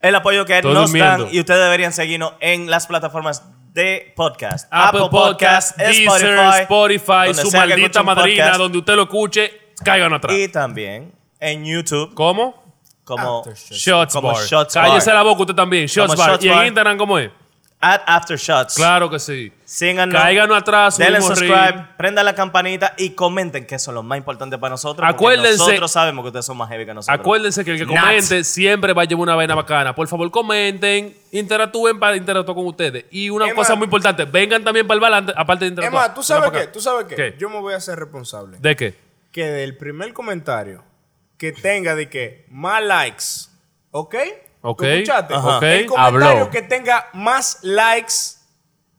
[SPEAKER 1] el apoyo que
[SPEAKER 2] Estoy
[SPEAKER 1] nos
[SPEAKER 2] durmiendo.
[SPEAKER 1] dan. Y ustedes deberían seguirnos en las plataformas de podcast.
[SPEAKER 2] Apple Podcast, Deezer, Spotify,
[SPEAKER 1] donde
[SPEAKER 2] su
[SPEAKER 1] sea que escuchen
[SPEAKER 2] maldita
[SPEAKER 1] un
[SPEAKER 2] madrina,
[SPEAKER 1] podcast.
[SPEAKER 2] donde usted lo escuche, caigan atrás.
[SPEAKER 1] Y también en YouTube
[SPEAKER 2] ¿Cómo?
[SPEAKER 1] como Pues,
[SPEAKER 2] Shots
[SPEAKER 1] como
[SPEAKER 2] Bar.
[SPEAKER 1] Shots
[SPEAKER 2] Cállese
[SPEAKER 1] Bar.
[SPEAKER 2] la boca usted también. Shots
[SPEAKER 1] Como
[SPEAKER 2] Bar.
[SPEAKER 1] Shots
[SPEAKER 2] ¿Y
[SPEAKER 1] Bar.
[SPEAKER 2] en Instagram cómo es?
[SPEAKER 1] at After Shots.
[SPEAKER 2] Claro que sí.
[SPEAKER 1] Síganos.
[SPEAKER 2] Cáiganos atrás,
[SPEAKER 1] Denle
[SPEAKER 2] subimos
[SPEAKER 1] subscribe,
[SPEAKER 2] reel.
[SPEAKER 1] prendan la campanita y comenten que eso es lo más importante para nosotros. porque
[SPEAKER 2] Acuérdense-
[SPEAKER 1] Nosotros sabemos que ustedes son más heavy que nosotros.
[SPEAKER 2] Acuérdense que el que
[SPEAKER 1] Nuts.
[SPEAKER 2] comente siempre va a llevar una vaina bacana. Por favor, comenten, interactúen para interactuar con ustedes. Y una
[SPEAKER 4] Emma-
[SPEAKER 2] cosa muy importante, vengan también para el balance, aparte de
[SPEAKER 4] Es
[SPEAKER 2] interactuar.
[SPEAKER 4] más, tú sabes
[SPEAKER 2] Vengan para
[SPEAKER 4] qué,
[SPEAKER 2] acá.
[SPEAKER 4] tú sabes qué.
[SPEAKER 2] ¿Qué?
[SPEAKER 4] Yo me voy a hacer responsable.
[SPEAKER 2] ¿De qué?
[SPEAKER 4] que del primer comentario que tenga de que más likes, ¿ok?
[SPEAKER 2] Ok,
[SPEAKER 4] ¿Tú escuchaste?
[SPEAKER 2] ajá. Ok,
[SPEAKER 4] El comentario
[SPEAKER 3] habló.
[SPEAKER 4] que tenga más likes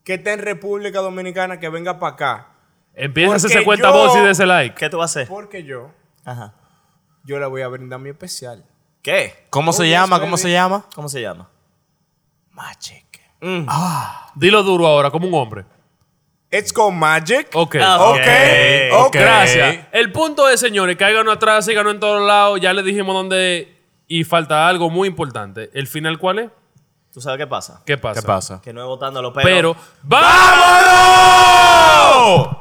[SPEAKER 4] que esté en República Dominicana, que venga para acá.
[SPEAKER 2] Empieza a
[SPEAKER 4] Porque
[SPEAKER 2] hacerse cuenta
[SPEAKER 4] yo-
[SPEAKER 2] vos y de ese like.
[SPEAKER 1] ¿Qué tú vas a hacer?
[SPEAKER 4] Porque yo,
[SPEAKER 1] Ajá.
[SPEAKER 4] yo le voy a brindar mi especial.
[SPEAKER 1] ¿Qué?
[SPEAKER 3] ¿Cómo se
[SPEAKER 4] Oh,
[SPEAKER 3] llama?
[SPEAKER 4] yes,
[SPEAKER 3] ¿Cómo
[SPEAKER 4] baby.
[SPEAKER 3] se llama?
[SPEAKER 1] ¿Cómo se llama?
[SPEAKER 3] Magic.
[SPEAKER 2] Dilo duro ahora, como un hombre.
[SPEAKER 4] It's called magic.
[SPEAKER 2] Ok.
[SPEAKER 1] Ah,
[SPEAKER 4] Ok,
[SPEAKER 1] ok,
[SPEAKER 4] ok.
[SPEAKER 2] Gracias. El punto es, señores, cáiganos atrás, síganos en todos lados. Ya les dijimos dónde. Y falta algo muy importante. ¿El final cuál es?
[SPEAKER 1] ¿Tú sabes qué pasa?
[SPEAKER 2] ¿Qué pasa?
[SPEAKER 3] ¿Qué pasa?
[SPEAKER 1] Que no es votando los
[SPEAKER 2] Pero.
[SPEAKER 1] pelos.
[SPEAKER 2] ¡Vámonos!